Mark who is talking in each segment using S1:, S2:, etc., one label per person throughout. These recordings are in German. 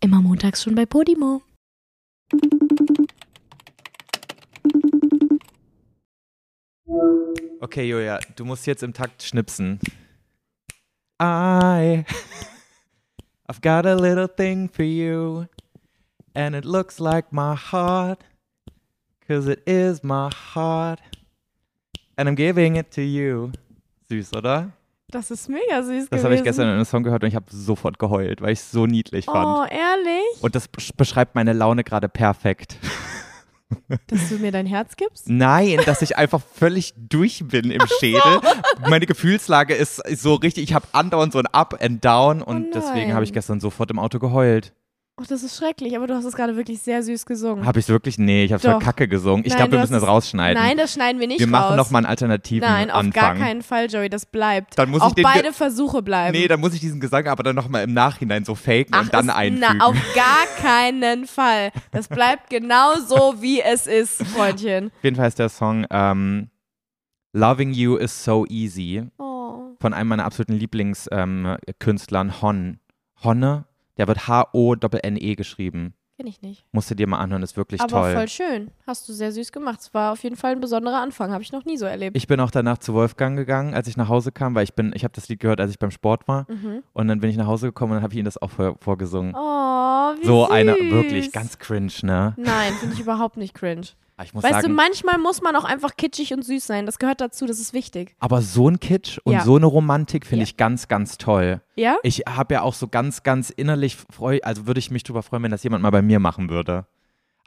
S1: Immer montags schon bei Podimo.
S2: Okay, Julia, du musst jetzt im Takt schnipsen. I, I've got a little thing for you, and it looks like my heart, cause it is my heart, and I'm giving it to you. Süß, oder?
S1: Das ist mega süß
S2: Das habe ich gestern in einem Song gehört und ich habe sofort geheult, weil ich es so niedlich fand.
S1: Oh, ehrlich?
S2: Und das besch- beschreibt meine Laune gerade perfekt.
S1: Dass du mir dein Herz gibst?
S2: Nein, dass ich einfach völlig durch bin im Schädel. Meine Gefühlslage ist so richtig, ich habe andauernd so ein Up and Down und
S1: Oh
S2: deswegen
S1: nein.
S2: habe ich gestern sofort im Auto geheult.
S1: Oh, das ist schrecklich, aber du hast es gerade wirklich sehr süß gesungen.
S2: Habe ich wirklich? Nee, ich habe voll
S1: Doch.
S2: Kacke gesungen. Ich
S1: Nein,
S2: glaube, wir
S1: du
S2: müssen
S1: hast
S2: das
S1: es-
S2: rausschneiden.
S1: Nein, das schneiden wir nicht
S2: wir machen
S1: raus.
S2: nochmal einen alternativen
S1: Nein, auf
S2: Anfang.
S1: gar keinen Fall, Joey, das bleibt.
S2: Dann muss ich
S1: auch
S2: den-
S1: beide Versuche bleiben.
S2: Nee, dann muss ich diesen Gesang aber dann nochmal im Nachhinein so faken
S1: Ach,
S2: und dann
S1: ist,
S2: einfügen.
S1: Na, auf gar keinen Fall. Das bleibt genau so, wie es ist, Freundchen.
S2: Auf jeden Fall ist der Song ähm, Loving You is So Easy
S1: Oh.
S2: von einem meiner absoluten Lieblingskünstlern, ähm, Künstlern, Hon. Honne? Der wird H-O-N-E E geschrieben.
S1: Kenn ich nicht.
S2: Musst du dir mal anhören, ist wirklich
S1: Aber
S2: toll.
S1: voll schön. Hast du sehr süß gemacht. Es war auf jeden Fall ein besonderer Anfang. Habe ich noch nie so erlebt.
S2: Ich bin auch danach zu Wolfgang gegangen, als ich nach Hause kam, weil ich bin, ich habe das Lied gehört, als ich beim Sport war.
S1: Mhm.
S2: Und dann bin ich nach Hause gekommen und dann habe ich ihm das auch vor, vorgesungen.
S1: Oh, wie
S2: so
S1: süß.
S2: eine, wirklich ganz cringe, ne?
S1: Nein, finde ich überhaupt nicht cringe.
S2: Aber ich muss
S1: weißt du,
S2: sagen,
S1: manchmal muss man auch einfach kitschig und süß sein. Das gehört dazu, das ist wichtig.
S2: aber so ein Kitsch und
S1: Ja.
S2: so eine Romantik finde
S1: Ja.
S2: ich ganz, ganz toll.
S1: Ja?
S2: Ich habe ja auch so ganz, ganz innerlich freu, also würde ich mich drüber freuen, wenn das jemand mal bei mir machen würde.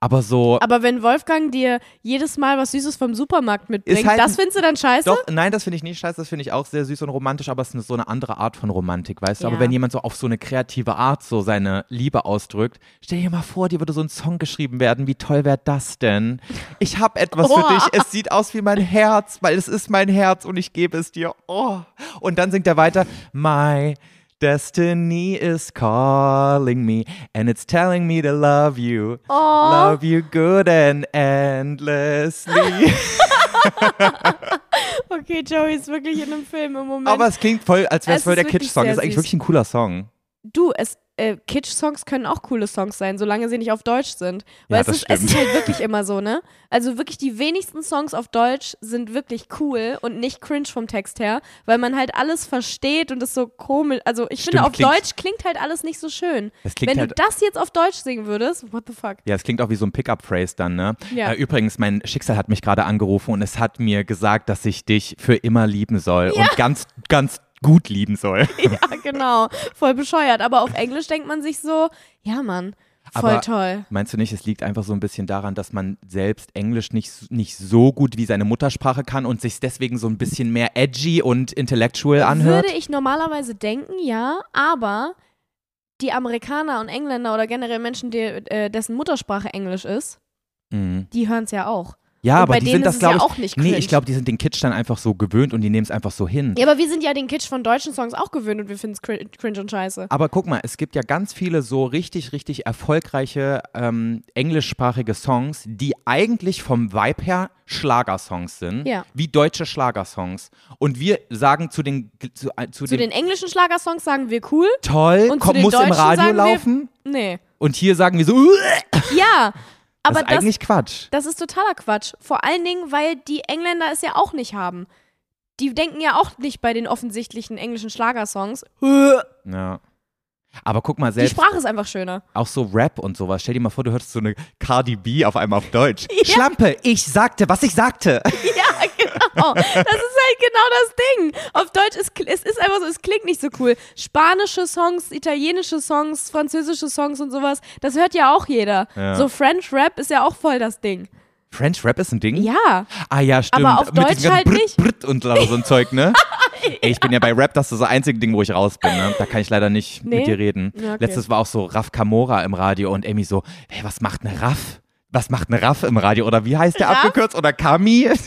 S2: Aber so,
S1: Aber wenn Wolfgang dir jedes Mal was Süßes vom Supermarkt mitbringt,
S2: halt-
S1: das findest du dann scheiße?
S2: doch, nein, das finde ich nicht scheiße, das finde ich auch sehr süß und romantisch, aber es ist eine, so eine andere Art von Romantik, weißt du?
S1: Ja.
S2: Aber wenn jemand so auf so eine kreative Art so seine Liebe ausdrückt, stell dir mal vor, dir würde so ein Song geschrieben werden, wie toll wäre das denn? Ich habe etwas für
S1: Oh.
S2: dich, es sieht aus wie mein Herz, weil es ist mein Herz und ich gebe es dir. Oh. Und dann singt er weiter, my destiny is calling me and it's telling me to love you.
S1: Oh.
S2: Love you good and endlessly.
S1: Okay, Joey ist wirklich in einem Film im Moment.
S2: Aber es klingt voll, als wäre
S1: Es
S2: es voll
S1: ist
S2: der
S1: wirklich
S2: Kitsch-Song.
S1: sehr
S2: Das ist eigentlich
S1: süß.
S2: wirklich ein cooler Song.
S1: du, es, äh, Kitsch-Songs können auch coole Songs sein, solange sie nicht auf Deutsch sind.
S2: Ja,
S1: Weil es,
S2: das
S1: ist, es ist
S2: stimmt.
S1: halt wirklich immer so, ne? Also wirklich die wenigsten Songs auf Deutsch sind wirklich cool und nicht cringe vom Text her, weil man halt alles versteht und es so komisch. Also ich finde,
S2: Stimmt,
S1: auf
S2: klingt-
S1: Deutsch klingt halt alles nicht so schön.
S2: Es klingt
S1: Wenn
S2: halt-
S1: du das jetzt auf Deutsch singen würdest, what the fuck?
S2: Ja, es klingt auch wie so ein Pickup-Phrase dann, ne?
S1: Ja.
S2: Äh, übrigens, mein Schicksal hat mich gerade angerufen und es hat mir gesagt, dass ich dich für immer lieben soll und ganz, ganz gut lieben soll.
S1: Ja, genau. Voll bescheuert. Aber auf Englisch denkt man sich so, ja, Mann, voll
S2: Aber-
S1: toll.
S2: Meinst du nicht, es liegt einfach so ein bisschen daran, dass man selbst Englisch nicht, s- nicht so gut wie seine Muttersprache kann und sich deswegen so ein bisschen mehr edgy und intellectual anhört?
S1: Würde ich normalerweise denken, ja, aber die Amerikaner und Engländer oder generell Menschen, die, äh, dessen Muttersprache Englisch ist,
S2: Mhm.
S1: die hören es ja auch.
S2: Ja,
S1: Und
S2: aber
S1: bei
S2: die
S1: denen
S2: sind
S1: ist
S2: das,
S1: es ja
S2: glaube ich.
S1: auch nicht
S2: nee,
S1: cringe.
S2: ich glaube, die sind den Kitsch dann einfach so gewöhnt und die nehmen es einfach so hin.
S1: Ja, aber wir sind ja den Kitsch von deutschen Songs auch gewöhnt und wir finden es cringe, cringe und scheiße.
S2: Aber guck mal, es gibt ja ganz viele so richtig, richtig erfolgreiche ähm, englischsprachige Songs, die eigentlich vom Vibe her Schlagersongs sind,
S1: Ja.
S2: wie deutsche Schlagersongs. Und wir sagen zu den zu, äh, zu,
S1: Zu
S2: den,
S1: den englischen Schlagersongs sagen wir cool.
S2: toll,
S1: und zu
S2: komm,
S1: den
S2: muss im
S1: Deutschen
S2: Radio
S1: sagen wir-
S2: laufen.
S1: Nee.
S2: Und hier sagen wir so, "Uah!"
S1: Ja,
S2: das
S1: aber
S2: ist
S1: das,
S2: eigentlich Quatsch.
S1: das ist totaler Quatsch. Vor allen Dingen, weil die Engländer es ja auch nicht haben. Die denken ja auch nicht bei den offensichtlichen englischen Schlagersongs. Die
S2: Ja. Aber guck mal, selbst
S1: Sprache ist einfach schöner.
S2: auch so Rap und sowas. Stell dir mal vor, du hörst so eine Cardi B auf einmal auf Deutsch. Schlampe, ich sagte, was ich sagte.
S1: Ja, genau. Das ist halt genau das Ding. Auf Deutsch ist es ist einfach so, es klingt nicht so cool. Spanische Songs, italienische Songs, französische Songs und sowas, das hört ja auch jeder.
S2: Ja.
S1: So French Rap ist ja auch voll das Ding.
S2: French Rap ist ein Ding?
S1: Ja.
S2: Ah ja, stimmt.
S1: Aber auf
S2: Mit
S1: Deutsch
S2: diesem ganzen
S1: halt
S2: Britt,
S1: nicht.
S2: Britt und lauter so ein Zeug, ne? Ey, ich bin ja bei Rap, das ist das einzige Ding, wo ich raus bin. Ne? Da kann ich leider nicht
S1: Nee?
S2: mit dir reden.
S1: Ja, okay.
S2: Letztes war auch so Raff Kamora im Radio und Emmy so, hey, was macht eine Raff? Was macht eine Raff im Radio? Oder wie heißt der
S1: Raff?
S2: abgekürzt? Oder Kami?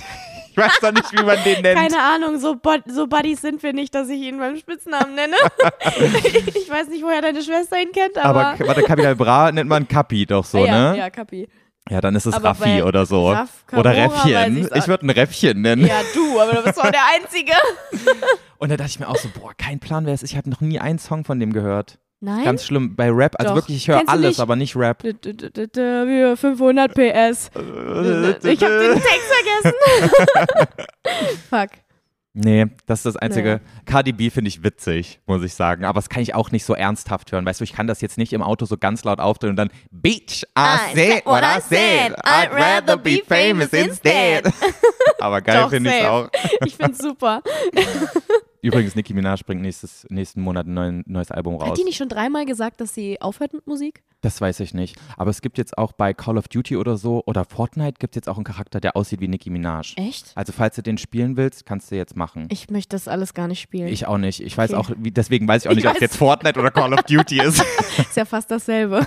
S2: Ich weiß doch nicht, wie man den nennt.
S1: Keine Ahnung, so, Bod so Buddies sind wir nicht, dass ich ihn beim Spitznamen nenne. ich weiß nicht, woher deine Schwester ihn kennt, aber. Ah
S2: aber warte, Capital Bra nennt man Kapi doch so,
S1: ja,
S2: ne?
S1: ja, Kapi.
S2: Ja, dann ist es
S1: Aber
S2: Raffi
S1: bei
S2: oder so.
S1: Raff Camora
S2: oder
S1: weiß
S2: Räffchen.
S1: ich's
S2: Ich
S1: auch.
S2: würde ein Räffchen nennen.
S1: Ja, du, aber du bist doch der Einzige.
S2: Und da dachte ich mir auch so, boah, kein Plan, wer es ist. Ich habe noch nie einen Song von dem gehört.
S1: Nein?
S2: Ganz schlimm bei Rap. Also
S1: Doch.
S2: wirklich, ich höre
S1: Kennst du
S2: alles,
S1: nicht-
S2: aber nicht Rap.
S1: D- d- d- d- wir 500 PS. Äh,
S2: Äh,
S1: Ich hab den Text vergessen. Fuck.
S2: Nee, das ist das Einzige.
S1: Naja.
S2: Cardi B finde ich witzig, muss ich sagen. Aber das kann ich auch nicht so ernsthaft hören. Weißt du, ich kann das jetzt nicht im Auto so ganz laut aufdrehen und dann Bitch, I said what I said. I'd rather be famous instead. Aber geil
S1: Doch,
S2: finde ich
S1: safe.
S2: auch.
S1: Ich find's super.
S2: Übrigens, Nicki Minaj bringt nächstes, nächsten Monat ein neuen, neues Album raus.
S1: Hat die nicht schon dreimal gesagt, dass sie aufhört mit Musik?
S2: Das weiß ich nicht. Aber es gibt jetzt auch bei Call of Duty oder so oder Fortnite gibt es jetzt auch einen Charakter, der aussieht wie Nicki Minaj.
S1: Echt?
S2: Also falls du den spielen willst, kannst du jetzt machen.
S1: Ich möchte das alles gar nicht spielen.
S2: Ich auch nicht. Ich weiß auch,
S1: Okay.
S2: wie, deswegen weiß ich auch nicht, ob es
S1: weiß-
S2: jetzt Fortnite oder Call of Duty ist.
S1: Ist ja fast dasselbe.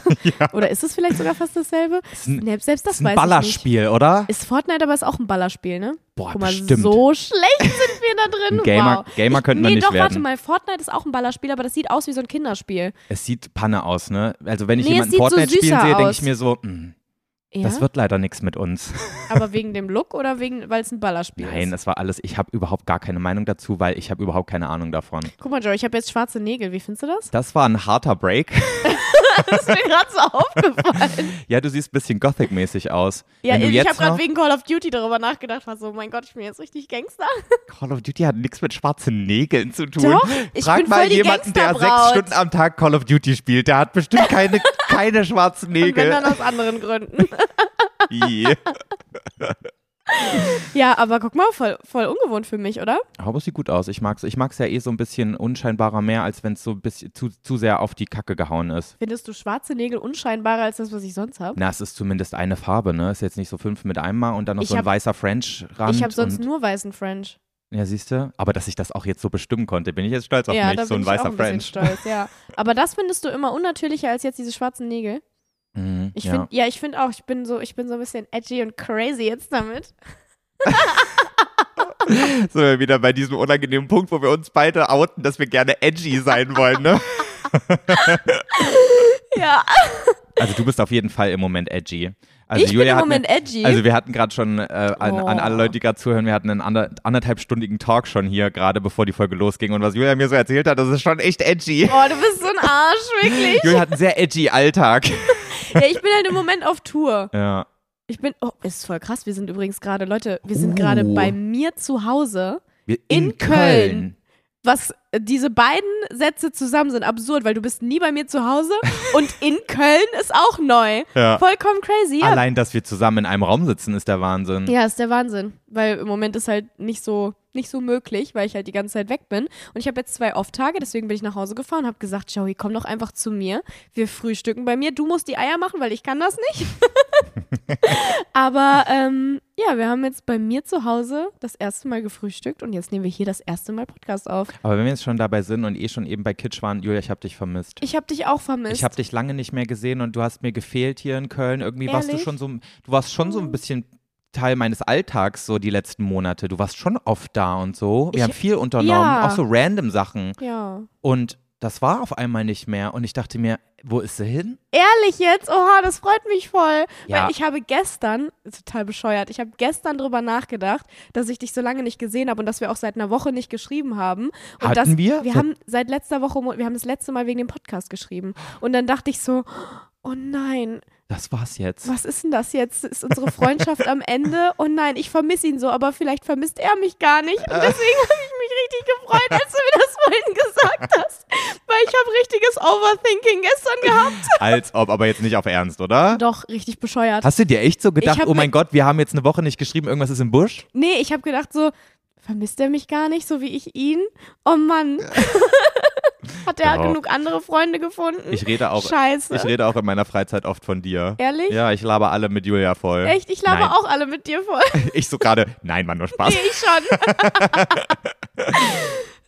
S1: Oder ist es vielleicht sogar fast dasselbe?
S2: ein-
S1: Nee, Selbst das
S2: ist ein
S1: weiß ich nicht.
S2: Ballerspiel, oder?
S1: Ist Fortnite aber ist auch ein Ballerspiel, ne?
S2: Boah,
S1: Guck mal,
S2: bestimmt.
S1: so schlecht sind wir da drin.
S2: Ein Gamer-
S1: wow.
S2: Gamer
S1: ich,
S2: könnten wir
S1: nee,
S2: nicht
S1: doch, warte
S2: werden.
S1: mal. Fortnite ist auch ein Ballerspiel, aber das sieht aus wie so ein Kinderspiel.
S2: Es sieht Panne aus, ne? Also wenn ich
S1: Nee, es
S2: jemanden
S1: sieht so
S2: Fortnite spielen
S1: süßer
S2: sehe, denke ich
S1: aus.
S2: mir so, mh,
S1: Ja,
S2: das wird leider nichts mit uns.
S1: aber wegen dem Look oder wegen, weil es ein Ballerspiel
S2: Nein,
S1: ist?
S2: das war alles, ich habe überhaupt gar keine Meinung dazu, weil ich habe überhaupt keine Ahnung davon.
S1: Guck mal, Joe, ich habe jetzt schwarze Nägel. Wie findest du das?
S2: Das war ein harter Break.
S1: Das ist mir gerade so aufgefallen.
S2: ja, du siehst ein bisschen Gothic-mäßig aus.
S1: Ja,
S2: Wenn du
S1: ich
S2: jetzt
S1: habe gerade
S2: noch-
S1: wegen Call of Duty darüber nachgedacht. War so, mein Gott, ich bin jetzt richtig Gangster.
S2: Call of Duty hat nichts mit schwarzen Nägeln zu tun.
S1: Doch, ich
S2: Frag
S1: bin
S2: mal
S1: voll die
S2: jemanden, der sechs
S1: Gangsterbraut.
S2: Stunden am Tag Call of Duty spielt. Der hat bestimmt keine, keine schwarzen
S1: Und wenn dann
S2: Nägel.
S1: aus anderen Gründen.
S2: Ih.
S1: Ja, aber guck mal, voll, voll ungewohnt für mich, oder?
S2: Aber es sieht gut aus. Ich mag's. Ich mag's ja eh so ein bisschen unscheinbarer mehr, als wenn es so ein bisschen zu, zu sehr auf die Kacke gehauen ist.
S1: Findest du schwarze Nägel unscheinbarer als das, was ich sonst habe?
S2: Na, es ist zumindest eine Farbe, ne? Ist jetzt nicht so fünf mit einmal und dann noch
S1: Ich
S2: so ein
S1: hab-
S2: weißer French ran.
S1: Ich habe sonst
S2: und,
S1: nur weißen French.
S2: Ja, siehst du? Aber dass ich das auch jetzt so bestimmen konnte, bin ich jetzt stolz auf
S1: ja,
S2: mich.
S1: da
S2: so
S1: bin
S2: ein
S1: ich
S2: weißer
S1: auch ein bisschen
S2: French.
S1: stolz, ja. Aber das findest du immer unnatürlicher als jetzt diese schwarzen Nägel.
S2: Mhm,
S1: Ich
S2: ja.
S1: finde, ja, ich finde auch, ich bin so, ich bin so ein bisschen edgy und crazy jetzt damit.
S2: So wieder bei diesem unangenehmen Punkt, wo wir uns beide outen, dass wir gerne edgy sein wollen, ne?
S1: Ja,
S2: Also du bist auf jeden Fall im Moment edgy. Also
S1: ich
S2: Julia
S1: bin im
S2: hat ne-
S1: Moment edgy.
S2: Also wir hatten gerade schon, äh, an, an alle
S1: Oh.
S2: Leute, die gerade zuhören, wir hatten einen ander, anderthalbstündigen Talk schon hier, gerade bevor die Folge losging. Und was Julia mir so erzählt hat, das ist schon echt edgy.
S1: Oh, du bist so ein Arsch, wirklich.
S2: Julia hat einen sehr edgy Alltag.
S1: Ja, ich bin halt im Moment auf Tour.
S2: Ja.
S1: Ich bin, oh, ist voll krass. Wir sind übrigens gerade, Leute, wir sind
S2: Oh.
S1: gerade bei mir zu Hause.
S2: Wir,
S1: In Köln. was äh, diese beiden Sätze zusammen sind absurd, weil du bist nie bei mir zu Hause und in Köln ist auch neu.
S2: Ja.
S1: Vollkommen crazy. Ja.
S2: Allein, dass wir zusammen in einem Raum sitzen, ist der Wahnsinn.
S1: ja, ist der Wahnsinn, weil im Moment ist halt nicht so nicht so möglich, weil ich halt die ganze Zeit weg bin und ich habe jetzt zwei Off-Tage, deswegen bin ich nach Hause gefahren, habe gesagt, Joey, komm doch einfach zu mir, wir frühstücken bei mir, du musst die Eier machen, weil ich kann das nicht. Aber ähm, ja, wir haben jetzt bei mir zu Hause das erste Mal gefrühstückt und jetzt nehmen wir hier das erste Mal Podcast auf.
S2: Aber wenn wir jetzt schon dabei sind und eh schon eben bei Kitsch waren, Julia, ich habe dich vermisst.
S1: Ich habe dich auch vermisst.
S2: Ich habe dich lange nicht mehr gesehen und du hast mir gefehlt hier in Köln. Irgendwie warst du
S1: Ehrlich? Hm.
S2: schon so, du warst schon so ein bisschen Teil meines Alltags so die letzten Monate. Du warst schon oft da und so. Wir
S1: Ich-
S2: haben viel unternommen,
S1: Ja.
S2: auch so random Sachen.
S1: ja.
S2: Und das war auf einmal nicht mehr. Und ich dachte mir, wo ist sie hin?
S1: Ehrlich jetzt? Oha, das freut mich voll.
S2: Ja.
S1: Weil ich habe gestern, ist total bescheuert, ich habe gestern drüber nachgedacht, dass ich dich so lange nicht gesehen habe und dass wir auch seit einer Woche nicht geschrieben haben. Und
S2: Hatten
S1: dass,
S2: wir?
S1: Wir
S2: Seit-
S1: haben seit letzter Woche, wir haben das letzte Mal wegen dem Podcast geschrieben. Und dann dachte ich so, oh nein,
S2: Das war's jetzt.
S1: was ist denn das jetzt? Ist unsere Freundschaft am Ende? Oh nein, ich vermisse ihn so, aber vielleicht vermisst er mich gar nicht. Und deswegen habe ich mich richtig gefreut, als du mir das vorhin gesagt hast. Weil ich habe richtiges Overthinking gestern gehabt.
S2: Als ob, aber jetzt nicht auf Ernst, oder?
S1: Doch, richtig bescheuert.
S2: Hast du dir echt so gedacht,
S1: hab
S2: oh
S1: mir-
S2: mein Gott, wir haben jetzt eine Woche nicht geschrieben, irgendwas ist im Busch?
S1: Nee, ich habe gedacht so, vermisst er mich gar nicht, so wie ich ihn? Oh Mann. Hat er
S2: Doch.
S1: genug andere Freunde gefunden?
S2: Ich rede auch,
S1: Scheiße.
S2: ich rede auch in meiner Freizeit oft von dir.
S1: Ehrlich?
S2: Ja, ich laber alle mit Julia voll.
S1: Echt, ich laber
S2: Nein.
S1: auch alle mit dir voll.
S2: Ich so gerade, nein, war nur Spaß.
S1: nee, ich schon.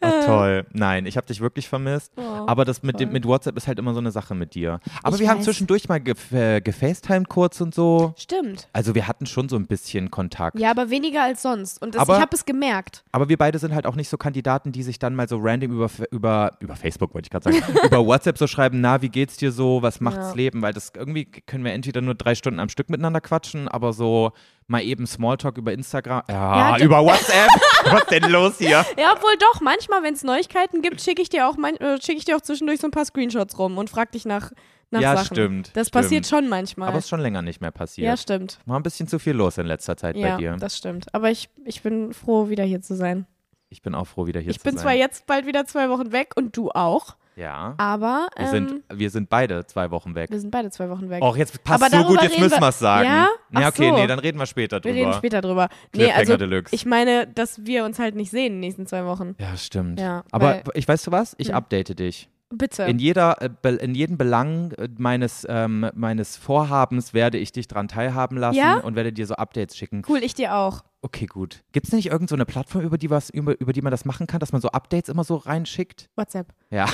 S2: Ach, toll. Nein, ich habe dich wirklich vermisst.
S1: Ah. Oh,
S2: aber das mit, dem,
S1: toll.
S2: mit WhatsApp ist halt immer so eine Sache mit dir. Aber
S1: Ich
S2: wir haben
S1: weiß.
S2: zwischendurch mal gef äh, gefacetimed kurz und so.
S1: Stimmt.
S2: Also wir hatten schon so ein bisschen Kontakt.
S1: Ja, aber weniger als sonst. Und das,
S2: Aber-
S1: ich habe es gemerkt.
S2: Aber wir beide sind halt auch nicht so Kandidaten, die sich dann mal so random über, F- über, über Facebook, wollte ich gerade sagen, über WhatsApp so schreiben, na, wie geht's dir so, was macht's
S1: Ja.
S2: Leben? Weil das irgendwie können wir entweder nur drei Stunden am Stück miteinander quatschen, aber so mal eben Smalltalk über Instagram.
S1: Ja,
S2: Ja,
S1: d-
S2: über WhatsApp. Was denn los hier?
S1: Ja, wohl doch. Manchmal, wenn es Neuigkeiten gibt, schicke ich dir auch man äh, schicke ich dir auch zwischendurch so ein paar Screenshots rum und frag dich nach, nach
S2: ja,
S1: Sachen.
S2: stimmt.
S1: Das
S2: stimmt.
S1: passiert schon manchmal.
S2: Aber es ist schon länger nicht mehr
S1: ja,
S2: passiert.
S1: stimmt.
S2: War ein bisschen zu viel los in letzter Zeit
S1: Ja,
S2: bei dir.
S1: das stimmt. Aber ich, ich bin froh, wieder hier zu sein.
S2: Ich bin auch froh, wieder hier
S1: ich
S2: zu
S1: bin zwar
S2: sein.
S1: jetzt bald wieder zwei Wochen weg und du auch,
S2: ja.
S1: aber ähm,
S2: Wir sind, wir sind beide zwei Wochen weg.
S1: wir sind beide zwei Wochen weg.
S2: Och, jetzt
S1: Aber
S2: passt so gut,
S1: darüber
S2: jetzt
S1: reden
S2: müssen
S1: wir-
S2: wir es sagen.
S1: Ja?
S2: Nee,
S1: Ach
S2: okay,
S1: so.
S2: nee, dann reden wir später
S1: wir
S2: drüber.
S1: reden später drüber. Nee,
S2: Cliffhanger
S1: also
S2: Deluxe.
S1: ich meine, dass wir uns halt nicht sehen in den nächsten zwei Wochen.
S2: ja, stimmt.
S1: Ja,
S2: Aber
S1: weil-
S2: ich weißt du was? Ich
S1: Hm.
S2: update dich.
S1: Bitte.
S2: In, jeder, äh, Be- in jedem Belang äh, meines, ähm, meines Vorhabens werde ich dich dran teilhaben lassen
S1: Ja?
S2: und werde dir so Updates schicken.
S1: cool, ich dir auch.
S2: Okay, gut. Gibt es nicht irgendeine so eine Plattform, über die, was, über, über die man das machen kann, dass man so Updates immer so reinschickt?
S1: WhatsApp.
S2: Ja.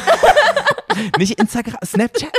S2: nicht Instagram, Snapchat.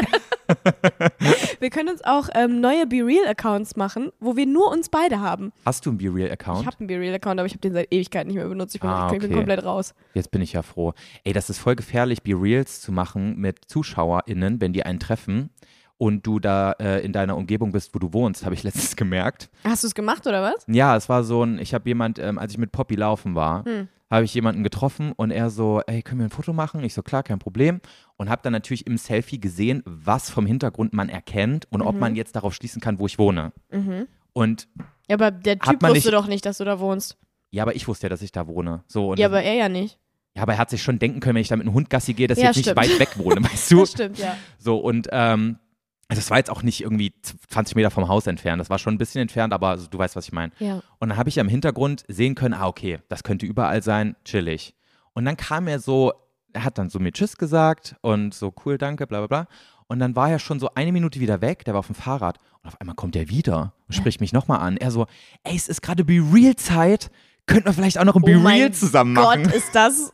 S1: Wir können uns auch ähm, neue Be Real Accounts machen, wo wir nur uns beide haben.
S2: Hast du einen
S1: Ich
S2: BeReal-Account?
S1: habe einen Be Real Account, aber ich habe den seit Ewigkeit nicht mehr benutzt. Ich bin,
S2: Ah,
S1: ich bin
S2: okay.
S1: komplett raus.
S2: Jetzt bin ich ja froh. Ey, das ist voll gefährlich, Be-Reals zu machen mit ZuschauerInnen, wenn die einen treffen und du da äh, in deiner Umgebung bist, wo du wohnst, habe ich letztens gemerkt.
S1: Hast du es gemacht oder was?
S2: Ja, es war so ein, ich habe jemand, ähm, als ich mit Poppy laufen war,
S1: Hm.
S2: habe ich jemanden getroffen und er so, ey, können wir ein Foto machen? Ich so, klar, kein Problem. Und habe dann natürlich im Selfie gesehen, was vom Hintergrund man erkennt und
S1: Mhm.
S2: ob man jetzt darauf schließen kann, wo ich wohne. Und
S1: Ja, aber der
S2: Hat
S1: Typ
S2: man
S1: wusste
S2: nicht-
S1: doch nicht, dass du da wohnst.
S2: ja, aber ich wusste ja, dass ich da wohne. So, und
S1: Ja,
S2: das-
S1: aber er ja nicht.
S2: ja, aber er hat sich schon denken können, wenn ich da mit einem Hund Gassi gehe, dass ich
S1: Ja,
S2: jetzt
S1: stimmt.
S2: nicht weit weg wohne, weißt du?
S1: Das stimmt, ja.
S2: So, und ähm, also das war jetzt auch nicht irgendwie 20 Meter vom Haus entfernt. Das war schon ein bisschen entfernt, aber so, du weißt, was ich meine.
S1: Ja.
S2: Und dann habe ich am Hintergrund sehen können, ah, okay, das könnte überall sein, chillig. Und dann kam er so, er hat dann so mir Tschüss gesagt und so, cool, danke, bla bla bla. Und dann war er schon so eine Minute wieder weg, der war auf dem Fahrrad. Und auf einmal kommt er wieder und spricht mich nochmal an. Er so, ey, es ist gerade Be-Real-Zeit. Könnten wir vielleicht auch noch ein
S1: Oh mein
S2: Be-Real zusammen machen?
S1: Gott, ist das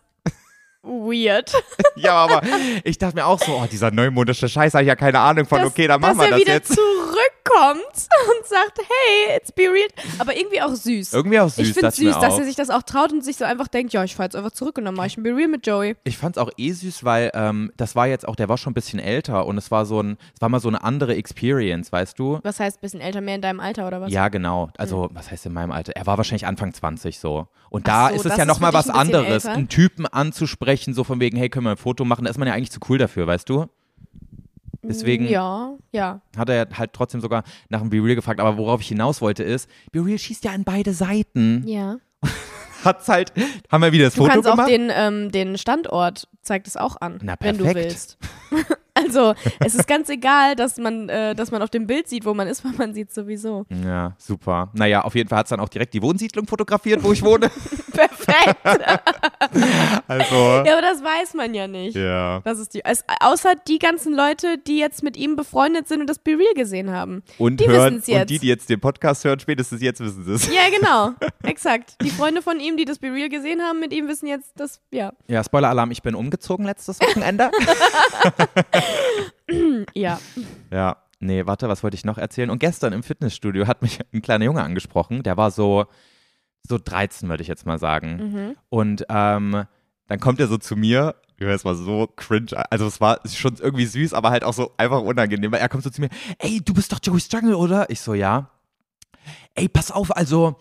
S1: weird.
S2: Ja, aber ich dachte mir auch so, oh, dieser neumodische Scheiß, habe ich ja keine Ahnung von,
S1: Dass-
S2: okay, dann machen wir
S1: dass er
S2: das
S1: wieder
S2: jetzt.
S1: zurückkommt und sagt, hey, it's Be Real. Aber irgendwie auch süß.
S2: Irgendwie auch süß,
S1: ich finde
S2: dachte ich
S1: süß,
S2: mir
S1: dass
S2: auch.
S1: er sich das auch traut und sich so einfach denkt, ja, ich fahr jetzt einfach zurück und dann mach ich ein Be Real mit Joey.
S2: Ich fand's auch eh süß, weil ähm, das war jetzt auch, der war schon ein bisschen älter und es war so ein, es war mal so eine andere Experience, weißt du?
S1: Was heißt, bisschen älter, mehr in deinem Alter oder was? Hm.
S2: Ja, genau. Also, was heißt in meinem Alter? Er war wahrscheinlich Anfang 20 so. Und da
S1: Ach so,
S2: ist es
S1: das
S2: ja
S1: ist
S2: nochmal
S1: für
S2: was
S1: dich ein bisschen
S2: anderes,
S1: älter?
S2: einen Typen anzusprechen, so von wegen, hey, können wir ein Foto machen? Da ist man ja eigentlich zu cool dafür, weißt du? Deswegen
S1: Ja, ja.
S2: hat er halt trotzdem sogar nach dem BeReal gefragt. Aber worauf ich hinaus wollte ist, BeReal schießt ja an beide Seiten.
S1: Ja.
S2: Hat's halt, haben wir wieder das
S1: Du
S2: Foto
S1: kannst
S2: gemacht.
S1: auch den, ähm, den Standort, zeigt es auch an,
S2: Na,
S1: wenn du
S2: perfekt.
S1: willst. also, es ist ganz egal, dass man, äh, dass man auf dem Bild sieht, wo man ist, weil man sieht sowieso.
S2: ja, super. Naja, auf jeden Fall hat's dann auch direkt die Wohnsiedlung fotografiert, wo ich wohne.
S1: Perfekt.
S2: Also,
S1: ja, aber das weiß man ja nicht.
S2: ja.
S1: Das ist die, es, außer die ganzen Leute, die jetzt mit ihm befreundet sind und das Be Real gesehen haben.
S2: Und,
S1: Die
S2: hören,
S1: wissen's jetzt.
S2: und die, die jetzt den Podcast hören, spätestens jetzt wissen sie es.
S1: Ja, genau. Exakt. Die Freunde von ihm, die das Be Real gesehen haben, mit ihm wissen jetzt, dass, ja.
S2: Ja, Spoiler-Alarm, ich bin umgezogen letztes Wochenende.
S1: Ja.
S2: Hm, ja, nee, warte, was wollte ich noch erzählen? Und gestern im Fitnessstudio hat mich ein kleiner Junge angesprochen, der war so, so 13, würde ich jetzt mal sagen.
S1: Mhm.
S2: Und ähm, dann kommt er so zu mir. Ja, es war so cringe. Also es war schon irgendwie süß, aber halt auch so einfach unangenehm. Weil er kommt so zu mir, ey, du bist doch Joey's Jungle, oder? Ich so, ja. Ey, pass auf, also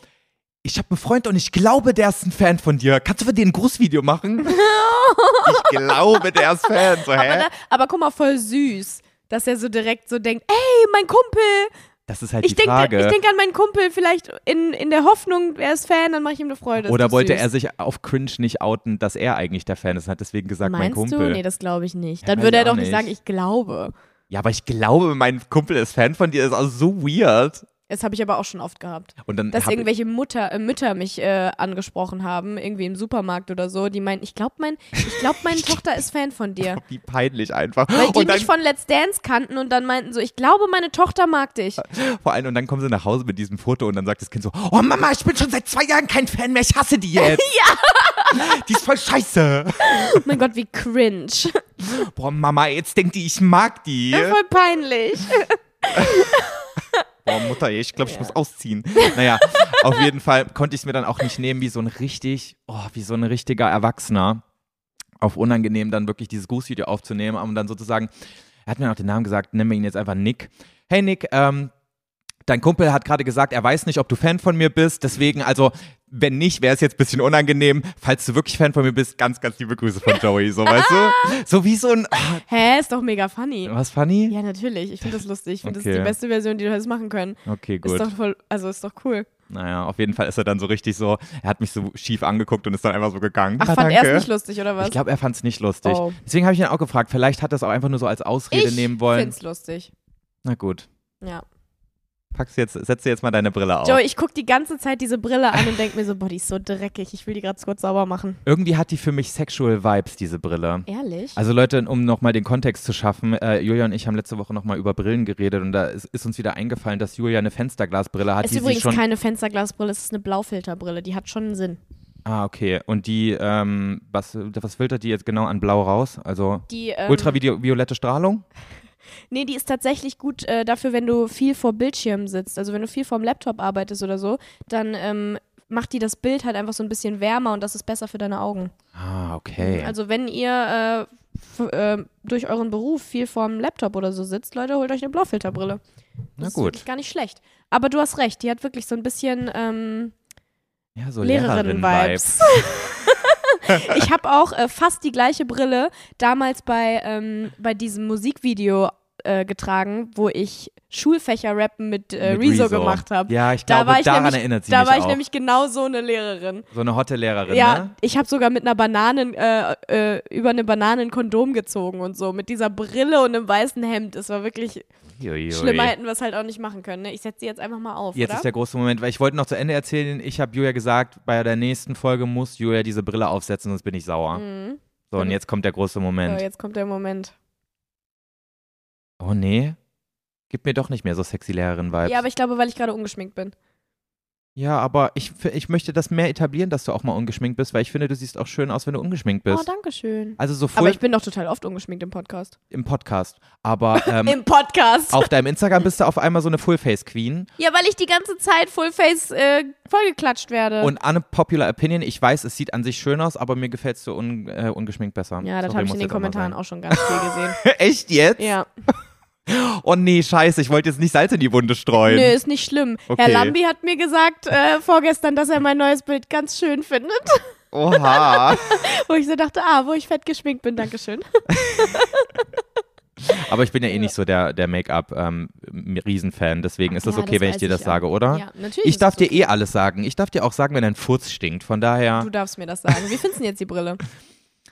S2: ich habe einen Freund und ich glaube, der ist ein Fan von dir. Kannst du für den ein Grußvideo machen? ich glaube, der ist Fan. So, hä?
S1: Aber, da, aber guck mal, voll süß, dass er so direkt so denkt, ey, mein Kumpel,
S2: das ist halt
S1: ich
S2: die
S1: denke
S2: Frage.
S1: denk an meinen Kumpel, vielleicht in, in der Hoffnung, er ist Fan, dann mache ich ihm eine Freude. Ist
S2: Oder
S1: doch
S2: wollte
S1: süß.
S2: er sich auf Cringe nicht outen, dass er eigentlich der Fan ist und hat deswegen gesagt, mein
S1: Meinst
S2: Kumpel.
S1: du? Nee, das glaube ich nicht.
S2: Ja,
S1: Dann
S2: weiß
S1: würde
S2: ich
S1: er
S2: auch
S1: doch nicht
S2: nicht.
S1: sagen, ich glaube.
S2: Ja, aber ich glaube, mein Kumpel ist Fan von dir, ist auch so weird.
S1: Das habe ich aber auch schon oft gehabt.
S2: Und dann
S1: Dass
S2: hab-
S1: irgendwelche Mutter, äh, Mütter mich äh, angesprochen haben, irgendwie im Supermarkt oder so, die meinen, ich glaube, mein, ich glaub, meine Tochter ist Fan von dir.
S2: wie peinlich einfach.
S1: Weil die
S2: und dann,
S1: mich von Let's Dance kannten und dann meinten so, ich glaube, meine Tochter mag dich.
S2: vor allem, und dann kommen sie nach Hause mit diesem Foto und dann sagt das Kind so, oh Mama, ich bin schon seit zwei Jahren kein Fan mehr, ich hasse die jetzt. ja. Die ist voll scheiße.
S1: Oh mein Gott, wie cringe.
S2: Boah, Mama, jetzt denkt die, ich mag die.
S1: Voll peinlich.
S2: Boah, Mutter, ey, ich glaube, ich muss ausziehen. Naja, auf jeden Fall konnte ich es mir dann auch nicht nehmen, wie so ein richtig, oh, wie so ein richtiger Erwachsener auf unangenehm dann wirklich dieses Grußvideo um aufzunehmen und dann sozusagen, er hat mir auch den Namen gesagt, nennen wir ihn jetzt einfach Nick. Hey Nick, ähm, Dein Kumpel hat gerade gesagt, er weiß nicht, ob du Fan von mir bist. Deswegen, also, wenn nicht, wäre es jetzt ein bisschen unangenehm. Falls du wirklich Fan von mir bist, ganz, ganz liebe Grüße von Joey. So, weißt du? So wie so ein. Ah,
S1: Hä, ist doch mega funny.
S2: Was, Fanny?
S1: Ja, natürlich. Ich finde das lustig. Ich finde, das ist
S2: Okay.
S1: die beste Version, die du hättest machen können.
S2: Okay,
S1: Ist
S2: gut.
S1: doch voll, also ist doch cool.
S2: Naja, auf jeden Fall ist er dann so richtig so. Er hat mich so schief angeguckt und ist dann einfach so gegangen.
S1: Ach,
S2: Ah,
S1: fand er
S2: danke.
S1: es nicht lustig, oder was?
S2: Ich glaube, er fand es nicht lustig.
S1: Oh.
S2: Deswegen habe ich ihn auch gefragt. Vielleicht hat er es auch einfach nur so als Ausrede nehmen wollen.
S1: find's lustig.
S2: Na gut.
S1: Ja.
S2: Packst jetzt, setz dir jetzt mal deine Brille auf.
S1: Joey, ich gucke die ganze Zeit diese Brille an und denke mir so, boah, die ist so dreckig. Ich will die gerade kurz sauber machen.
S2: Irgendwie hat die für mich Sexual Vibes, diese Brille.
S1: Ehrlich?
S2: Also Leute, um nochmal den Kontext zu schaffen, äh, Julia und ich haben letzte Woche nochmal über Brillen geredet und da ist, ist uns wieder eingefallen, dass Julia eine Fensterglasbrille hat,
S1: es
S2: die
S1: ist
S2: sie
S1: übrigens
S2: schon...
S1: keine Fensterglasbrille, es ist eine Blaufilterbrille. Die hat schon einen Sinn.
S2: ah, okay. Und die, ähm, was, was filtert die jetzt genau an Blau raus? Also
S1: Die, ähm,
S2: ultraviolette Strahlung?
S1: Nee, die ist tatsächlich gut äh, dafür, wenn du viel vor Bildschirmen sitzt. Also wenn du viel vorm Laptop arbeitest oder so, dann ähm, macht die das Bild halt einfach so ein bisschen wärmer und das ist besser für deine Augen.
S2: Ah, okay.
S1: Also wenn ihr äh, f- ähm, durch euren Beruf viel vorm Laptop oder so sitzt, Leute, holt euch eine Blaufilterbrille. Das
S2: Na
S1: ist
S2: gut.
S1: wirklich gar nicht schlecht. Aber du hast recht, die hat wirklich so ein bisschen ähm,
S2: ja, so
S1: Lehrerinnen-Vibes. ich habe auch äh, fast die gleiche Brille damals bei, ähm, bei diesem Musikvideo äh, getragen, wo ich Schulfächer rappen mit, äh,
S2: Mit
S1: Rezo, gemacht habe.
S2: Ja, ich
S1: Da
S2: glaube,
S1: war ich
S2: daran
S1: nämlich-
S2: erinnert sie
S1: Da
S2: mich
S1: war ich
S2: auch.
S1: nämlich genau so eine Lehrerin.
S2: so eine hotte Lehrerin,
S1: Ja,
S2: ne?
S1: ich habe sogar mit einer Bananen, äh, äh, über eine Banane ein Kondom gezogen und so, mit dieser Brille und einem weißen Hemd. Es war wirklich,
S2: Uiuiui.
S1: schlimmer hätten wir es halt auch nicht machen können. Ne? Ich setze sie jetzt einfach mal auf,
S2: Jetzt
S1: oder?
S2: ist der große Moment, weil ich wollte noch zu Ende erzählen, ich habe Julia gesagt, bei der nächsten Folge muss Julia diese Brille aufsetzen, sonst bin ich sauer.
S1: Mhm.
S2: So, und jetzt kommt der große
S1: so,
S2: Moment.
S1: jetzt kommt der Moment.
S2: Oh nee, gib mir doch nicht mehr so sexy Lehrerin-Vibes.
S1: Ja, aber ich glaube, weil ich gerade ungeschminkt bin.
S2: Ja, aber ich, f- ich möchte das mehr etablieren, dass du auch mal ungeschminkt bist, weil ich finde, du siehst auch schön aus, wenn du ungeschminkt
S1: Oh,
S2: bist.
S1: danke schön.
S2: also so
S1: Aber
S2: voll
S1: ich bin doch total oft ungeschminkt im Podcast.
S2: im Podcast. Aber ähm,
S1: Im Podcast.
S2: auf deinem Instagram bist du auf einmal so eine Full-Face-Queen.
S1: Ja, weil ich die ganze Zeit Fullface äh, vollgeklatscht werde.
S2: Und unpopular opinion, ich weiß, es sieht an sich schön aus, aber mir gefällst du un, äh, ungeschminkt besser.
S1: ja, das
S2: Sorry,
S1: habe ich
S2: muss
S1: in den
S2: jetzt auch mal
S1: Kommentaren
S2: sein.
S1: auch schon ganz viel gesehen.
S2: Echt jetzt?
S1: ja.
S2: Oh nee, scheiße, ich wollte jetzt nicht Salz in die Wunde streuen.
S1: Nö, ist nicht schlimm. Herr
S2: Ähm, Okay.
S1: Lambi hat mir gesagt äh, vorgestern, dass er mein neues Bild ganz schön findet.
S2: Oha.
S1: Wo ich so dachte, ah, wo ich fett geschminkt bin, dankeschön.
S2: Aber ich bin ja eh nicht so der, der Make-up-Riesenfan, deswegen ist das
S1: Ja,
S2: okay,
S1: das
S2: wenn ich
S1: weiß
S2: dir das
S1: ich auch.
S2: sage, oder?
S1: Ja, natürlich.
S2: Ich
S1: ist
S2: darf
S1: das
S2: dir eh alles sagen. Ich darf dir auch sagen, wenn dein Furz stinkt. Von
S1: okay.
S2: daher,
S1: Du darfst mir das sagen. Wie findest du denn jetzt die Brille?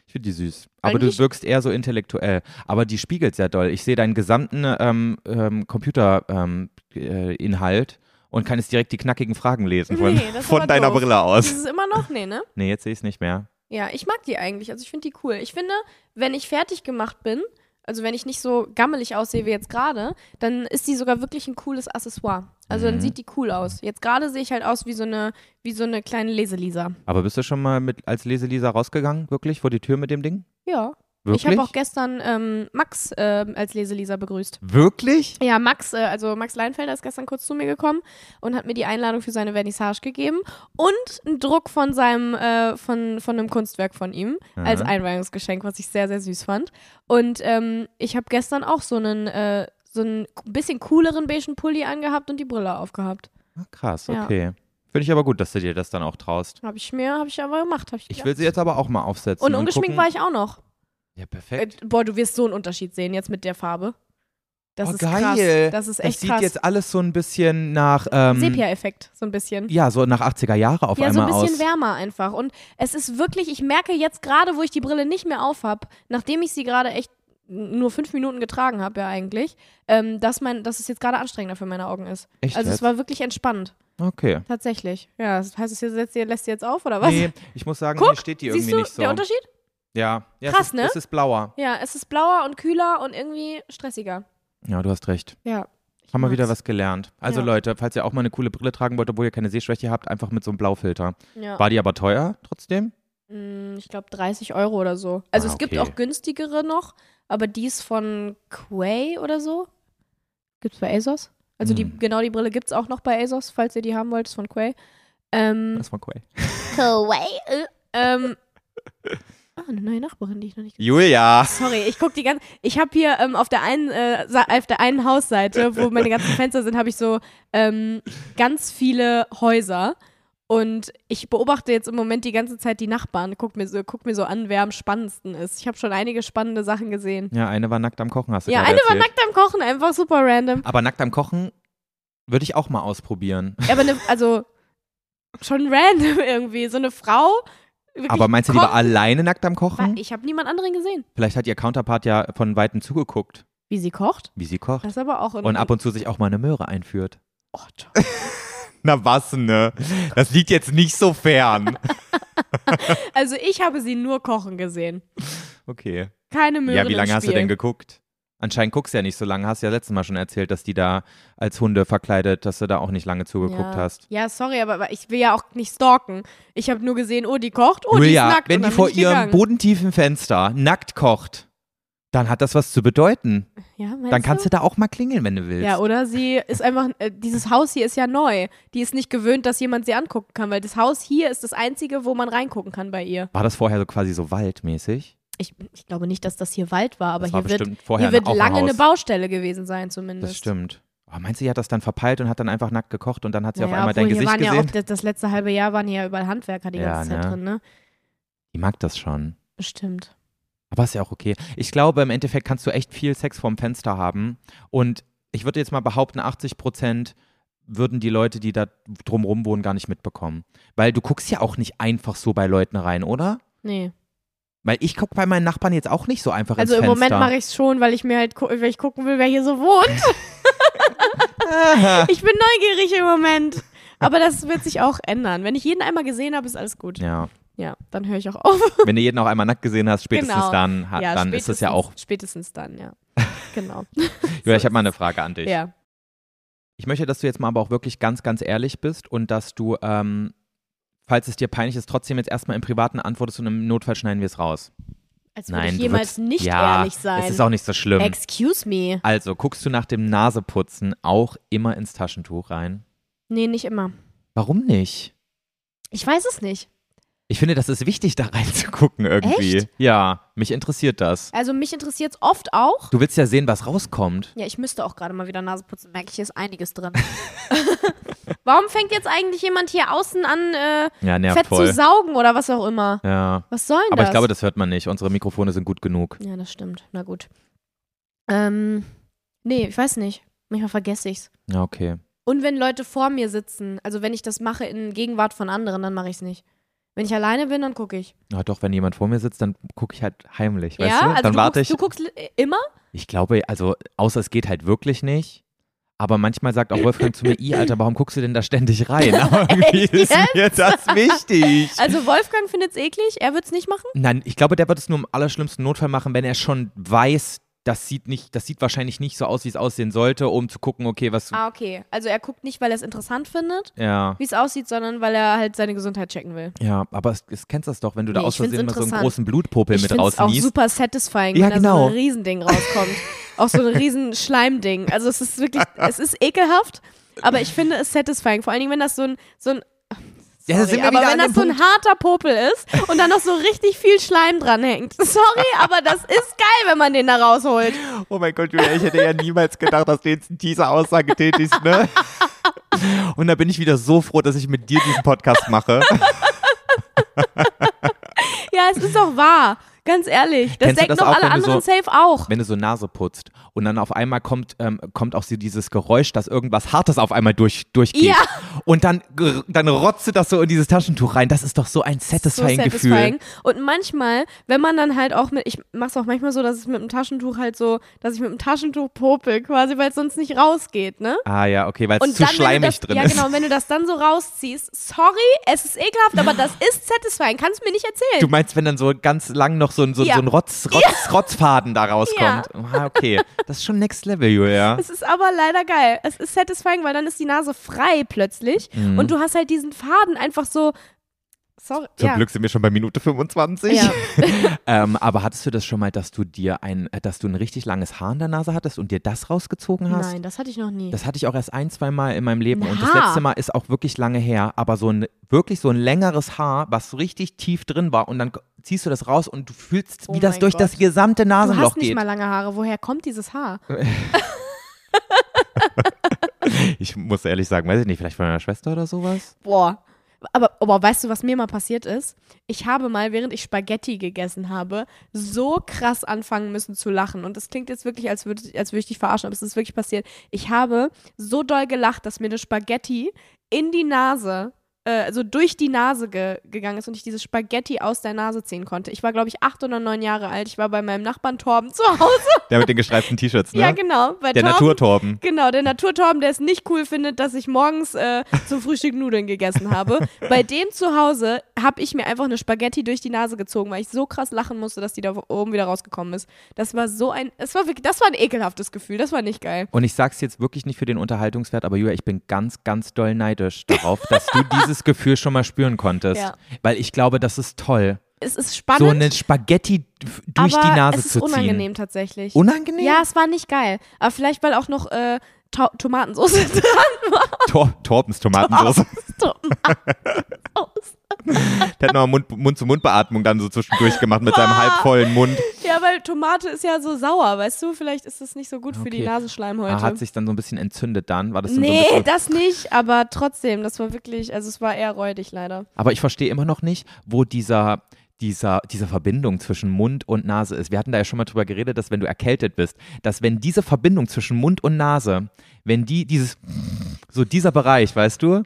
S2: ich finde die süß. Aber
S1: Eigentlich-
S2: du wirkst eher so intellektuell. Aber die spiegelt sehr doll. Ich sehe deinen gesamten ähm, ähm, Computerinhalt ähm, äh, Inhalt und kann jetzt direkt die knackigen Fragen lesen von,
S1: Nee, das ist
S2: von
S1: aber
S2: deiner
S1: doof.
S2: Brille
S1: Ist
S2: aus.
S1: es immer noch? Nee, ne?
S2: Nee, jetzt sehe ich es nicht mehr.
S1: Ja, ich mag die eigentlich. Also ich finde die cool. Ich finde, wenn ich fertig gemacht bin, also wenn ich nicht so gammelig aussehe wie jetzt gerade, dann ist die sogar wirklich ein cooles Accessoire. Also dann
S2: Mhm.
S1: sieht die cool aus. Jetzt gerade sehe ich halt aus wie so eine, wie so eine kleine Leselisa.
S2: Aber bist du schon mal mit, als Leselisa rausgegangen, wirklich, vor die Tür mit dem Ding?
S1: Ja.
S2: Wirklich?
S1: Ich habe auch gestern ähm, Max ähm, als Leselisa begrüßt.
S2: Wirklich?
S1: Ja, Max, äh, also Max Leinfelder ist gestern kurz zu mir gekommen und hat mir die Einladung für seine Vernissage gegeben und einen Druck von seinem, äh, von, von einem Kunstwerk von ihm
S2: Mhm.
S1: als Einweihungsgeschenk, was ich sehr, sehr süß fand. Und ähm, ich habe gestern auch so einen, äh, so einen bisschen cooleren beigen Pulli angehabt und die Brille aufgehabt.
S2: Ah, Krass,
S1: Ja.
S2: okay. Finde ich aber gut, dass du dir das dann auch traust.
S1: Habe ich mir, habe ich aber gemacht. Hab ich
S2: Ich
S1: gedacht.
S2: will sie jetzt aber auch mal aufsetzen.
S1: und ungeschminkt
S2: gucken.
S1: war ich auch noch.
S2: Ja,
S1: Äh,
S2: perfekt.
S1: boah, du wirst so einen Unterschied sehen jetzt mit der Farbe. Das
S2: oh,
S1: ist
S2: geil.
S1: krass. Das ist
S2: das
S1: echt
S2: sieht
S1: krass.
S2: jetzt alles so ein bisschen nach. Ähm,
S1: Sepia-Effekt, so ein bisschen.
S2: Ja, so nach 80er Jahre auf
S1: ja, so ein
S2: einmal
S1: bisschen
S2: aus.
S1: wärmer einfach. Und es ist wirklich, ich merke jetzt gerade, wo ich die Brille nicht mehr auf habe, nachdem ich sie gerade echt nur fünf Minuten getragen habe, ja eigentlich, ähm, dass, mein, dass es jetzt gerade anstrengender für meine Augen ist.
S2: Echt
S1: also
S2: jetzt?
S1: es war wirklich entspannt,
S2: okay.
S1: tatsächlich. Ja, das heißt, es hier setzt ihr, lässt sie jetzt auf oder was?
S2: Nee, ich muss sagen,
S1: Guck,
S2: hier steht die
S1: Siehst
S2: irgendwie
S1: du
S2: nicht so.
S1: der Unterschied?
S2: ja, ja es
S1: Krass,
S2: ist,
S1: ne?
S2: Es ist blauer.
S1: Ja, es ist blauer und kühler und irgendwie stressiger.
S2: Ja, du hast recht.
S1: Ja.
S2: Haben wir wieder
S1: mag's.
S2: was gelernt. Also
S1: Ja.
S2: Leute, falls ihr auch mal eine coole Brille tragen wollt, obwohl ihr keine Sehschwäche habt, einfach mit so einem Blaufilter.
S1: Ja.
S2: War die aber teuer trotzdem?
S1: Mm, Ich glaube 30 Euro oder so. Also
S2: Ah,
S1: es gibt
S2: okay.
S1: auch günstigere noch, aber die ist von Quay oder so. Gibt's bei ASOS? Also die,
S2: Hm.
S1: genau die Brille gibt's auch noch bei ASOS, falls ihr die haben wollt, ist von Quay. Ähm,
S2: Das war cool.
S1: Quay? Äh, ähm, Ah, eine neue Nachbarin, die ich noch nicht
S2: Julia!
S1: Sorry, ich guck die ganze. Ich habe hier ähm, auf der einen äh, Sa- auf der einen Hausseite, wo meine ganzen Fenster sind, habe ich so ähm, ganz viele Häuser. Und ich beobachte jetzt im Moment die ganze Zeit die Nachbarn. Guck mir so, guck mir so an, wer am spannendsten ist. Ich habe schon einige spannende Sachen gesehen.
S2: Ja, eine war nackt am Kochen, hast du
S1: Ja,
S2: gerade
S1: eine war
S2: erzählt.
S1: nackt am Kochen, einfach super random.
S2: Aber nackt am Kochen würde ich auch mal ausprobieren.
S1: Ja, Aber ne, also schon random irgendwie. So eine Frau. wirklich
S2: Aber meinst du, die
S1: kommt-
S2: war alleine nackt am Kochen?
S1: Ich habe niemand anderen gesehen,
S2: Vielleicht hat ihr Counterpart ja von Weitem zugeguckt,
S1: wie sie kocht.
S2: wie sie kocht.
S1: Das ist aber auch in
S2: Und ab und zu sich auch mal eine Möhre einführt.
S1: oh, Tom.
S2: Na was, ne? Das liegt jetzt nicht so fern.
S1: Also ich habe sie nur kochen gesehen.
S2: Okay.
S1: Keine Möhren
S2: Ja, wie lange
S1: im
S2: hast du
S1: Spiel.
S2: denn geguckt? Anscheinend guckst du ja nicht so lange. Hast ja letztes Mal schon erzählt, dass die da als Hunde verkleidet, dass du da auch nicht lange zugeguckt
S1: ja.
S2: hast.
S1: Ja, sorry, aber, aber ich will ja auch nicht stalken. Ich habe nur gesehen, oh, die kocht, oh, die
S2: Julia,
S1: ist nackt.
S2: wenn die
S1: und dann
S2: vor
S1: bin ich
S2: ihrem
S1: gegangen.
S2: bodentiefen Fenster nackt kocht, dann hat das was zu bedeuten.
S1: ja,
S2: Dann kannst du da auch mal klingeln, wenn du willst.
S1: Ja, oder sie ist einfach, äh, dieses Haus hier ist ja neu. Die ist nicht gewöhnt, dass jemand sie angucken kann, weil das Haus hier ist das einzige, wo man reingucken kann bei ihr.
S2: War das vorher so quasi so waldmäßig?
S1: Ich, ich glaube nicht, dass das hier Wald war, aber
S2: das war
S1: hier wird,
S2: bestimmt vorher
S1: hier wird
S2: auch ein
S1: lange
S2: Haus.
S1: eine Baustelle gewesen sein zumindest.
S2: Das stimmt. Oh, meinst du, sie hat das dann verpeilt und hat dann einfach nackt gekocht und dann hat sie auf
S1: Naja,
S2: einmal dein
S1: obwohl hier
S2: Gesicht
S1: waren Ja
S2: gesehen?
S1: auch, das, das letzte halbe Jahr waren hier ja überall Handwerker die
S2: Ja,
S1: ganze Zeit
S2: ne?
S1: drin, ne?
S2: Die mag das schon.
S1: Bestimmt.
S2: Aber ist ja auch okay. Ich glaube, im Endeffekt kannst du echt viel Sex vorm Fenster haben. Und ich würde jetzt mal behaupten, 80 Prozent würden die Leute, die da drumrum wohnen, gar nicht mitbekommen. Weil du guckst ja auch nicht einfach so bei Leuten rein, oder?
S1: Nee.
S2: Weil ich gucke bei meinen Nachbarn jetzt auch nicht so einfach
S1: Also im
S2: ins
S1: Moment
S2: Fenster.
S1: mache ich es schon, weil ich mir halt gu weil ich gucken will, wer hier so wohnt.
S2: Moment
S1: Ich bin neugierig im Moment. Aber das wird sich auch ändern. Wenn ich jeden einmal gesehen habe, ist alles gut. Ja,
S2: Ja,
S1: dann höre ich auch auf.
S2: wenn du jeden auch einmal nackt gesehen hast, spätestens
S1: Genau.
S2: dann, hat,
S1: ja,
S2: dann ist es ja auch.
S1: Spätestens dann, ja. Genau.
S2: Julia, ich habe mal eine Frage an dich.
S1: Ja.
S2: Ich möchte, dass du jetzt mal aber auch wirklich ganz, ganz ehrlich bist und dass du, ähm, falls es dir peinlich ist, trotzdem jetzt erstmal im Privaten antwortest und im Notfall schneiden wir es raus.
S1: Als würde
S2: Nein,
S1: ich
S2: du würdest-
S1: jemals nicht
S2: ja,
S1: ehrlich sein.
S2: Es ist auch nicht so schlimm.
S1: Excuse me.
S2: also, guckst du nach dem Naseputzen auch immer ins Taschentuch rein?
S1: Nee, nicht immer.
S2: Warum nicht?
S1: Ich weiß es nicht.
S2: Ich finde, das ist wichtig, da reinzugucken irgendwie.
S1: Echt?
S2: Ja, mich interessiert das.
S1: Also mich interessiert es oft auch.
S2: Du willst ja sehen, was rauskommt.
S1: Ja, ich müsste auch gerade mal wieder Nase putzen, merke ich, hier ist einiges drin. Warum fängt jetzt eigentlich jemand hier außen an, äh,
S2: Ja, nervt
S1: Fett
S2: voll.
S1: zu saugen oder was auch immer.
S2: ja.
S1: Was soll denn
S2: Aber
S1: das?
S2: ich glaube, das hört man nicht. Unsere Mikrofone sind gut genug.
S1: ja, das stimmt. Na gut. Ähm, nee, ich weiß nicht. Manchmal vergesse ich's.
S2: Ja, okay.
S1: Und wenn Leute vor mir sitzen, also wenn ich das mache in Gegenwart von anderen, dann mache ich's nicht. Wenn ich alleine bin, dann gucke ich.
S2: Ja, doch, wenn jemand vor mir sitzt, dann gucke ich halt heimlich, weißt
S1: ja,
S2: du?
S1: also
S2: dann
S1: du,
S2: warte
S1: guckst,
S2: ich.
S1: du guckst li- immer?
S2: Ich glaube, also, außer es geht halt wirklich nicht. Aber manchmal sagt auch Wolfgang zu mir, I, Alter, warum guckst du denn da ständig rein? Aber irgendwie
S1: Echt
S2: ist
S1: jetzt?
S2: mir das wichtig.
S1: Also Wolfgang findet's eklig, er wird's nicht machen?
S2: Nein, ich glaube, der wird es nur im allerschlimmsten Notfall machen, wenn er schon weiß, das sieht nicht, das sieht wahrscheinlich nicht so aus, wie es aussehen sollte, um zu gucken, okay, was.
S1: Ah, okay. Also er guckt nicht, weil er es interessant findet,
S2: Ja.
S1: wie es aussieht, sondern weil er halt seine Gesundheit checken will.
S2: Ja, aber es, es kennst das doch, wenn du da
S1: Nee,
S2: aus
S1: ich find's
S2: Versehen mal so einen
S1: interessant.
S2: großen Blutpopel
S1: ich
S2: mit
S1: find's auch
S2: rausniest.
S1: super satisfying,
S2: Ja,
S1: wenn da
S2: genau.
S1: so ein Riesending rauskommt. auch so ein riesen Schleimding. Also es ist wirklich, es ist ekelhaft, aber ich finde es satisfying. Vor allen Dingen, wenn das so ein, so ein
S2: Ja, da
S1: sorry,
S2: sind wir
S1: aber
S2: wieder
S1: wenn
S2: an
S1: das
S2: dem
S1: so ein
S2: Punkt.
S1: harter Popel ist und dann noch so richtig viel Schleim dranhängt. Sorry, aber das ist geil, wenn man den da rausholt.
S2: Oh mein Gott, Julia, ich hätte ja niemals gedacht, dass du jetzt diese Aussage tätigst, ne? Und da bin ich wieder so froh, dass ich mit dir diesen Podcast mache.
S1: Ja, es ist doch wahr. Ganz ehrlich. Das
S2: Kennst du
S1: denken
S2: das
S1: doch
S2: auch,
S1: alle
S2: wenn du
S1: anderen
S2: so-
S1: safe auch.
S2: Wenn du so Nase putzt und dann auf einmal kommt, ähm, kommt auch so dieses Geräusch, dass irgendwas Hartes auf einmal durch, durchgeht.
S1: Ja.
S2: Und dann, dann rotzt du das so in dieses Taschentuch rein. Das ist doch so ein satisfying
S1: so
S2: Gefühl.
S1: satisfying. Und manchmal, wenn man dann halt auch mit, ich mach's auch manchmal so, dass es mit dem Taschentuch halt so, dass ich mit dem Taschentuch popel quasi, weil es sonst nicht rausgeht, ne?
S2: Ah ja, okay, weil es
S1: Und
S2: zu
S1: dann, wenn du
S2: schleimig
S1: das,
S2: drin
S1: ja
S2: ist.
S1: genau, und wenn du das dann so rausziehst, sorry, es ist ekelhaft, aber das ist satisfying, kannst du mir nicht
S2: Du
S1: erzählen.
S2: meinst, wenn dann so ganz lang noch so ein, so,
S1: Ja.
S2: so ein Rotz, Rotz, Rotzfaden da rauskommt. Ah, okay. Das ist schon next level, Julia.
S1: Es ist aber leider geil. Es ist
S2: Mhm.
S1: satisfying, weil dann ist die Nase frei plötzlich und du hast halt diesen Faden einfach so Sorry.
S2: Zum
S1: ja.
S2: Glück sind wir schon bei Minute 25.
S1: Ja.
S2: ähm, aber hattest du das schon mal, dass du dir ein, äh, dass du ein richtig langes Haar in der Nase hattest und dir das rausgezogen hast?
S1: Nein, das hatte ich noch nie.
S2: Das hatte ich auch erst ein, zwei Mal in meinem Leben.
S1: Ein
S2: Und das
S1: Haar?
S2: letzte Mal ist auch wirklich lange her. Aber so ein, wirklich so ein längeres Haar, was richtig tief drin war. Und dann k- ziehst du das raus und du fühlst,
S1: Oh
S2: wie das
S1: mein
S2: durch
S1: Gott.
S2: das gesamte
S1: du
S2: Nasenloch
S1: hast nicht
S2: geht.
S1: mal lange Haare. Woher kommt dieses Haar?
S2: Ich muss ehrlich sagen, weiß ich nicht, vielleicht von meiner Schwester oder sowas?
S1: Boah. Aber, aber weißt du, was mir mal passiert ist? Ich habe mal, während ich Spaghetti gegessen habe, so krass anfangen müssen zu lachen. Und das klingt jetzt wirklich, als würde, als würde ich dich verarschen, aber es ist wirklich passiert. Ich habe so doll gelacht, dass mir eine Spaghetti in die Nase, äh, also durch die Nase ge gegangen ist und ich diese Spaghetti aus der Nase ziehen konnte. Ich war, glaube ich, acht oder neun Jahre alt. Ich war bei meinem Nachbarn Torben zu Hause.
S2: Der mit den gestreiften T-Shirts, ne?
S1: Ja, genau. Bei
S2: der
S1: Torben.
S2: Naturtorben.
S1: Genau, der Naturtorben, der es nicht cool findet, dass ich morgens äh, zum Frühstück Nudeln gegessen habe. Bei dem zu Hause habe ich mir einfach eine Spaghetti durch die Nase gezogen, weil ich so krass lachen musste, dass die da oben wieder rausgekommen ist. Das war so ein, es war wirklich, das war ein ekelhaftes Gefühl, das war nicht geil.
S2: Und ich sag's jetzt wirklich nicht für den Unterhaltungswert, aber Julia, ich bin ganz, ganz doll neidisch darauf, dass du dieses Gefühl schon mal spüren konntest.
S1: Ja.
S2: Weil ich glaube, das ist toll.
S1: Es ist
S2: So
S1: spannend,
S2: eine Spaghetti f- durch
S1: aber
S2: die Nase
S1: es ist
S2: zu ziehen.
S1: unangenehm tatsächlich.
S2: Unangenehm?
S1: Ja, es war nicht geil. Aber vielleicht, weil auch noch äh, Ta- Tomatensauce dran war.
S2: Tor Torbens Tomatensauce.
S1: Tomatensauce.
S2: Der hat noch Mund- Mund-zu-Mund-Beatmung dann so zwischendurch gemacht mit
S1: Ah.
S2: seinem halbvollen Mund.
S1: Ja, weil Tomate ist ja so sauer, weißt du? Vielleicht ist das nicht so gut für die
S2: Okay.
S1: Nasenschleimhäute.
S2: Ah, hat sich dann so ein bisschen entzündet dann. War das dann
S1: Nee,
S2: so ein bisschen,
S1: das nicht, aber trotzdem, das war wirklich, also es war eher räudig leider.
S2: Aber ich verstehe immer noch nicht, wo dieser, dieser, diese Verbindung zwischen Mund und Nase ist. Wir hatten da ja schon mal drüber geredet, dass wenn du erkältet bist, dass wenn diese Verbindung zwischen Mund und Nase, wenn die, dieses, so dieser Bereich, weißt du,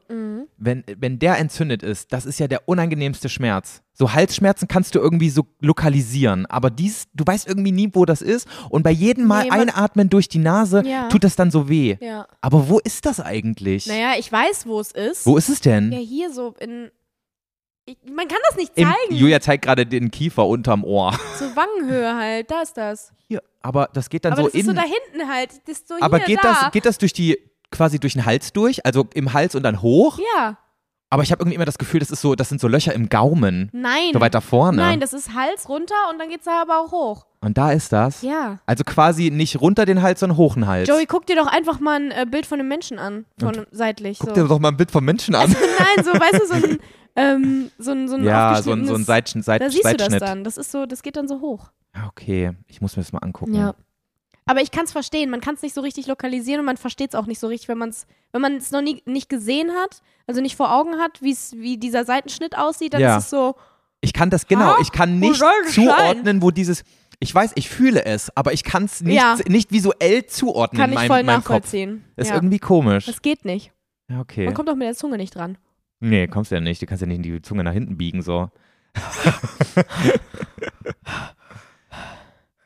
S2: wenn, wenn der entzündet ist, das ist ja der unangenehmste Schmerz. So Halsschmerzen kannst du irgendwie so lokalisieren, aber dies, du weißt irgendwie nie, wo das ist und bei jedem Mal
S1: Nee, man-
S2: einatmen durch die Nase
S1: Ja.
S2: tut das dann so weh.
S1: Ja.
S2: Aber wo ist das eigentlich?
S1: Naja, ich weiß, wo es ist.
S2: Wo ist es denn?
S1: Ja, hier so in. Ich, man kann das nicht
S2: Im-
S1: zeigen.
S2: Julia zeigt gerade den Kiefer unterm Ohr.
S1: so Wangenhöhe halt, da ist das.
S2: Hier, aber das geht dann
S1: aber
S2: so
S1: das ist
S2: in.
S1: so da hinten halt. Das ist so
S2: aber
S1: hier,
S2: geht
S1: da.
S2: das geht das durch die quasi durch den Hals durch, also im Hals und dann hoch?
S1: Ja.
S2: Aber ich habe irgendwie immer das Gefühl, das ist so, das sind so Löcher im Gaumen,
S1: Nein.
S2: so weiter vorne.
S1: Nein, das ist Hals runter und dann geht's da aber auch hoch.
S2: und da ist das.
S1: Ja.
S2: Also quasi nicht runter den Hals, sondern hoch den Hals.
S1: Joey, guck dir doch einfach mal ein äh, Bild von einem Menschen an. Von einem, seitlich.
S2: Guck
S1: so. Also,
S2: dir doch mal ein Bild vom Menschen an.
S1: Nein, so, weißt du, so ein. Ähm, so ein, so ein
S2: ja, so ein, so ein
S1: aufgeschnittenes-
S2: Seitschen, Seit,
S1: Da siehst du das
S2: Seitschnitt.
S1: dann. Das ist so, das geht dann so hoch.
S2: Ah, Okay, ich muss mir das mal angucken.
S1: Ja. Aber ich kann es verstehen. Man kann es nicht so richtig lokalisieren und man versteht es auch nicht so richtig, wenn man es wenn man es noch nie nicht gesehen hat, also nicht vor Augen hat, wie's, wie dieser Seitenschnitt aussieht, dann
S2: Ja.
S1: ist es so.
S2: Ich kann das genau,
S1: Ha?
S2: ich kann
S1: Ah, Wo
S2: nicht
S1: soll das
S2: zuordnen, wo dieses ich weiß, ich fühle es, aber ich kann es nicht,
S1: Ja.
S2: nicht visuell zuordnen
S1: Kann
S2: in
S1: ich
S2: meinem,
S1: voll
S2: meinem Kopf.
S1: nachvollziehen.
S2: Ist
S1: ja.
S2: irgendwie komisch.
S1: das geht nicht.
S2: Ja, okay.
S1: Man kommt auch mit der Zunge nicht dran.
S2: Nee, kommst du ja nicht. Du kannst ja nicht die Zunge nach hinten biegen, so.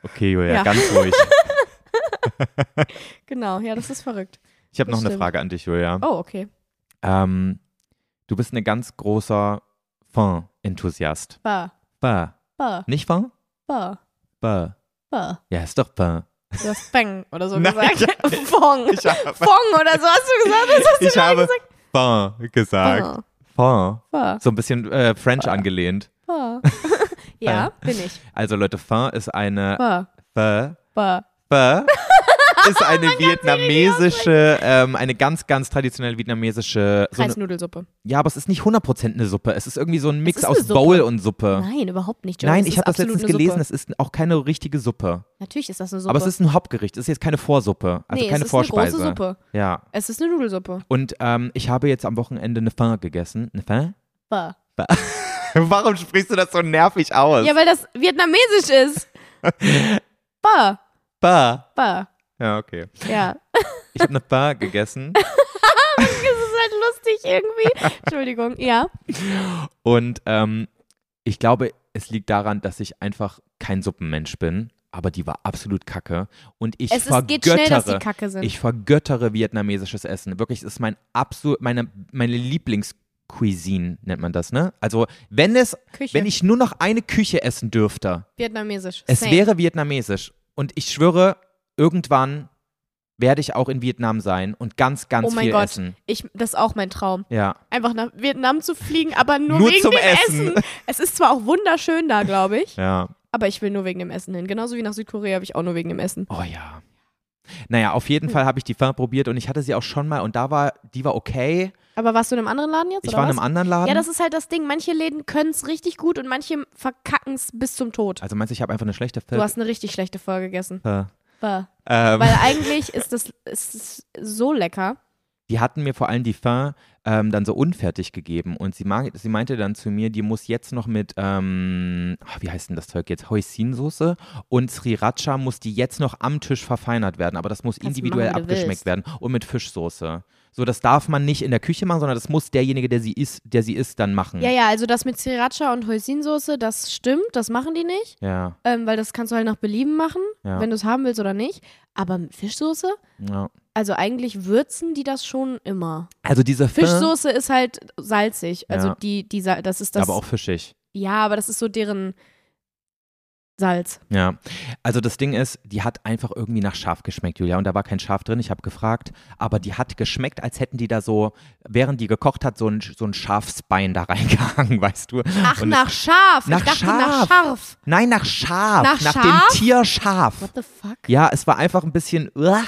S2: okay, Julia,
S1: Ja.
S2: ganz ruhig.
S1: Genau, ja, das ist verrückt.
S2: Ich habe noch
S1: Das
S2: eine
S1: stimmt.
S2: Frage an dich, Julia.
S1: Oh, okay.
S2: Ähm, du bist ein ganz großer Fin-Enthusiast.
S1: Ba,
S2: Fin.
S1: ba,
S2: Nicht Fin?
S1: ba,
S2: Fin.
S1: ba.
S2: Ja, ist doch Fin.
S1: Du hast Bang oder so
S2: Nein, ich
S1: gesagt. Fong.
S2: Ich habe,
S1: Fong oder so hast du gesagt. Das hast du
S2: ich
S1: gerade
S2: habe
S1: gesagt.
S2: Fin gesagt.
S1: Ba,
S2: Fin.
S1: Genau. ba,
S2: So ein bisschen äh, French angelehnt.
S1: ba. Ja, bin ich.
S2: Also Leute, Fin ist eine
S1: Ba,
S2: Fin.
S1: ba.
S2: Pho ist eine vietnamesische, ähm, eine ganz, ganz traditionelle vietnamesische. So eine,
S1: Reisnudelsuppe.
S2: ja, aber es ist nicht 100% eine Suppe. Es ist irgendwie so ein Mix
S1: ist
S2: aus
S1: eine Suppe.
S2: Bowl und Suppe.
S1: Nein, überhaupt nicht. Joey.
S2: Nein,
S1: Es
S2: ich
S1: ist
S2: habe das
S1: absolut
S2: letztens
S1: eine
S2: gelesen.
S1: Suppe.
S2: Es ist auch keine richtige Suppe.
S1: Natürlich ist das eine Suppe.
S2: Aber es ist ein Hauptgericht. Es ist jetzt keine Vorsuppe. Also
S1: nee,
S2: keine
S1: es ist
S2: Vorspeise.
S1: eine große Suppe.
S2: Ja.
S1: Es ist eine Nudelsuppe.
S2: Und ähm, ich habe jetzt am Wochenende eine Pho gegessen. Eine Pho?
S1: Bah.
S2: Warum sprichst du das so nervig aus?
S1: Ja, weil das vietnamesisch ist. bah,
S2: Pho.
S1: bah.
S2: Ja, okay.
S1: Ja.
S2: Ich habe eine Pho gegessen.
S1: Das ist halt lustig irgendwie. Entschuldigung. Ja.
S2: Und ähm, ich glaube, es liegt daran, dass ich einfach kein Suppenmensch bin, aber die war absolut kacke. Und ich
S1: Es ist,
S2: vergöttere,
S1: geht schnell, dass die Kacke sind.
S2: ich vergöttere vietnamesisches Essen. Wirklich, es ist mein absolut, meine, meine Lieblingscuisine, nennt man das, ne? Also, wenn es,
S1: Küche.
S2: wenn ich nur noch eine Küche essen dürfte,
S1: Vietnamesisch.
S2: es
S1: Same.
S2: wäre vietnamesisch. Und ich schwöre, irgendwann werde ich auch in Vietnam sein und ganz, ganz
S1: Oh mein
S2: viel
S1: Gott.
S2: essen.
S1: Ich, das ist auch mein Traum.
S2: Ja.
S1: Einfach nach Vietnam zu fliegen, aber nur,
S2: Nur
S1: wegen
S2: zum
S1: dem
S2: Essen.
S1: Essen. Es ist zwar auch wunderschön da, glaube ich,
S2: Ja.
S1: aber ich will nur wegen dem Essen hin. Genauso wie nach Südkorea habe ich auch nur wegen dem Essen.
S2: Oh ja. Naja, auf jeden Fall habe ich die Pfanne probiert und ich hatte sie auch schon mal und da war, die war okay.
S1: Aber warst du in einem anderen Laden jetzt?
S2: Ich
S1: oder
S2: war in
S1: was?
S2: einem anderen Laden.
S1: Ja, das ist halt das Ding. Manche Läden können es richtig gut und manche verkacken es bis zum Tod.
S2: also meinst du, ich habe einfach eine schlechte
S1: Du hast eine richtig schlechte Folge gegessen.
S2: Äh,
S1: Bah.
S2: ähm,
S1: Weil eigentlich ist das ist es so lecker.
S2: die hatten mir vor allem die Fin ähm, dann so unfertig gegeben und sie, mag, sie meinte dann zu mir, die muss jetzt noch mit, ähm, ah, wie heißt denn das Zeug jetzt, Hoisinsoße und Sriracha muss die jetzt noch am Tisch verfeinert werden, aber das muss
S1: Kannst du
S2: individuell
S1: machen, wie du
S2: abgeschmeckt
S1: willst.
S2: werden und mit Fischsoße. So, das darf man nicht in der Küche machen, sondern das muss derjenige, der sie isst, der sie isst, dann machen.
S1: Ja, ja, also das mit Sriracha und Hoisinsoße, das stimmt, das machen die nicht.
S2: ja,
S1: Ähm, weil das kannst du halt nach Belieben machen,
S2: Ja.
S1: wenn du es haben willst oder nicht. Aber mit Fischsoße,
S2: ja.
S1: also eigentlich würzen die das schon immer.
S2: Also diese Fin-
S1: Fischsoße ist halt salzig. Also
S2: Ja.
S1: die, die, Sa- das ist das.
S2: aber auch fischig.
S1: ja, aber das ist so deren Salz.
S2: Ja, also das Ding ist, die hat einfach irgendwie nach Schaf geschmeckt, Julia. Und da war kein Schaf drin, ich habe gefragt. Aber die hat geschmeckt, als hätten die da so, während die gekocht hat, so ein, so ein Schafsbein da reingehangen, weißt du?
S1: Ach,
S2: Und
S1: nach scharf.
S2: Nach
S1: ich dachte
S2: scharf.
S1: nach scharf.
S2: Es, nein, nach Schaf.
S1: Nach
S2: nach
S1: Schaf?
S2: dem Tier Schaf.
S1: What the fuck?
S2: Ja, es war einfach ein bisschen, uah,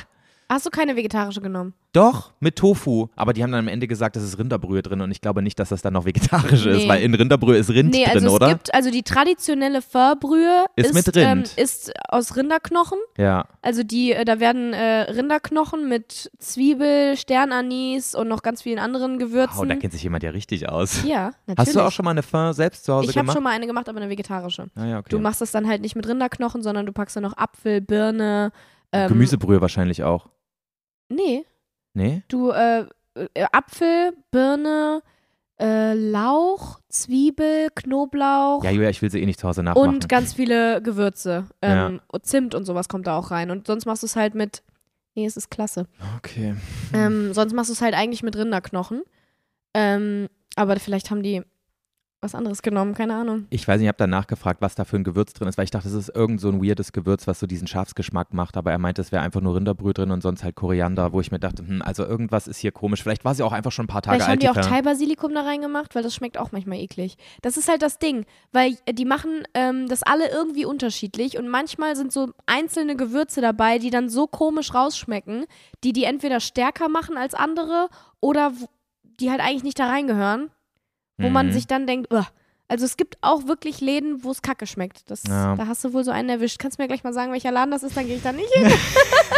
S1: Hast du keine vegetarische genommen?
S2: doch, mit Tofu. Aber die haben dann am Ende gesagt, es ist Rinderbrühe drin. Und ich glaube nicht, dass das dann noch vegetarisch ist,
S1: Nee.
S2: weil in Rinderbrühe ist Rind
S1: nee,
S2: drin,
S1: also es
S2: oder?
S1: gibt, also die traditionelle Pho-Brühe
S2: Ist mit
S1: ähm,
S2: Rind.
S1: ist aus Rinderknochen.
S2: ja.
S1: Also die, äh, da werden äh, Rinderknochen mit Zwiebel, Sternanis und noch ganz vielen anderen Gewürzen.
S2: Wow, Oh, da kennt sich jemand ja richtig aus.
S1: ja, natürlich.
S2: Hast du auch schon mal eine Fin selbst zu Hause
S1: ich habe
S2: gemacht?
S1: schon mal eine gemacht, aber eine vegetarische.
S2: ah, ja, okay.
S1: Du machst das dann halt nicht mit Rinderknochen, sondern du packst da noch Apfel, Birne. Ähm,
S2: Gemüsebrühe wahrscheinlich auch.
S1: Nee,
S2: Nee?
S1: du äh, äh, Apfel, Birne, äh, Lauch, Zwiebel, Knoblauch.
S2: Ja, Julia, ich will sie eh nicht zu Hause nachmachen.
S1: Und ganz viele Gewürze. Ähm, Zimt und sowas kommt da auch rein. Und sonst machst du es halt mit. Nee, es ist klasse.
S2: okay.
S1: Ähm, sonst machst du es halt eigentlich mit Rinderknochen. Ähm, aber vielleicht haben die was anderes genommen, keine Ahnung.
S2: Ich weiß nicht, ich habe danach gefragt, was da für ein Gewürz drin ist, weil ich dachte, das ist irgend so ein weirdes Gewürz, was so diesen Schafsgeschmack macht. Aber er meinte, es wäre einfach nur Rinderbrühe drin und sonst halt Koriander, wo ich mir dachte, hm, also irgendwas ist hier komisch. Vielleicht war sie auch einfach schon ein paar Tage
S1: vielleicht
S2: alt.
S1: haben die auch
S2: Fan.
S1: Thai-Basilikum da reingemacht, weil das schmeckt auch manchmal eklig. Das ist halt das Ding, weil äh, die machen ähm, das alle irgendwie unterschiedlich und manchmal sind so einzelne Gewürze dabei, die dann so komisch rausschmecken, die die entweder stärker machen als andere oder w- die halt eigentlich nicht da reingehören. wo man
S2: Mhm.
S1: sich dann denkt, "Uah." also es gibt auch wirklich Läden, wo es kacke schmeckt. Das,
S2: Ja.
S1: Da hast du wohl so einen erwischt. Kannst du mir gleich mal sagen, welcher Laden das ist, dann gehe ich da nicht hin.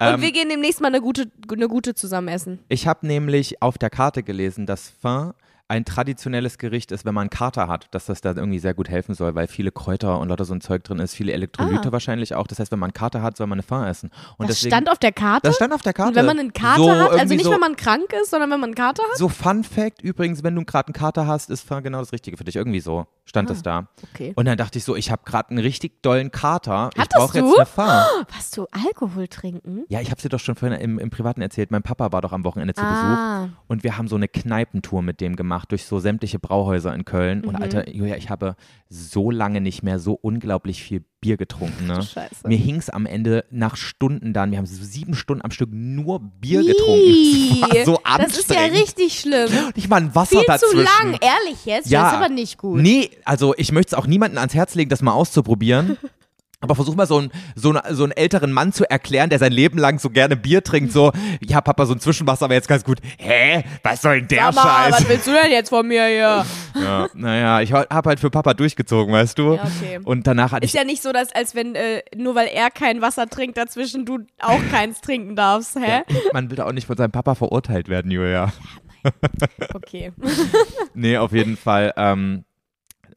S1: Und
S2: Ähm,
S1: wir gehen demnächst mal eine gute, eine gute zusammen essen.
S2: Ich habe nämlich auf der Karte gelesen, dass Fin ein traditionelles Gericht ist, wenn man einen Kater hat, dass das da irgendwie sehr gut helfen soll, weil viele Kräuter und lauter so ein Zeug drin ist, viele Elektrolyte
S1: Ah.
S2: wahrscheinlich auch. Das heißt, wenn man einen Kater hat, soll man eine Fin essen. Und
S1: das
S2: deswegen,
S1: stand auf der Karte.
S2: das stand auf der Karte.
S1: Und wenn man einen Kater
S2: so
S1: hat, also
S2: irgendwie
S1: nicht,
S2: so,
S1: wenn man krank ist, sondern wenn man einen Kater hat.
S2: So Fun Fact übrigens, wenn du gerade einen Kater hast, ist Fin genau das Richtige für dich. Irgendwie so stand das da.
S1: Ah, Okay.
S2: Und dann dachte ich so, ich habe gerade einen richtig dollen Kater. ich
S1: Hattest
S2: brauche jetzt
S1: du?
S2: eine Fin.
S1: Warst du Alkohol trinken?
S2: Ja, ich habe dir doch schon vorhin im, im Privaten erzählt. Mein Papa war doch am Wochenende zu Besuch.
S1: ah,
S2: Und wir haben so eine Kneipentour mit dem gemacht durch so sämtliche Brauhäuser in Köln. Und
S1: Mhm.
S2: Alter, Julia, ich habe so lange nicht mehr so unglaublich viel Bier getrunken. Ne?
S1: du Scheiße.
S2: Mir hing es am Ende nach Stunden dann. Wir haben so sieben Stunden am Stück nur Bier getrunken. Das war so anstrengend.
S1: das ist ja richtig schlimm.
S2: Nicht mal ein Wasser
S1: Viel zu
S2: dazwischen.
S1: lang, ehrlich jetzt.
S2: Ja.
S1: Das ist aber nicht gut.
S2: Nee, also ich möchte es auch niemandem ans Herz legen, das mal auszuprobieren. Aber versuch mal so einen, so, einen, so einen älteren Mann zu erklären, der sein Leben lang so gerne Bier trinkt, so, ja Papa, so ein Zwischenwasser wäre jetzt ganz gut. Hä? Was soll denn der
S1: Sag mal,
S2: Scheiß?
S1: was willst du denn jetzt von mir hier?
S2: Ja, naja, ich habe halt für Papa durchgezogen, weißt du?
S1: Ja, okay.
S2: Und danach hatte
S1: Ist
S2: ich.
S1: ja nicht so, dass als wenn äh, nur weil er kein Wasser trinkt, dazwischen du auch keins trinken darfst, hä?
S2: Man will da auch nicht von seinem Papa verurteilt werden, Julia.
S1: Okay.
S2: Nee, auf jeden Fall ähm,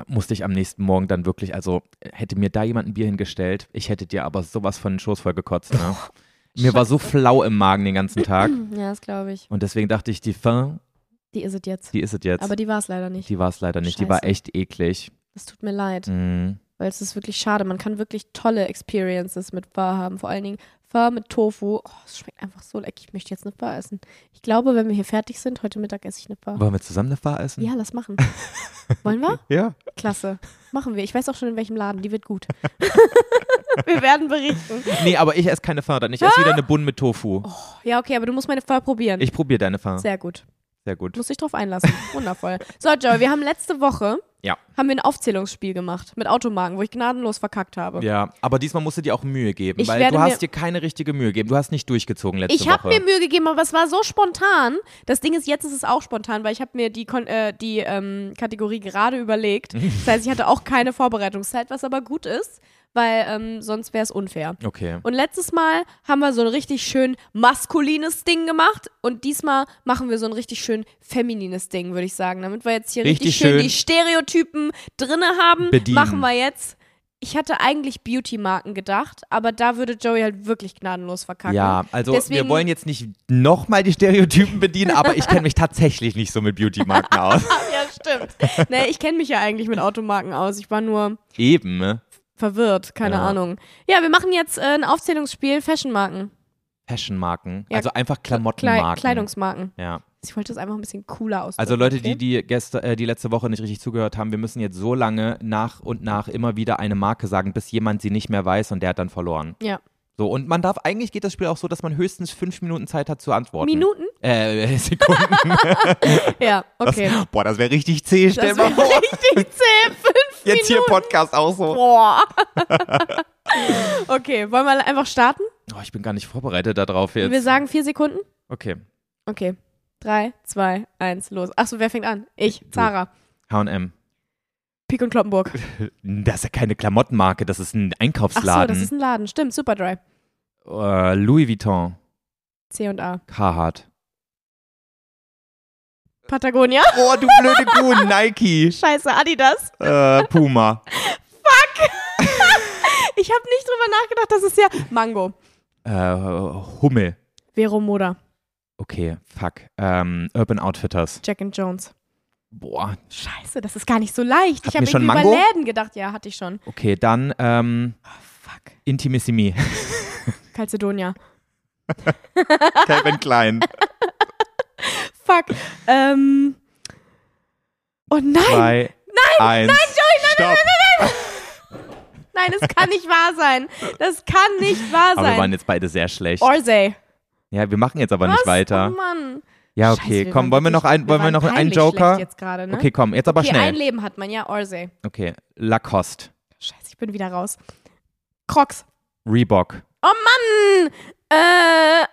S2: musste ich am nächsten Morgen dann wirklich, also hätte mir da jemand ein Bier hingestellt, ich hätte dir aber sowas von den Schoß voll gekotzt, ne? Mir war so flau im Magen den ganzen Tag.
S1: Ja, das glaube ich.
S2: Und deswegen dachte ich, die Fin,
S1: Die ist es jetzt.
S2: die ist es jetzt.
S1: Aber die war es leider nicht.
S2: die war es leider nicht. Die war
S1: Scheiße.
S2: echt eklig.
S1: Das tut mir leid,
S2: Mhm.
S1: weil es ist wirklich schade. Man kann wirklich tolle Experiences mit Pho haben. Vor allen Dingen, Pho Pfeffer mit Tofu. Oh, es schmeckt einfach so lecker. Ich möchte jetzt eine Bar essen. Ich glaube, wenn wir hier fertig sind, heute Mittag esse ich eine Bar.
S2: Wollen wir zusammen eine Bar essen?
S1: Oh. Ja, lass machen. Wollen wir?
S2: Ja.
S1: Klasse. Machen wir. Ich weiß auch schon, in welchem Laden. Die wird gut. wir werden berichten.
S2: Nee, aber ich esse keine Pfarr dann. Ich esse wieder eine Bun mit Tofu.
S1: Ja, okay, aber du musst meine Pfarr probieren.
S2: Ich probiere deine Pfarr. Sehr,
S1: Oh. Sehr gut.
S2: gut.
S1: Muss dich drauf einlassen. Wundervoll. So, Joey, wir haben letzte Woche
S2: Ja.
S1: haben wir ein Aufzählungsspiel gemacht mit Automarken, wo ich gnadenlos verkackt habe.
S2: Ja, aber diesmal musst du dir auch Mühe geben,
S1: Ich
S2: weil
S1: werde
S2: du
S1: mir-
S2: hast dir keine richtige Mühe gegeben. Du hast nicht durchgezogen letzte
S1: Ich habe
S2: Woche.
S1: mir Mühe gegeben, aber es war so spontan. Das Ding ist, jetzt ist es auch spontan, weil ich habe mir die, Kon äh, die ähm, Kategorie gerade überlegt. Das heißt, ich hatte auch keine Vorbereitungszeit, was aber gut ist, weil ähm, sonst wäre es unfair.
S2: okay.
S1: Und letztes Mal haben wir so ein richtig schön maskulines Ding gemacht und diesmal machen wir so ein richtig schön feminines Ding, würde ich sagen. Damit wir jetzt hier richtig,
S2: Richtig
S1: schön,
S2: schön
S1: die Stereotypen drinne haben,
S2: bedienen.
S1: machen wir jetzt. Ich hatte eigentlich Beauty-Marken gedacht, aber da würde Joey halt wirklich gnadenlos verkacken.
S2: Ja, also
S1: Deswegen-
S2: wir wollen jetzt nicht nochmal die Stereotypen bedienen, aber ich kenne mich tatsächlich nicht so mit Beauty-Marken aus.
S1: Ah, ja, stimmt. Nee, ich kenne mich ja eigentlich mit Automarken aus. Ich war nur
S2: Eben. ne?
S1: verwirrt, keine
S2: Ja.
S1: Ahnung. Ja, wir machen jetzt äh, ein Aufzählungsspiel Fashionmarken,
S2: Fashion-Marken.
S1: Ja,
S2: also einfach
S1: Kle
S2: Klamottenmarken.
S1: Kleidungsmarken.
S2: Ja.
S1: Ich wollte das einfach ein bisschen cooler ausdrücken.
S2: Also Leute,
S1: okay?
S2: die die, gestern, äh, die letzte Woche nicht richtig zugehört haben, wir müssen jetzt so lange nach und nach immer wieder eine Marke sagen, bis jemand sie nicht mehr weiß und der hat dann verloren.
S1: Ja.
S2: So, und man darf, eigentlich geht das Spiel auch so, dass man höchstens fünf Minuten Zeit hat zu antworten.
S1: Minuten?
S2: Äh, Sekunden.
S1: Ja, okay.
S2: Das, boah, das wäre richtig zäh, stell
S1: Das
S2: mal
S1: wäre
S2: vor.
S1: richtig zäh. Fünf
S2: Jetzt hier
S1: Minuten.
S2: Podcast auch so.
S1: Boah. okay, wollen wir einfach starten?
S2: Oh, ich bin gar nicht vorbereitet darauf
S1: Wir
S2: jetzt.
S1: sagen vier Sekunden?
S2: Okay.
S1: Okay. Drei, zwei, eins, los. Achso, wer fängt an? Ich, Zara.
S2: H&M.
S1: Pik und Kloppenburg.
S2: Das ist ja keine Klamottenmarke, das ist ein
S1: Achso,
S2: Einkaufsladen.
S1: das ist ein Laden. Stimmt, Superdry.
S2: äh, Louis Vuitton.
S1: C und A.
S2: Carhartt.
S1: Patagonia.
S2: Oh, du blöde Kuh. Nike.
S1: Scheiße, Adidas.
S2: Äh, Puma.
S1: Ich habe nicht drüber nachgedacht, das ist ja Mango.
S2: Äh, Hummel.
S1: Vero Moda,
S2: Okay, fuck. Ähm, Urban Outfitters.
S1: Jack and Jones.
S2: Boah,
S1: Scheiße, das ist gar nicht so leicht. ich
S2: Hatten
S1: habe
S2: wir schon
S1: irgendwie über
S2: Mango?
S1: Läden gedacht. Ja, hatte ich schon.
S2: okay, dann ähm,
S1: Oh, fuck.
S2: Intimissimi.
S1: Calcedonia.
S2: Calvin Klein.
S1: Fuck. Ähm. Oh nein.
S2: Zwei, nein, eins. nein, Joey, nein, nein, nein,
S1: Nein, das kann nicht wahr sein. Das kann nicht wahr
S2: Aber wir waren
S1: sein.
S2: jetzt beide sehr schlecht.
S1: Orsay.
S2: ja, wir machen jetzt aber
S1: Oh, Was?
S2: nicht weiter.
S1: Oh Mann.
S2: ja, okay,
S1: Scheiße,
S2: komm,
S1: waren
S2: wollen wir
S1: wirklich-
S2: noch, ein, wollen wir
S1: waren
S2: noch einen
S1: peinlich
S2: Joker?
S1: schlecht Jetzt grade, ne?
S2: Okay, komm, jetzt aber
S1: okay ein
S2: schnell.
S1: Leben hat man, ja, Orsay.
S2: Okay, Lacoste,
S1: Scheiße, ich bin wieder raus. Crocs.
S2: Reebok,
S1: Oh Mann! Äh.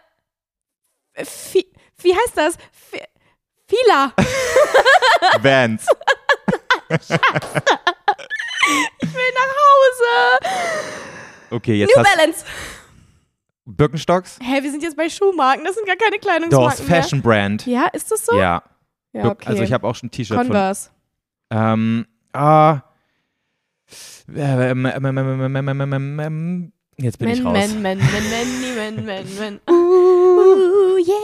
S1: Fi- Wie heißt das? Fi- Fila.
S2: Vans.
S1: Ich will nach Hause.
S2: Okay, jetzt
S1: New
S2: hast
S1: Balance.
S2: du Birkenstocks.
S1: Hä, wir sind jetzt bei Schuhmarken. Das sind gar keine
S2: Doors
S1: Kleidungsmarken. mehr.
S2: Fashion Brand.
S1: Ja, ist das so?
S2: Ja,
S1: Ja,
S2: Birk-
S1: okay.
S2: also ich habe auch schon ein T-Shirt von
S1: Converse.
S2: Ähm, ah. Ähm, ähm, ähm, ähm, ähm, ähm, ähm, ähm, ähm, ähm, Jetzt bin ich
S1: Men,
S2: raus.
S1: men, men, men, men, ni, men, men, men. Ooh, yeah.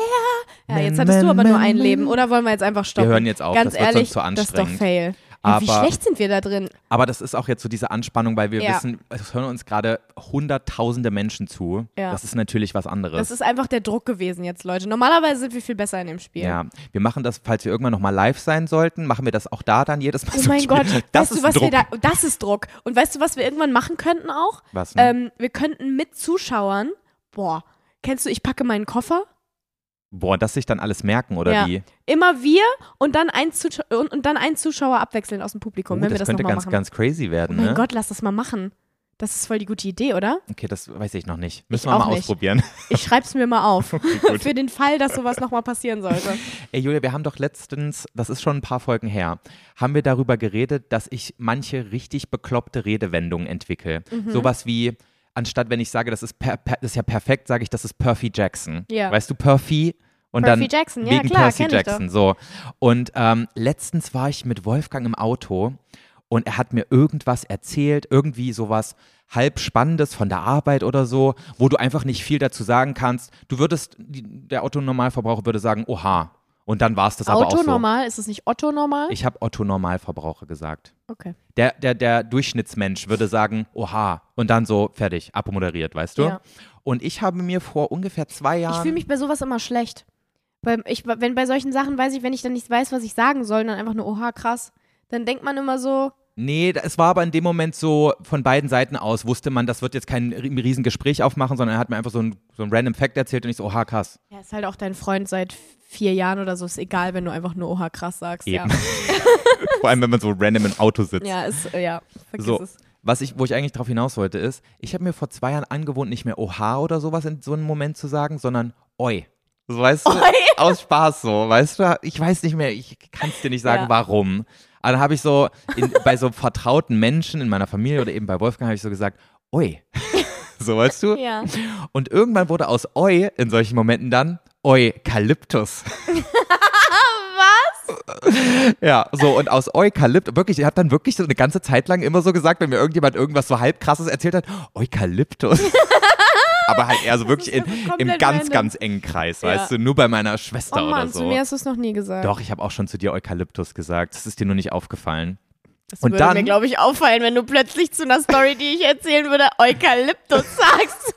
S1: Ja, jetzt
S2: Men,
S1: hattest du
S2: men,
S1: aber nur
S2: men,
S1: ein Leben.
S2: men.
S1: Oder wollen wir jetzt einfach stoppen?
S2: Wir hören jetzt auf,
S1: Ganz
S2: das wird
S1: ehrlich,
S2: sonst zu
S1: das ist doch
S2: anstrengend.
S1: fail. Ja, wie
S2: Aber-
S1: schlecht sind wir da drin?
S2: Aber das ist auch jetzt so diese Anspannung, weil wir
S1: Ja.
S2: wissen, es hören uns gerade hunderttausende Menschen zu.
S1: Ja.
S2: Das ist natürlich was anderes.
S1: Das ist einfach der Druck gewesen jetzt, Leute. Normalerweise sind wir viel besser in dem Spiel.
S2: ja, wir machen das, falls wir irgendwann nochmal live sein sollten, machen wir das auch da dann jedes Mal.
S1: Oh
S2: so
S1: mein
S2: spät.
S1: Gott,
S2: das
S1: weißt
S2: ist
S1: du, was
S2: Druck.
S1: wir da. Das ist Druck. Und weißt du, was wir irgendwann machen könnten auch?
S2: was? Ne?
S1: Ähm, wir könnten mit Zuschauern, boah, kennst du, ich packe meinen Koffer,
S2: Boah, das sich dann alles merken oder
S1: ja.
S2: wie?
S1: immer wir und dann ein Zuschauer und, und dann einen Zuschauer abwechseln aus dem Publikum,
S2: Oh,
S1: wenn wir
S2: das,
S1: das
S2: könnte
S1: nochmal
S2: ganz,
S1: machen.
S2: ganz crazy
S1: oh
S2: werden.
S1: mein
S2: ne?
S1: Gott, lass das mal machen. Das ist voll die gute Idee, oder?
S2: Okay, das weiß ich noch nicht. Müssen wir
S1: auch
S2: mal
S1: nicht.
S2: ausprobieren.
S1: Ich schreib's mir mal auf.
S2: gut.
S1: Für den Fall, dass sowas nochmal passieren sollte.
S2: Ey Julia, wir haben doch letztens, das ist schon ein paar Folgen her, haben wir darüber geredet, dass ich manche richtig bekloppte Redewendungen entwickle.
S1: Mhm.
S2: Sowas wie, anstatt wenn ich sage, das ist, per, per, das ist ja perfekt, sage ich, das ist Perfy Jackson.
S1: Ja.
S2: Weißt du, Perfy und
S1: Percy
S2: dann
S1: Jackson, ja
S2: wegen
S1: klar,
S2: Percy
S1: kenn ich
S2: Jackson. So. Und ähm, letztens war ich mit Wolfgang im Auto und er hat mir irgendwas erzählt, irgendwie sowas halb Spannendes von der Arbeit oder so, wo du einfach nicht viel dazu sagen kannst. Du würdest, die, der Autonormalverbraucher würde sagen, oha. Und dann war es das aber auch
S1: Auto
S2: so.
S1: normal? Ist es nicht Otto normal?
S2: Ich habe Otto Normalverbraucher gesagt.
S1: okay.
S2: Der, der, der Durchschnittsmensch würde sagen, oha, und dann so fertig, abmoderiert, weißt du?
S1: Ja.
S2: Und ich habe mir vor ungefähr zwei
S1: Ich
S2: Jahren.
S1: fühle mich bei sowas immer schlecht. Weil ich, wenn bei solchen Sachen weiß ich, wenn ich dann nicht weiß, was ich sagen soll, dann einfach nur, oha, krass. Dann denkt man immer so,
S2: nee, da- es war aber in dem Moment so, von beiden Seiten aus wusste man, das wird jetzt kein ri- riesen Gespräch aufmachen, sondern er hat mir einfach so ein, so ein random Fact erzählt und ich so, oha, krass.
S1: ja, ist halt auch dein Freund seit vier Jahren oder so, ist egal, wenn du einfach nur oha, krass sagst.
S2: Eben. Vor allem, wenn man so random im Auto sitzt.
S1: Ja, ja, ist, ja, vergiss
S2: So,
S1: es.
S2: was ich, wo ich eigentlich drauf hinaus wollte, ist, ich habe mir vor zwei Jahren angewohnt, nicht mehr Oha oder sowas in so einem Moment zu sagen, sondern Oi. So, weißt du,
S1: Oi.
S2: aus Spaß so, weißt du, ich weiß nicht mehr, ich kann es dir nicht sagen,
S1: Ja.
S2: warum. Aber dann habe ich so in, bei so vertrauten Menschen in meiner Familie oder eben bei Wolfgang habe ich so gesagt, Oi. so, weißt du?
S1: Ja.
S2: Und irgendwann wurde aus Oi in solchen Momenten dann Eukalyptus. Was? Ja, so und aus Eukalyptus, wirklich, ich habe dann wirklich so eine ganze Zeit lang immer so gesagt, wenn mir irgendjemand irgendwas so halb krasses erzählt hat, Eukalyptus. Aber halt eher so wirklich in,
S1: ist also
S2: im
S1: komplett
S2: ganz,
S1: random.
S2: ganz engen Kreis,
S1: Ja.
S2: weißt du, nur bei meiner Schwester
S1: Oh Mann,
S2: oder
S1: zu
S2: so.
S1: mir hast du es noch nie gesagt.
S2: Doch, ich habe auch schon zu dir Eukalyptus gesagt. Das ist dir nur nicht aufgefallen.
S1: Das
S2: Und
S1: würde
S2: dann-
S1: mir, glaube ich, auffallen, wenn du plötzlich zu einer Story, die ich erzählen würde, Eukalyptus sagst.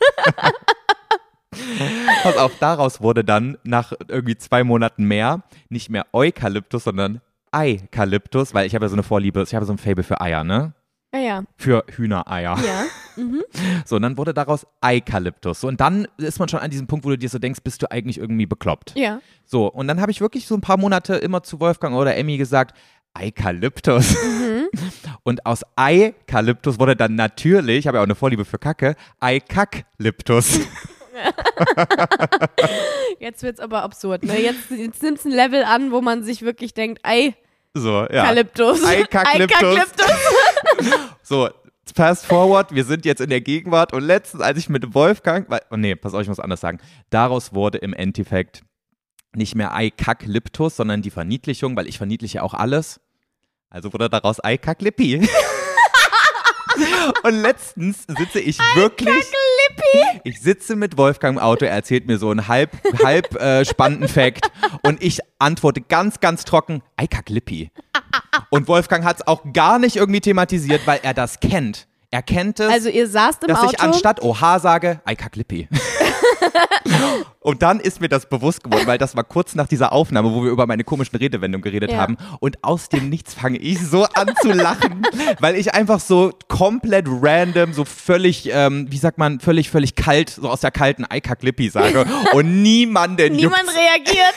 S2: Pass auf, daraus wurde dann nach irgendwie zwei Monaten mehr nicht mehr Eukalyptus, sondern Eikalyptus, weil ich habe ja so eine Vorliebe, ich habe so ein Fable für Eier, ne?
S1: Ja, ja.
S2: Für Hühnereier.
S1: ja.
S2: So, und dann wurde daraus Eukalyptus. So, und dann ist man schon an diesem Punkt, wo du dir so denkst, bist du eigentlich irgendwie bekloppt.
S1: Ja.
S2: So, und dann habe ich wirklich so ein paar Monate immer zu Wolfgang oder Emmy gesagt, Eukalyptus. Und aus Eukalyptus wurde dann natürlich, ich habe ja auch eine Vorliebe für Kacke, Eikalyptus.
S1: Jetzt wird's aber absurd, ne? Jetzt, jetzt nimmt's ein Level an, wo man sich wirklich denkt, ei,
S2: So, ja.
S1: Kalyptus.
S2: Eikalyptus.
S1: Eikalyptus.
S2: So, fast forward, wir sind jetzt in der Gegenwart und letztens, als ich mit Wolfgang, weil, oh nee, pass auf, ich muss anders sagen, daraus wurde im Endeffekt nicht mehr Eikakliptus, sondern die Verniedlichung, weil ich verniedliche auch alles. Also wurde daraus Eikaklippi. Und letztens sitze ich wirklich. Ich sitze mit Wolfgang im Auto, er erzählt mir so einen halb, halb äh, spannenden Fact und ich antworte ganz, ganz trocken, Eikaklippi. Und Wolfgang hat es auch gar nicht irgendwie thematisiert, weil er das kennt. Er kennt es,
S1: Also ihr saßt im
S2: dass
S1: Auto.
S2: ich anstatt Oha sage, Eikaklippi. und dann ist mir das bewusst geworden, weil das war kurz nach dieser Aufnahme, wo wir über meine komischen Redewendungen geredet
S1: Ja.
S2: haben. Und aus dem Nichts fange ich so an zu lachen, weil ich einfach so komplett random, so völlig, ähm, wie sagt man, völlig, völlig kalt, so aus der kalten Eikaklippi sage. Und niemanden
S1: Niemand
S2: juckt's.
S1: reagiert.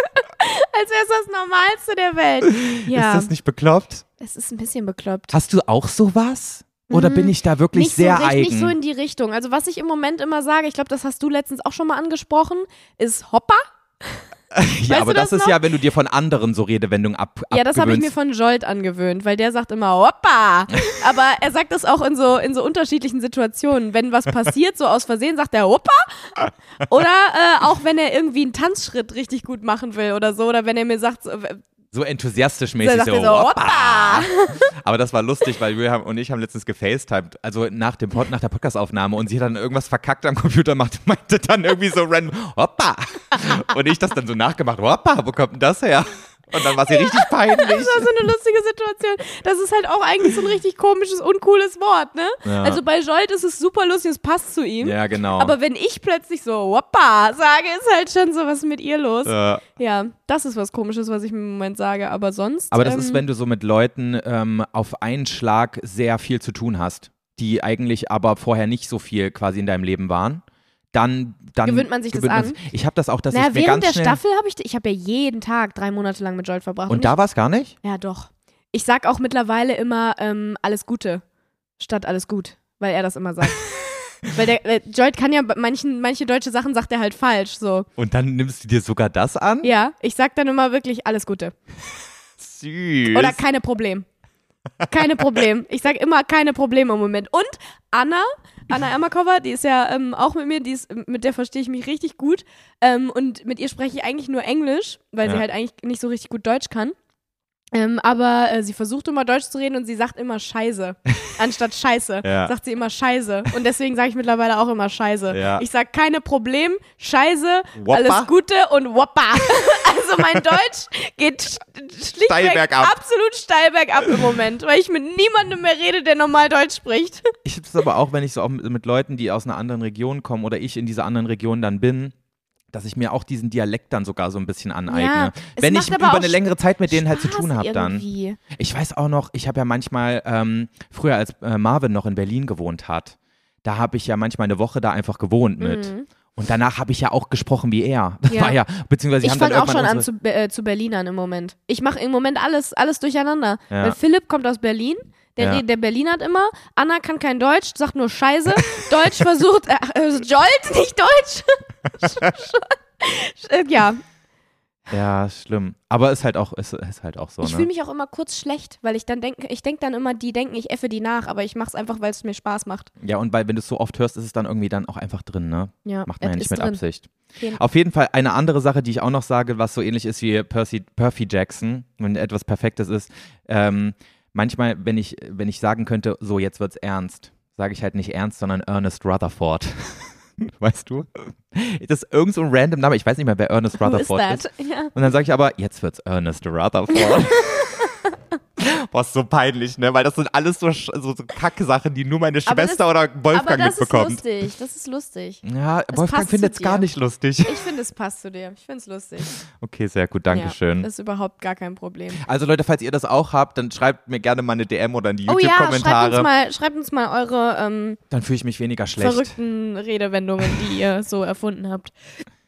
S1: Als wäre es das Normalste der Welt.
S2: Ist
S1: Ja,
S2: das nicht bekloppt?
S1: es ist ein bisschen bekloppt.
S2: Hast du auch sowas? Oder bin ich da wirklich
S1: Mhm. Nicht
S2: sehr
S1: so richtig,
S2: eigen?
S1: nicht so in die Richtung. Also was ich im Moment immer sage, ich glaube, das hast du letztens auch schon mal angesprochen, ist Hopper.
S2: ja,
S1: weißt
S2: aber
S1: du
S2: das,
S1: das
S2: ist
S1: noch?
S2: ja, wenn du dir von anderen so Redewendungen ab
S1: Ja, das habe ich mir
S2: abgewöhnst.
S1: von Jolt angewöhnt, weil der sagt immer Hoppa. Aber er sagt das auch in so, in so unterschiedlichen Situationen. Wenn was passiert, so aus Versehen, sagt er Hoppa. Oder äh, auch wenn er irgendwie einen Tanzschritt richtig gut machen will oder so. Oder wenn er mir sagt, so, äh,
S2: so enthusiastisch mäßig
S1: sagt
S2: so,
S1: er so,
S2: "Hoppa!" Aber das war lustig, weil wir haben, und ich haben letztens gefacetimed, also nach, dem Pod, nach der Podcast-Aufnahme und sie hat dann irgendwas verkackt am Computer macht, meinte dann irgendwie so random, hoppa! Und ich das dann so nachgemacht, hoppa, wo kommt denn das her? Und dann war sie richtig peinlich.
S1: das war so eine lustige Situation. Das ist halt auch eigentlich so ein richtig komisches, uncooles Wort, ne?
S2: Ja.
S1: Also bei Jolt ist es super lustig, es passt zu ihm.
S2: Ja, genau.
S1: Aber wenn ich plötzlich so Hoppa sage, ist halt schon so was mit ihr los.
S2: äh,
S1: Ja, das ist was komisches, was ich im Moment sage, aber sonst.
S2: Aber das
S1: ähm,
S2: ist, wenn du so mit Leuten ähm, auf einen Schlag sehr viel zu tun hast, die eigentlich aber vorher nicht so viel quasi in deinem Leben waren, dann, dann
S1: Gewöhnt man sich das an?
S2: Ich habe das auch, dass ich
S1: Na,
S2: mir
S1: während
S2: ganz
S1: der
S2: schnell
S1: Staffel habe ich, ich habe ja jeden Tag drei Monate lang mit Jolt verbracht.
S2: und da war es gar nicht.
S1: ich, ja, doch. Ich sag auch mittlerweile immer ähm, alles Gute statt alles gut, weil er das immer sagt. weil der, der Jolt kann ja bei manchen, manche deutsche Sachen sagt er halt falsch, so.
S2: Und dann nimmst du dir sogar das an?
S1: Ja, ich sag dann immer wirklich alles Gute
S2: Süß.
S1: oder keine Problem. Keine Problem. Ich sag immer keine Probleme im Moment. Und Anna, Anna Ermakova, die ist ja ähm, auch mit mir, die ist, mit der verstehe ich mich richtig gut. Ähm, und mit ihr spreche ich eigentlich nur Englisch, weil
S2: Ja.
S1: sie halt eigentlich nicht so richtig gut Deutsch kann. Ähm, aber äh, sie versucht immer Deutsch zu reden und sie sagt immer Scheiße. Anstatt Scheiße
S2: Ja.
S1: sagt sie immer Scheiße. Und deswegen sage ich mittlerweile auch immer Scheiße.
S2: Ja.
S1: Ich sage keine Problem, Scheiße,
S2: Woppa.
S1: alles Gute und Woppa. also mein Deutsch geht sch schlichtweg
S2: Steil bergab.
S1: absolut steil bergab im Moment, weil ich mit niemandem mehr rede, der normal Deutsch spricht.
S2: Ich hab's aber auch, wenn ich so auch mit, mit Leuten, die aus einer anderen Region kommen oder ich in dieser anderen Region dann bin, dass ich mir auch diesen Dialekt dann sogar so ein bisschen aneigne.
S1: Ja, es
S2: wenn
S1: macht
S2: ich
S1: aber
S2: über
S1: auch
S2: eine längere Zeit mit denen halt zu
S1: Spaß
S2: tun habe dann.
S1: irgendwie.
S2: Ich weiß auch noch, ich habe ja manchmal, ähm, früher als äh, Marvin noch in Berlin gewohnt hat, da habe ich ja manchmal eine Woche da einfach gewohnt mit. Und danach habe ich ja auch gesprochen wie er. Das
S1: Mhm. Ja.
S2: war ja, beziehungsweise
S1: Ich
S2: haben dann
S1: fange auch
S2: irgendwann
S1: schon an
S2: unsere,
S1: zu, Be- äh, zu Berlinern im Moment. Ich mache im Moment alles, alles durcheinander.
S2: Ja.
S1: Weil Philipp kommt aus Berlin. Der,
S2: Ja.
S1: redet- der Berlinert immer. Anna kann kein Deutsch, sagt nur Scheiße. Deutsch versucht, äh, äh, Jolt, nicht Deutsch. Sch- sch- äh, ja,
S2: Ja, schlimm. Aber ist halt auch, ist, ist halt auch so,
S1: ich
S2: ne?
S1: fühle mich auch immer kurz schlecht, weil ich dann denke, ich denke dann immer, die denken, ich effe die nach, aber ich mache es einfach, weil es mir Spaß macht.
S2: Ja, und weil, wenn du es so oft hörst, ist es dann irgendwie dann auch einfach drin, ne?
S1: Ja,
S2: Macht man
S1: es
S2: ja nicht
S1: ist
S2: mit
S1: drin.
S2: Absicht.
S1: Jeden-
S2: Auf jeden Fall eine andere Sache, die ich auch noch sage, was so ähnlich ist wie Percy, Perfy Jackson, wenn etwas Perfektes ist. Ähm, manchmal, wenn ich, wenn ich sagen könnte, so jetzt wird's ernst, sage ich halt nicht ernst, sondern Ernest Rutherford. weißt du? Das ist irgend so ein random Name. Ich weiß nicht mehr, wer Ernest
S1: Who is
S2: Rutherford ist.
S1: that? Ja.
S2: Und dann sage ich aber, jetzt wird's Ernest Rutherford. Boah, ist so peinlich, ne? Weil das sind alles so, sch- so, so Kacke-Sachen, die nur meine
S1: Aber das-
S2: Schwester oder
S1: Aber
S2: Wolfgang
S1: das ist
S2: mitbekommt.
S1: lustig, das ist lustig.
S2: ja, Wolfgang
S1: passt zu
S2: findet's gar
S1: dir.
S2: nicht lustig.
S1: Ich finde, es passt zu dir. Ich finde es lustig.
S2: Okay, sehr gut, Dankeschön.
S1: Ja, das ist überhaupt gar kein Problem.
S2: also Leute, falls ihr das auch habt, dann schreibt mir gerne mal eine DM oder in die
S1: Oh ja, schreibt
S2: YouTube-Kommentare.
S1: uns mal, schreibt uns mal eure ähm,
S2: dann fühle ich mich weniger schlecht.
S1: verrückten Redewendungen, die ihr so erfunden habt.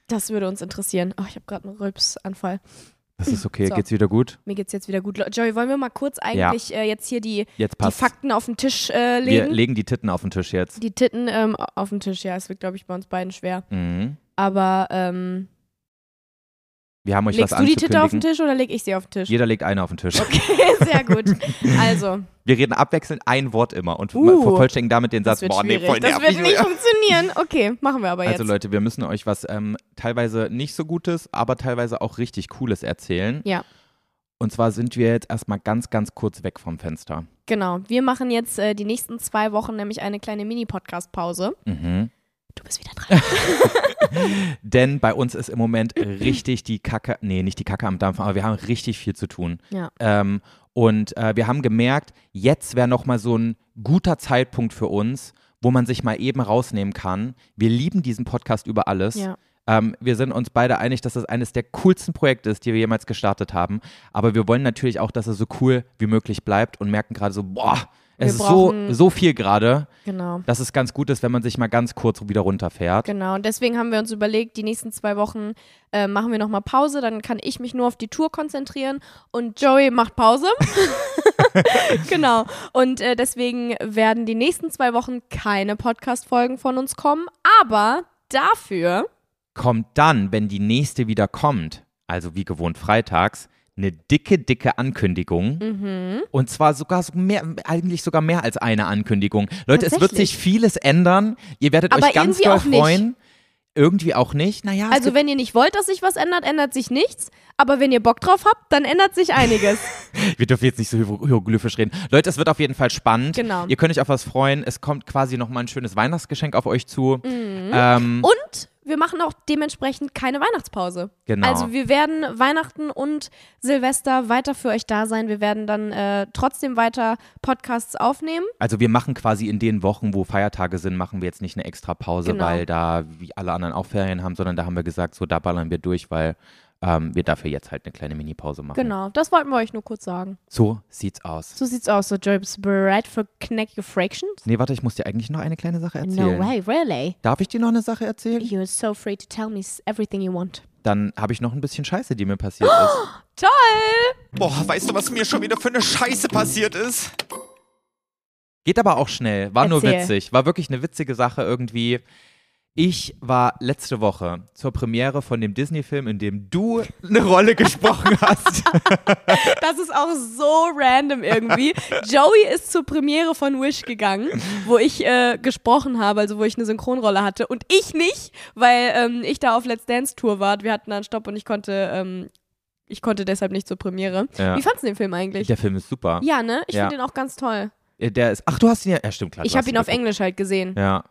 S1: Das würde uns interessieren. Oh, ich habe gerade einen Rülpsanfall.
S2: Das ist okay,
S1: So.
S2: geht's wieder gut?
S1: Mir geht's jetzt wieder gut. Le- Joey, wollen wir mal kurz eigentlich äh, jetzt hier die,
S2: Jetzt
S1: die
S2: passt.
S1: Fakten auf den Tisch äh,
S2: Wir
S1: legen?
S2: legen die Titten auf den Tisch jetzt.
S1: die Titten ähm, auf den Tisch, ja, es wird, glaube ich, bei uns beiden schwer.
S2: Mhm.
S1: Aber ähm,
S2: Wir haben euch
S1: legst
S2: was
S1: du die Titte auf den
S2: anzukündigen.
S1: Tisch oder leg ich sie auf den Tisch?
S2: Jeder legt eine auf den Tisch.
S1: Okay, sehr gut. Also,
S2: Wir reden abwechselnd ein Wort immer und
S1: Uh.
S2: vervollständigen damit den
S1: das
S2: Satz,
S1: wird
S2: boah, nee,
S1: schwierig.
S2: voll
S1: das
S2: nervig.
S1: wird nicht funktionieren. Okay, machen wir aber jetzt.
S2: also Leute, wir müssen euch was ähm, teilweise nicht so Gutes, aber teilweise auch richtig Cooles erzählen.
S1: Ja.
S2: Und zwar sind wir jetzt erstmal ganz, ganz kurz weg vom Fenster.
S1: Genau. Wir machen jetzt äh, die nächsten zwei Wochen nämlich eine kleine Mini-Podcast-Pause.
S2: Mhm.
S1: Du bist wieder dran.
S2: Denn bei uns ist im Moment richtig die Kacke, nee, nicht die Kacke am Dampfen, aber wir haben richtig viel zu tun.
S1: Ja.
S2: Ähm, und äh, wir haben gemerkt, jetzt wäre nochmal so ein guter Zeitpunkt für uns, wo man sich mal eben rausnehmen kann. Wir lieben diesen Podcast über alles.
S1: Ja.
S2: Ähm, wir sind uns beide einig, dass das eines der coolsten Projekte ist, die wir jemals gestartet haben. Aber wir wollen natürlich auch, dass er so cool wie möglich bleibt und merken gerade so, boah, es ist
S1: Wir
S2: so,
S1: brauchen-
S2: so viel gerade,
S1: Genau.
S2: dass es ganz gut ist, wenn man sich mal ganz kurz wieder runterfährt.
S1: Genau. Und deswegen haben wir uns überlegt, die nächsten zwei Wochen äh, machen wir nochmal Pause. Dann kann ich mich nur auf die Tour konzentrieren und Joey macht Pause. genau. Und äh, deswegen werden die nächsten zwei Wochen keine Podcast-Folgen von uns kommen. Aber dafür
S2: kommt dann, wenn die nächste wieder kommt, also wie gewohnt freitags, eine dicke, dicke Ankündigung.
S1: Mhm.
S2: Und zwar sogar so mehr, eigentlich sogar mehr als eine Ankündigung. Leute, es wird
S1: Tatsächlich.
S2: sich vieles ändern. Ihr werdet
S1: Aber
S2: euch ganz
S1: irgendwie
S2: doll
S1: auch nicht.
S2: freuen. Irgendwie auch nicht. Naja, es
S1: Also,
S2: gibt,
S1: wenn ihr nicht wollt, dass sich was ändert, ändert sich nichts. Aber wenn ihr Bock drauf habt, dann ändert sich einiges.
S2: wir dürfen jetzt nicht so hiero- hieroglyphisch reden. Leute, es wird auf jeden Fall spannend.
S1: Genau.
S2: Ihr könnt euch auf was freuen. Es kommt quasi nochmal ein schönes Weihnachtsgeschenk auf euch zu.
S1: Mhm.
S2: Ähm,
S1: Und wir machen auch dementsprechend keine Weihnachtspause.
S2: Genau.
S1: Also wir werden Weihnachten und Silvester weiter für euch da sein. Wir werden dann äh, trotzdem weiter Podcasts aufnehmen.
S2: Also wir machen quasi in den Wochen, wo Feiertage sind, machen wir jetzt nicht eine extra Pause,
S1: Genau.
S2: weil da wie alle anderen auch Ferien haben, sondern da haben wir gesagt, so da ballern wir durch, weil ähm, wir dafür jetzt halt eine kleine Mini-Pause machen.
S1: Genau, das wollten wir euch nur kurz sagen.
S2: So sieht's aus.
S1: So sieht's aus. So, Joy, bist du bereit für Connect Your Fractions?
S2: Nee, warte, ich muss dir eigentlich noch eine kleine Sache erzählen.
S1: No way, really?
S2: Darf ich dir noch eine Sache erzählen?
S1: You're so free to tell me s- everything you want.
S2: Dann habe ich noch ein bisschen Scheiße, die mir passiert ist.
S1: Toll!
S2: Boah, weißt du, was mir schon wieder für eine Scheiße passiert ist? Geht aber auch schnell. War nur
S1: Erzähl.
S2: witzig. War wirklich eine witzige Sache irgendwie. Ich war letzte Woche zur Premiere von dem Disney-Film, in dem du eine Rolle gesprochen hast.
S1: Das ist auch so random irgendwie. Joey ist zur Premiere von Wish gegangen, wo ich äh, gesprochen habe, also wo ich eine Synchronrolle hatte. Und ich nicht, weil ähm, ich da auf Let's Dance Tour war. Wir hatten da einen Stopp und ich konnte ähm, ich konnte deshalb nicht zur Premiere.
S2: Ja.
S1: Wie fandst du den Film eigentlich?
S2: Der Film ist super.
S1: Ja, ne? Ich
S2: Ja.
S1: finde den auch ganz toll.
S2: Äh, Der ist, ach, du hast ihn ja, ja stimmt, klar.
S1: Ich
S2: du hast
S1: habe ihn auf
S2: geguckt.
S1: Englisch halt gesehen.
S2: Ja.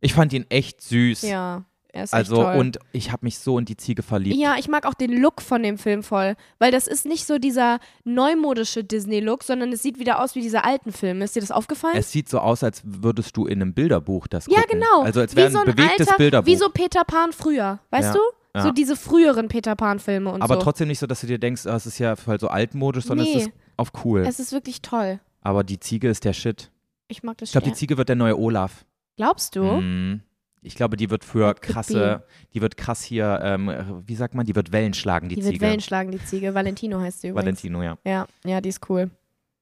S2: Ich fand ihn echt süß.
S1: Ja, er ist
S2: also,
S1: echt toll.
S2: und ich habe mich so in die Ziege verliebt.
S1: ja, ich mag auch den Look von dem Film voll, weil das ist nicht so dieser neumodische Disney-Look, sondern es sieht wieder aus wie diese alten Filme. Ist dir das aufgefallen?
S2: Es sieht so aus, als würdest du in einem Bilderbuch das
S1: ja,
S2: gucken.
S1: genau.
S2: Also, als
S1: Wie
S2: wäre
S1: so
S2: ein bewegtes
S1: alter,
S2: Bilderbuch.
S1: Wie so Peter Pan früher, weißt
S2: Ja,
S1: du?
S2: ja.
S1: So diese früheren Peter Pan-Filme und
S2: aber
S1: so.
S2: trotzdem nicht so, dass du dir denkst, ah, es ist ja voll so altmodisch, sondern
S1: Nee.
S2: es ist auf cool.
S1: Es ist wirklich toll.
S2: aber die Ziege ist der Shit.
S1: Ich mag das
S2: Ich glaube,
S1: sehr.
S2: die Ziege wird der neue Olaf.
S1: Glaubst du?
S2: Mhm. Ich glaube, die wird für
S1: could
S2: krasse, die wird krass hier, ähm, wie sagt man, die wird Wellen schlagen, die,
S1: Die, wird
S2: Ziege.
S1: Wellen schlagen, die Ziege. Valentino heißt sie übrigens.
S2: Valentino, ja.
S1: Ja, ja, die ist cool.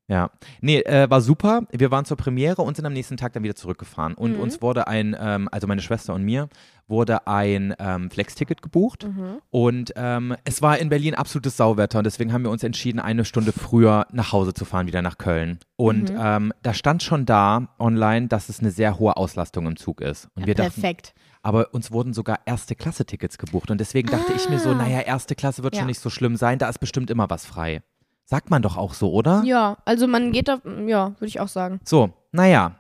S2: Ja, nee, äh, war super. Wir waren zur Premiere und sind am nächsten Tag dann wieder zurückgefahren. Und
S1: Mhm.
S2: uns wurde ein, ähm, also meine Schwester und mir, wurde ein ähm, Flex-Ticket gebucht.
S1: Mhm.
S2: Und ähm, es war in Berlin absolutes Sauwetter und deswegen haben wir uns entschieden, eine Stunde früher nach Hause zu fahren, wieder nach Köln. Und
S1: Mhm.
S2: ähm, da stand schon da online, dass es eine sehr hohe Auslastung im Zug ist. Und wir dachten,
S1: Perfekt.
S2: aber uns wurden sogar Erste-Klasse-Tickets gebucht. Und deswegen dachte ich mir so,
S1: Ah.
S2: naja, erste Klasse wird
S1: Ja.
S2: schon nicht so schlimm sein, da ist bestimmt immer was frei. Sagt man doch auch so, oder?
S1: Ja, also man geht da, ja, würde ich auch sagen.
S2: So, naja.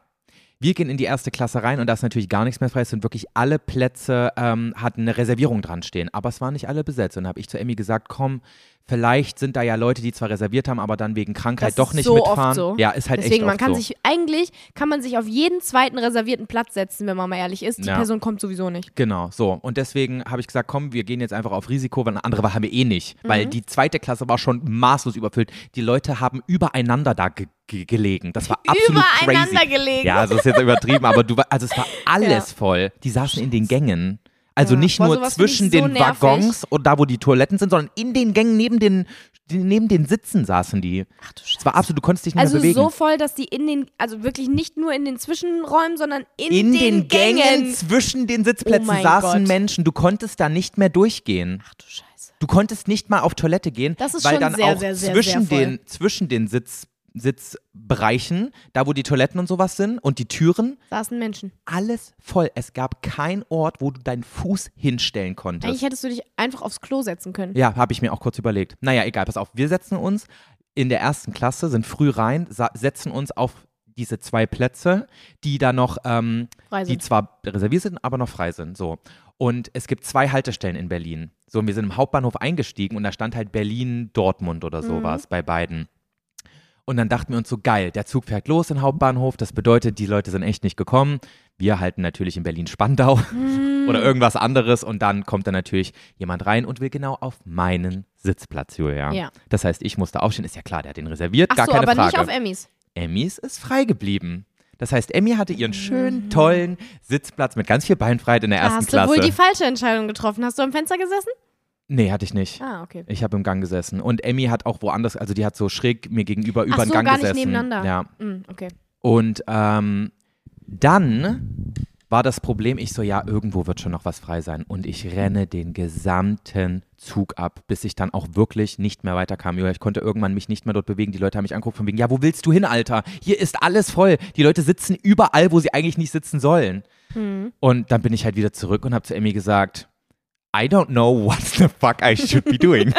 S2: Wir gehen in die erste Klasse rein und da ist natürlich gar nichts mehr frei. Es sind wirklich alle Plätze, ähm, hatten eine Reservierung dran stehen, aber es waren nicht alle besetzt. Und da habe ich zu Emmy gesagt, komm, vielleicht sind da ja Leute, die zwar reserviert haben, aber dann wegen Krankheit
S1: Das
S2: doch
S1: ist
S2: nicht
S1: so oft
S2: mitfahren.
S1: so.
S2: Ja, ist halt echt
S1: Deswegen, man
S2: oft
S1: kann
S2: so.
S1: sich, eigentlich kann man sich auf jeden zweiten reservierten Platz setzen, wenn man mal ehrlich ist. Die
S2: Ja.
S1: Person kommt sowieso nicht.
S2: Genau, so. Und deswegen habe ich gesagt, komm, wir gehen jetzt einfach auf Risiko, weil eine andere haben wir eh nicht.
S1: Mhm.
S2: Weil die zweite Klasse war schon maßlos überfüllt. Die Leute haben übereinander da ge ge gelegen. Das war absolut
S1: Übereinander
S2: crazy.
S1: gelegen.
S2: Ja, also das ist jetzt übertrieben, aber du war, also es war alles voll. Die saßen in den Gängen. Also
S1: Ja.
S2: nicht
S1: Boah,
S2: nur
S1: sowas find ich
S2: zwischen
S1: so
S2: den
S1: nervig.
S2: Waggons und da, wo die Toiletten sind, sondern in den Gängen neben den, neben den Sitzen saßen die.
S1: Ach du
S2: Es war absolut, du konntest dich nicht
S1: Also
S2: mehr bewegen.
S1: so voll, dass die in den, also wirklich nicht nur in den Zwischenräumen, sondern in,
S2: in den,
S1: den, Oh
S2: Gängen, zwischen den Sitzplätzen
S1: mein
S2: saßen
S1: Gott.
S2: Menschen. Du konntest da nicht mehr durchgehen.
S1: Ach du Scheiße.
S2: Du konntest nicht mal auf Toilette gehen,
S1: Das ist
S2: weil
S1: schon
S2: dann
S1: sehr,
S2: auch
S1: sehr, sehr,
S2: zwischen,
S1: sehr voll.
S2: den, zwischen den Sitz, Sitzbereichen, da wo die Toiletten und sowas sind und die Türen,
S1: Saßen Menschen.
S2: alles voll. Es gab keinen Ort, wo du deinen Fuß hinstellen konntest.
S1: Eigentlich hättest du dich einfach aufs Klo setzen können.
S2: ja, habe ich mir auch kurz überlegt. Naja, egal, pass auf. Wir setzen uns in der ersten Klasse, sind früh rein, sa- setzen uns auf diese zwei Plätze, die da noch ähm,
S1: Frei
S2: die
S1: sind.
S2: zwar reserviert sind, aber noch frei sind. So. Und es gibt zwei Haltestellen in Berlin. So, und wir sind im Hauptbahnhof eingestiegen und da stand halt Berlin-Dortmund
S1: Mhm.
S2: oder sowas bei beiden. Und dann dachten wir uns so, geil, der Zug fährt los in den Hauptbahnhof, das bedeutet, die Leute sind echt nicht gekommen. Wir halten natürlich in Berlin-Spandau
S1: Mhm.
S2: oder irgendwas anderes und dann kommt da natürlich jemand rein und will genau auf meinen Sitzplatz, Julia.
S1: Ja.
S2: Das heißt, ich musste aufstehen, ist ja klar, der hat den reserviert,
S1: Ach
S2: gar
S1: so,
S2: keine
S1: aber
S2: Frage.
S1: nicht auf Emmys.
S2: Emmys ist frei geblieben. Das heißt, Emmy hatte ihren schönen, tollen Sitzplatz mit ganz viel Beinfreiheit in der
S1: Da
S2: ersten
S1: hast
S2: Klasse.
S1: du wohl die falsche Entscheidung getroffen. Hast du am Fenster gesessen?
S2: nee, hatte ich nicht.
S1: Ah, okay.
S2: Ich habe im Gang gesessen. Und Emmy hat auch woanders, also die hat so schräg mir gegenüber über
S1: Ach
S2: den
S1: so,
S2: Gang
S1: gar nicht
S2: gesessen.
S1: nebeneinander.
S2: Ja.
S1: Mm, okay.
S2: Und ähm, dann war das Problem, ich so, ja, irgendwo wird schon noch was frei sein. Und ich renne den gesamten Zug ab, bis ich dann auch wirklich nicht mehr weiterkam. Julia, Ich konnte irgendwann mich nicht mehr dort bewegen. Die Leute haben mich angeguckt von wegen, ja, wo willst du hin, Alter? Hier ist alles voll. Die Leute sitzen überall, wo sie eigentlich nicht sitzen sollen.
S1: Hm.
S2: Und dann bin ich halt wieder zurück und habe zu Emmy gesagt, I don't know what the fuck I should be doing.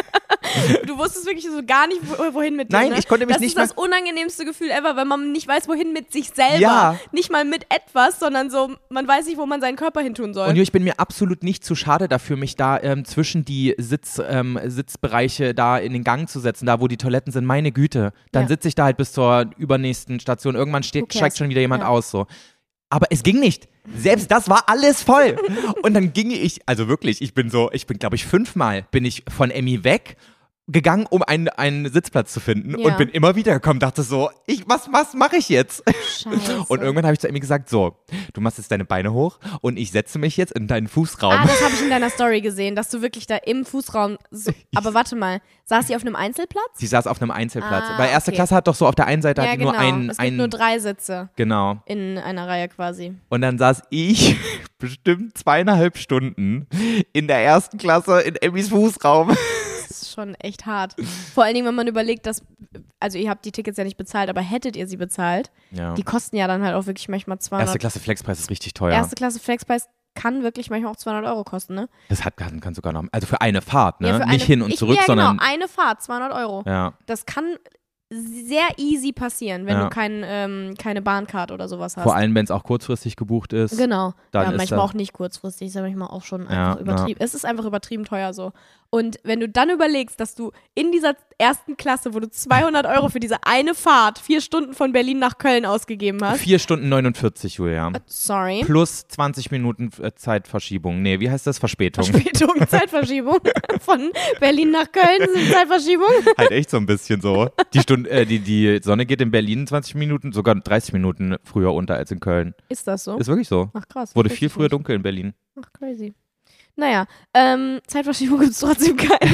S1: Du wusstest wirklich so gar nicht, wo- wohin mit dir.
S2: Nein,
S1: ne?
S2: ich konnte mich
S1: das
S2: nicht
S1: Das ist das unangenehmste Gefühl ever, wenn man nicht weiß, wohin mit sich selber.
S2: Ja.
S1: Nicht mal mit etwas, sondern so, man weiß nicht, wo man seinen Körper hintun soll.
S2: Und ich bin mir absolut nicht zu schade dafür, mich da ähm, zwischen die Sitz, ähm, Sitzbereiche da in den Gang zu setzen, da wo die Toiletten sind. Meine Güte, dann
S1: Ja.
S2: sitze ich da halt bis zur übernächsten Station. Irgendwann
S1: Who
S2: steht,
S1: cares?
S2: steigt schon wieder jemand
S1: Ja.
S2: aus. So. Aber es ging nicht. Selbst das war alles voll. Und dann ging ich, also wirklich, ich bin so, ich bin, glaube ich, fünfmal bin ich von Emmy weg gegangen, um einen, einen Sitzplatz zu finden
S1: Ja.
S2: und bin immer wieder gekommen, dachte so, ich, was, was mache ich jetzt?
S1: Scheiße.
S2: Und irgendwann habe ich zu Emmy gesagt, so, du machst jetzt deine Beine hoch und ich setze mich jetzt in deinen Fußraum.
S1: Ah, das habe ich in deiner Story gesehen, dass du wirklich da im Fußraum. So, aber warte mal, saß sie auf einem Einzelplatz?
S2: Sie saß auf einem Einzelplatz.
S1: Ah,
S2: Weil erste
S1: okay.
S2: Klasse hat doch so auf der einen Seite
S1: ja,
S2: hat die
S1: genau.
S2: nur einen,
S1: es gibt
S2: einen
S1: nur drei Sitze
S2: genau.
S1: in einer Reihe quasi.
S2: Und dann saß ich bestimmt zweieinhalb Stunden in der ersten Klasse in Emmys Fußraum.
S1: Das ist schon echt hart. Vor allen Dingen, wenn man überlegt, dass. Also, ihr habt die Tickets ja nicht bezahlt, aber hättet ihr sie bezahlt,
S2: Ja.
S1: die kosten ja dann halt auch wirklich manchmal 200.
S2: Erste Klasse Flexpreis ist richtig teuer.
S1: Erste Klasse Flexpreis kann wirklich manchmal auch 200 Euro kosten, ne?
S2: Das hat kann, kann sogar noch. Also für eine Fahrt, ne?
S1: Ja, für eine-
S2: Nicht hin und
S1: ich,
S2: zurück,
S1: ja, Ah,
S2: sondern.
S1: Genau, eine Fahrt, 200 Euro.
S2: Ja.
S1: Das kann sehr easy passieren, wenn
S2: Ja.
S1: du kein, ähm, keine Bahncard oder sowas hast.
S2: Vor allem, wenn es auch kurzfristig gebucht ist.
S1: Genau.
S2: dann
S1: ja,
S2: ist
S1: manchmal
S2: das-
S1: auch nicht kurzfristig, ist ja manchmal auch schon
S2: Ja,
S1: einfach übertrieben. Es ist einfach übertrieben teuer so. Und wenn du dann überlegst, dass du in dieser ersten Klasse, wo du 200 Euro für diese eine Fahrt vier Stunden von Berlin nach Köln ausgegeben hast,
S2: 4 Stunden 49, Julia.
S1: sorry,
S2: Plus 20 Minuten äh, Zeitverschiebung. Nee, wie heißt das? Verspätung.
S1: Verspätung, Zeitverschiebung von Berlin nach Köln, sind Zeitverschiebung.
S2: halt echt so ein bisschen so. Die, Stunde, äh, die, die Sonne geht in Berlin 20 Minuten, sogar 30 Minuten früher unter als in Köln.
S1: Ist das so?
S2: Ist wirklich so.
S1: Ach krass.
S2: Wurde
S1: wusste
S2: viel
S1: ich
S2: früher
S1: nicht.
S2: dunkel in Berlin.
S1: Ach, crazy. Naja, ähm, Zeitverschiebung gibt es trotzdem keine.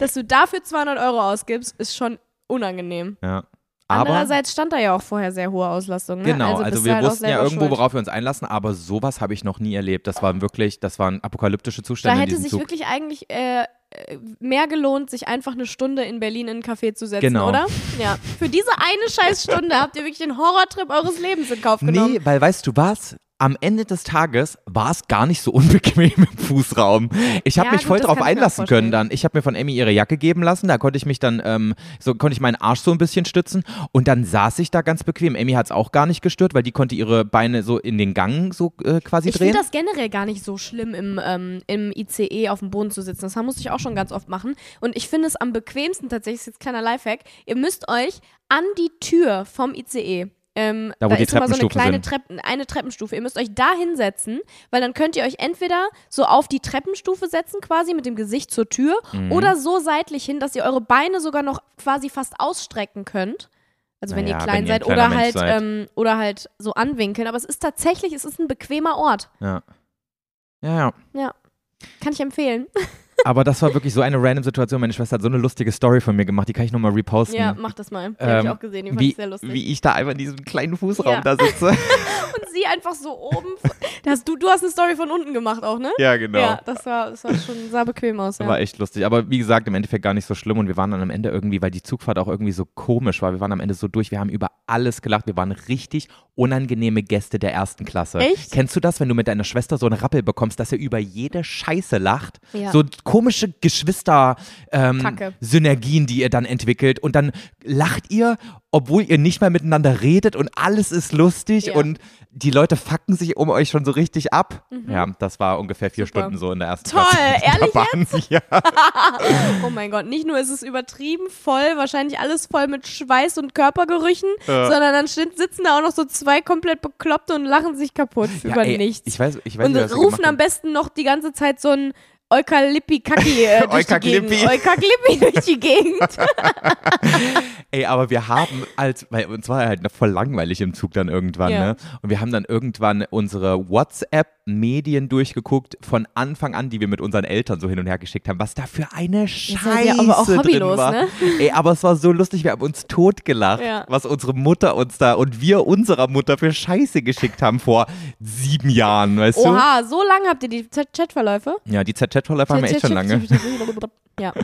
S1: Dass du dafür 200 Euro ausgibst, ist schon unangenehm.
S2: Ja. Aber
S1: Andererseits stand da ja auch vorher sehr hohe Auslastung. Ne?
S2: Genau, also,
S1: also, bist du
S2: wir
S1: halt auch
S2: wussten ja
S1: selber
S2: irgendwo,
S1: schuld.
S2: worauf wir uns einlassen, aber sowas habe ich noch nie erlebt. Das waren wirklich, das waren apokalyptische
S1: Da
S2: Zustände in
S1: hätte
S2: diesem
S1: sich
S2: Zug.
S1: wirklich eigentlich äh, äh, mehr gelohnt, sich einfach eine Stunde in Berlin in einen Café zu setzen,
S2: Genau.
S1: oder? Ja. Für diese eine Scheißstunde habt ihr wirklich den Horrortrip eures Lebens in Kauf genommen.
S2: Nee, weil weißt du was? Am Ende des Tages war es gar nicht so unbequem im Fußraum. Ich habe
S1: Ja,
S2: mich
S1: gut,
S2: voll
S1: das
S2: drauf
S1: kann ich mir
S2: einlassen
S1: auch
S2: können
S1: vorstellen.
S2: dann. Ich habe mir von Emmy ihre Jacke geben lassen, da konnte ich mich dann, ähm, so konnte ich meinen Arsch so ein bisschen stützen und dann saß ich da ganz bequem. Emmy hat es auch gar nicht gestört, weil die konnte ihre Beine so in den Gang so äh, quasi
S1: Ich
S2: drehen.
S1: finde das generell gar nicht so schlimm, im, ähm, im ICE auf dem Boden zu sitzen. Das musste ich auch schon ganz oft machen. Und ich finde es am bequemsten tatsächlich, ist jetzt kleiner Lifehack, ihr müsst euch an die Tür vom ICE. Ähm,
S2: Da, wo die
S1: ist immer so eine
S2: Treppenstufen
S1: kleine
S2: sind.
S1: Treppen, eine Treppenstufe. Ihr müsst euch da hinsetzen, weil dann könnt ihr euch entweder so auf die Treppenstufe setzen, quasi mit dem Gesicht zur Tür,
S2: Mhm.
S1: oder so seitlich hin, dass ihr eure Beine sogar noch quasi fast ausstrecken könnt. Also wenn
S2: Naja,
S1: ihr
S2: wenn
S1: klein
S2: ihr ein
S1: seid
S2: kleiner
S1: oder
S2: Mensch
S1: halt,
S2: seid.
S1: Ähm, oder halt so anwinkeln. Aber es ist tatsächlich, es ist ein bequemer Ort.
S2: ja. ja, ja.
S1: Kann ich empfehlen.
S2: Aber das war wirklich so eine random Situation. Meine Schwester hat so eine lustige Story von mir gemacht, die kann ich nochmal reposten.
S1: Ja, mach das mal. Die hab
S2: Ähm,
S1: ich auch gesehen, die fand
S2: wie,
S1: ich sehr lustig.
S2: wie ich da einfach in diesem kleinen Fußraum
S1: Ja.
S2: da sitze.
S1: Und sie einfach so oben. da hast du, du hast eine Story von unten gemacht auch, ne?
S2: ja, genau.
S1: Ja, das war, das war schon, sah bequem aus.
S2: War
S1: Ja.
S2: echt lustig. Aber wie gesagt, im Endeffekt gar nicht so schlimm. Und wir waren dann am Ende irgendwie, weil die Zugfahrt auch irgendwie so komisch war, wir waren am Ende so durch. Wir haben über alles gelacht. Wir waren richtig unangenehme Gäste der ersten Klasse.
S1: Echt?
S2: Kennst du das, wenn du mit deiner Schwester so einen Rappel bekommst, dass er über jede Scheiße lacht?
S1: Ja.
S2: So komische Geschwister-Synergien,
S1: Kacke.
S2: die ihr dann entwickelt. Und dann lacht ihr, obwohl ihr nicht mal miteinander redet und alles ist lustig
S1: Ja.
S2: und die Leute fucken sich um euch schon so richtig ab. Ja, das war ungefähr vier
S1: Mhm. Super.
S2: Stunden so in der ersten
S1: Toll,
S2: Klasse.
S1: ehrlich
S2: jetzt? Ja.
S1: Oh mein Gott, nicht nur ist es übertrieben voll, wahrscheinlich alles voll mit Schweiß und Körpergerüchen,
S2: Ja.
S1: sondern dann sind- sitzen da auch noch so zwei komplett Bekloppte und lachen sich kaputt
S2: Ja,
S1: über
S2: ey,
S1: nichts.
S2: Ich weiß, ich weiß
S1: und
S2: nicht, was
S1: rufen am besten noch die ganze Zeit so ein Eukalippi-Kacki äh, durch die Gegend.
S2: Eukaklippi.
S1: Eukaklippi durch die Gegend.
S2: Ey, aber wir haben als, weil uns war halt noch voll langweilig im Zug dann irgendwann,
S1: Ja.
S2: ne? Und wir haben dann irgendwann unsere WhatsApp-Medien durchgeguckt von Anfang an, die wir mit unseren Eltern so hin und her geschickt haben, was da für eine
S1: seid
S2: Scheiße
S1: ihr aber auch hobbylos,
S2: drin war.
S1: ne?
S2: Ey, aber es war so lustig, wir haben uns totgelacht,
S1: Ja.
S2: was unsere Mutter uns da und wir unserer Mutter für Scheiße geschickt haben vor sieben Jahren, weißt
S1: Oha, so lange habt ihr die Z- Chatverläufe?
S2: du? Ja, die Z-Chat-Verläufe haben wir echt schon lange.
S1: Ja.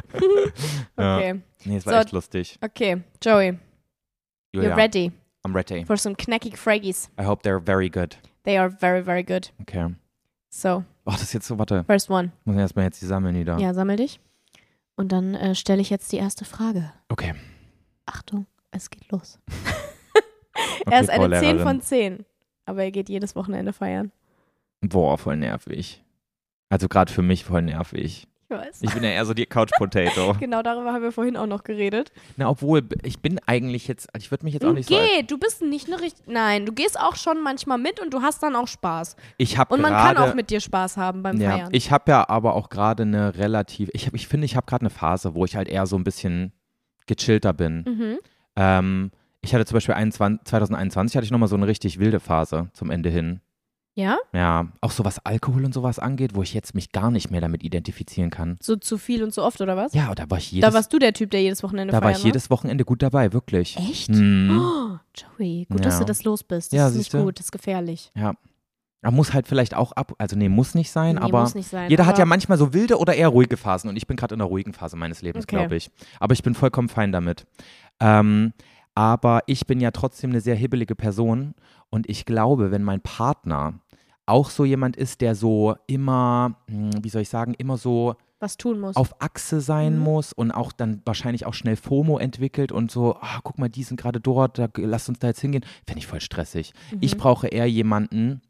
S2: Ja.
S1: Okay,
S2: Nee, es war
S1: So.
S2: echt lustig.
S1: okay. Joey,
S2: Julia,
S1: you're ready
S2: I'm ready.
S1: for some knackig Fraggies.
S2: I hope they're very good.
S1: They are very, very good.
S2: Okay.
S1: So,
S2: Oh, das ist jetzt so, warte.
S1: first one.
S2: Muss ich erstmal jetzt die sammeln wieder.
S1: Ja, sammel dich. Und dann äh, stelle ich jetzt die erste Frage.
S2: Okay.
S1: Achtung, es geht los.
S2: okay.
S1: er ist eine
S2: Frau
S1: 10
S2: Lehrerin.
S1: von 10. Aber er geht jedes Wochenende feiern.
S2: Boah, voll nervig. Also gerade für mich voll nervig.
S1: Ich weiß.
S2: Ich bin ja eher so die Couch Potato.
S1: genau darüber haben wir vorhin auch noch geredet.
S2: Na, obwohl, b- ich bin eigentlich jetzt, ich würde mich jetzt auch nicht so.
S1: Geh, du bist nicht eine richtig. Nein, du gehst auch schon manchmal mit und du hast dann auch Spaß.
S2: Ich habe
S1: Und
S2: gerade.
S1: man kann auch mit dir Spaß haben beim
S2: ja,
S1: Feiern.
S2: ich habe ja aber auch gerade eine relativ, ich, hab, ich finde, ich habe gerade eine Phase, wo ich halt eher so ein bisschen gechillter bin.
S1: mhm.
S2: Ähm, ich hatte zum Beispiel 21, 2021 hatte ich nochmal so eine richtig wilde Phase zum Ende hin.
S1: Ja?
S2: Ja, auch so was Alkohol und sowas angeht, wo ich jetzt mich gar nicht mehr damit identifizieren kann.
S1: So zu viel und zu oft, oder was?
S2: Ja, da war ich jedes
S1: da warst du der Typ, der jedes Wochenende
S2: Da war
S1: feiern
S2: ich jedes Wochenende gut dabei, wirklich.
S1: war. Echt?
S2: Mhm.
S1: Oh, Joey, gut, dass
S2: Ja.
S1: du das los bist. Das
S2: Ja,
S1: ist nicht
S2: siehste.
S1: gut, das ist gefährlich.
S2: Man muss halt vielleicht auch ab, also nee, muss nicht sein,
S1: Nee,
S2: aber
S1: muss nicht sein,
S2: jeder
S1: aber
S2: hat ja manchmal so wilde oder eher ruhige Phasen und ich bin gerade in der ruhigen Phase meines Lebens,
S1: Okay.
S2: glaube ich. Aber ich bin vollkommen fein damit. Ähm, aber ich bin ja trotzdem eine sehr hibbelige Person und ich glaube, wenn mein Partner auch so jemand ist, der so immer, hm, wie soll ich sagen, immer so
S1: was tun muss.
S2: auf Achse sein
S1: Mhm.
S2: muss und auch dann wahrscheinlich auch schnell FOMO entwickelt und so, ah, guck mal, die sind gerade dort, da, lass uns da jetzt hingehen. Fände ich voll stressig. Ich
S1: Mhm.
S2: brauche eher jemanden,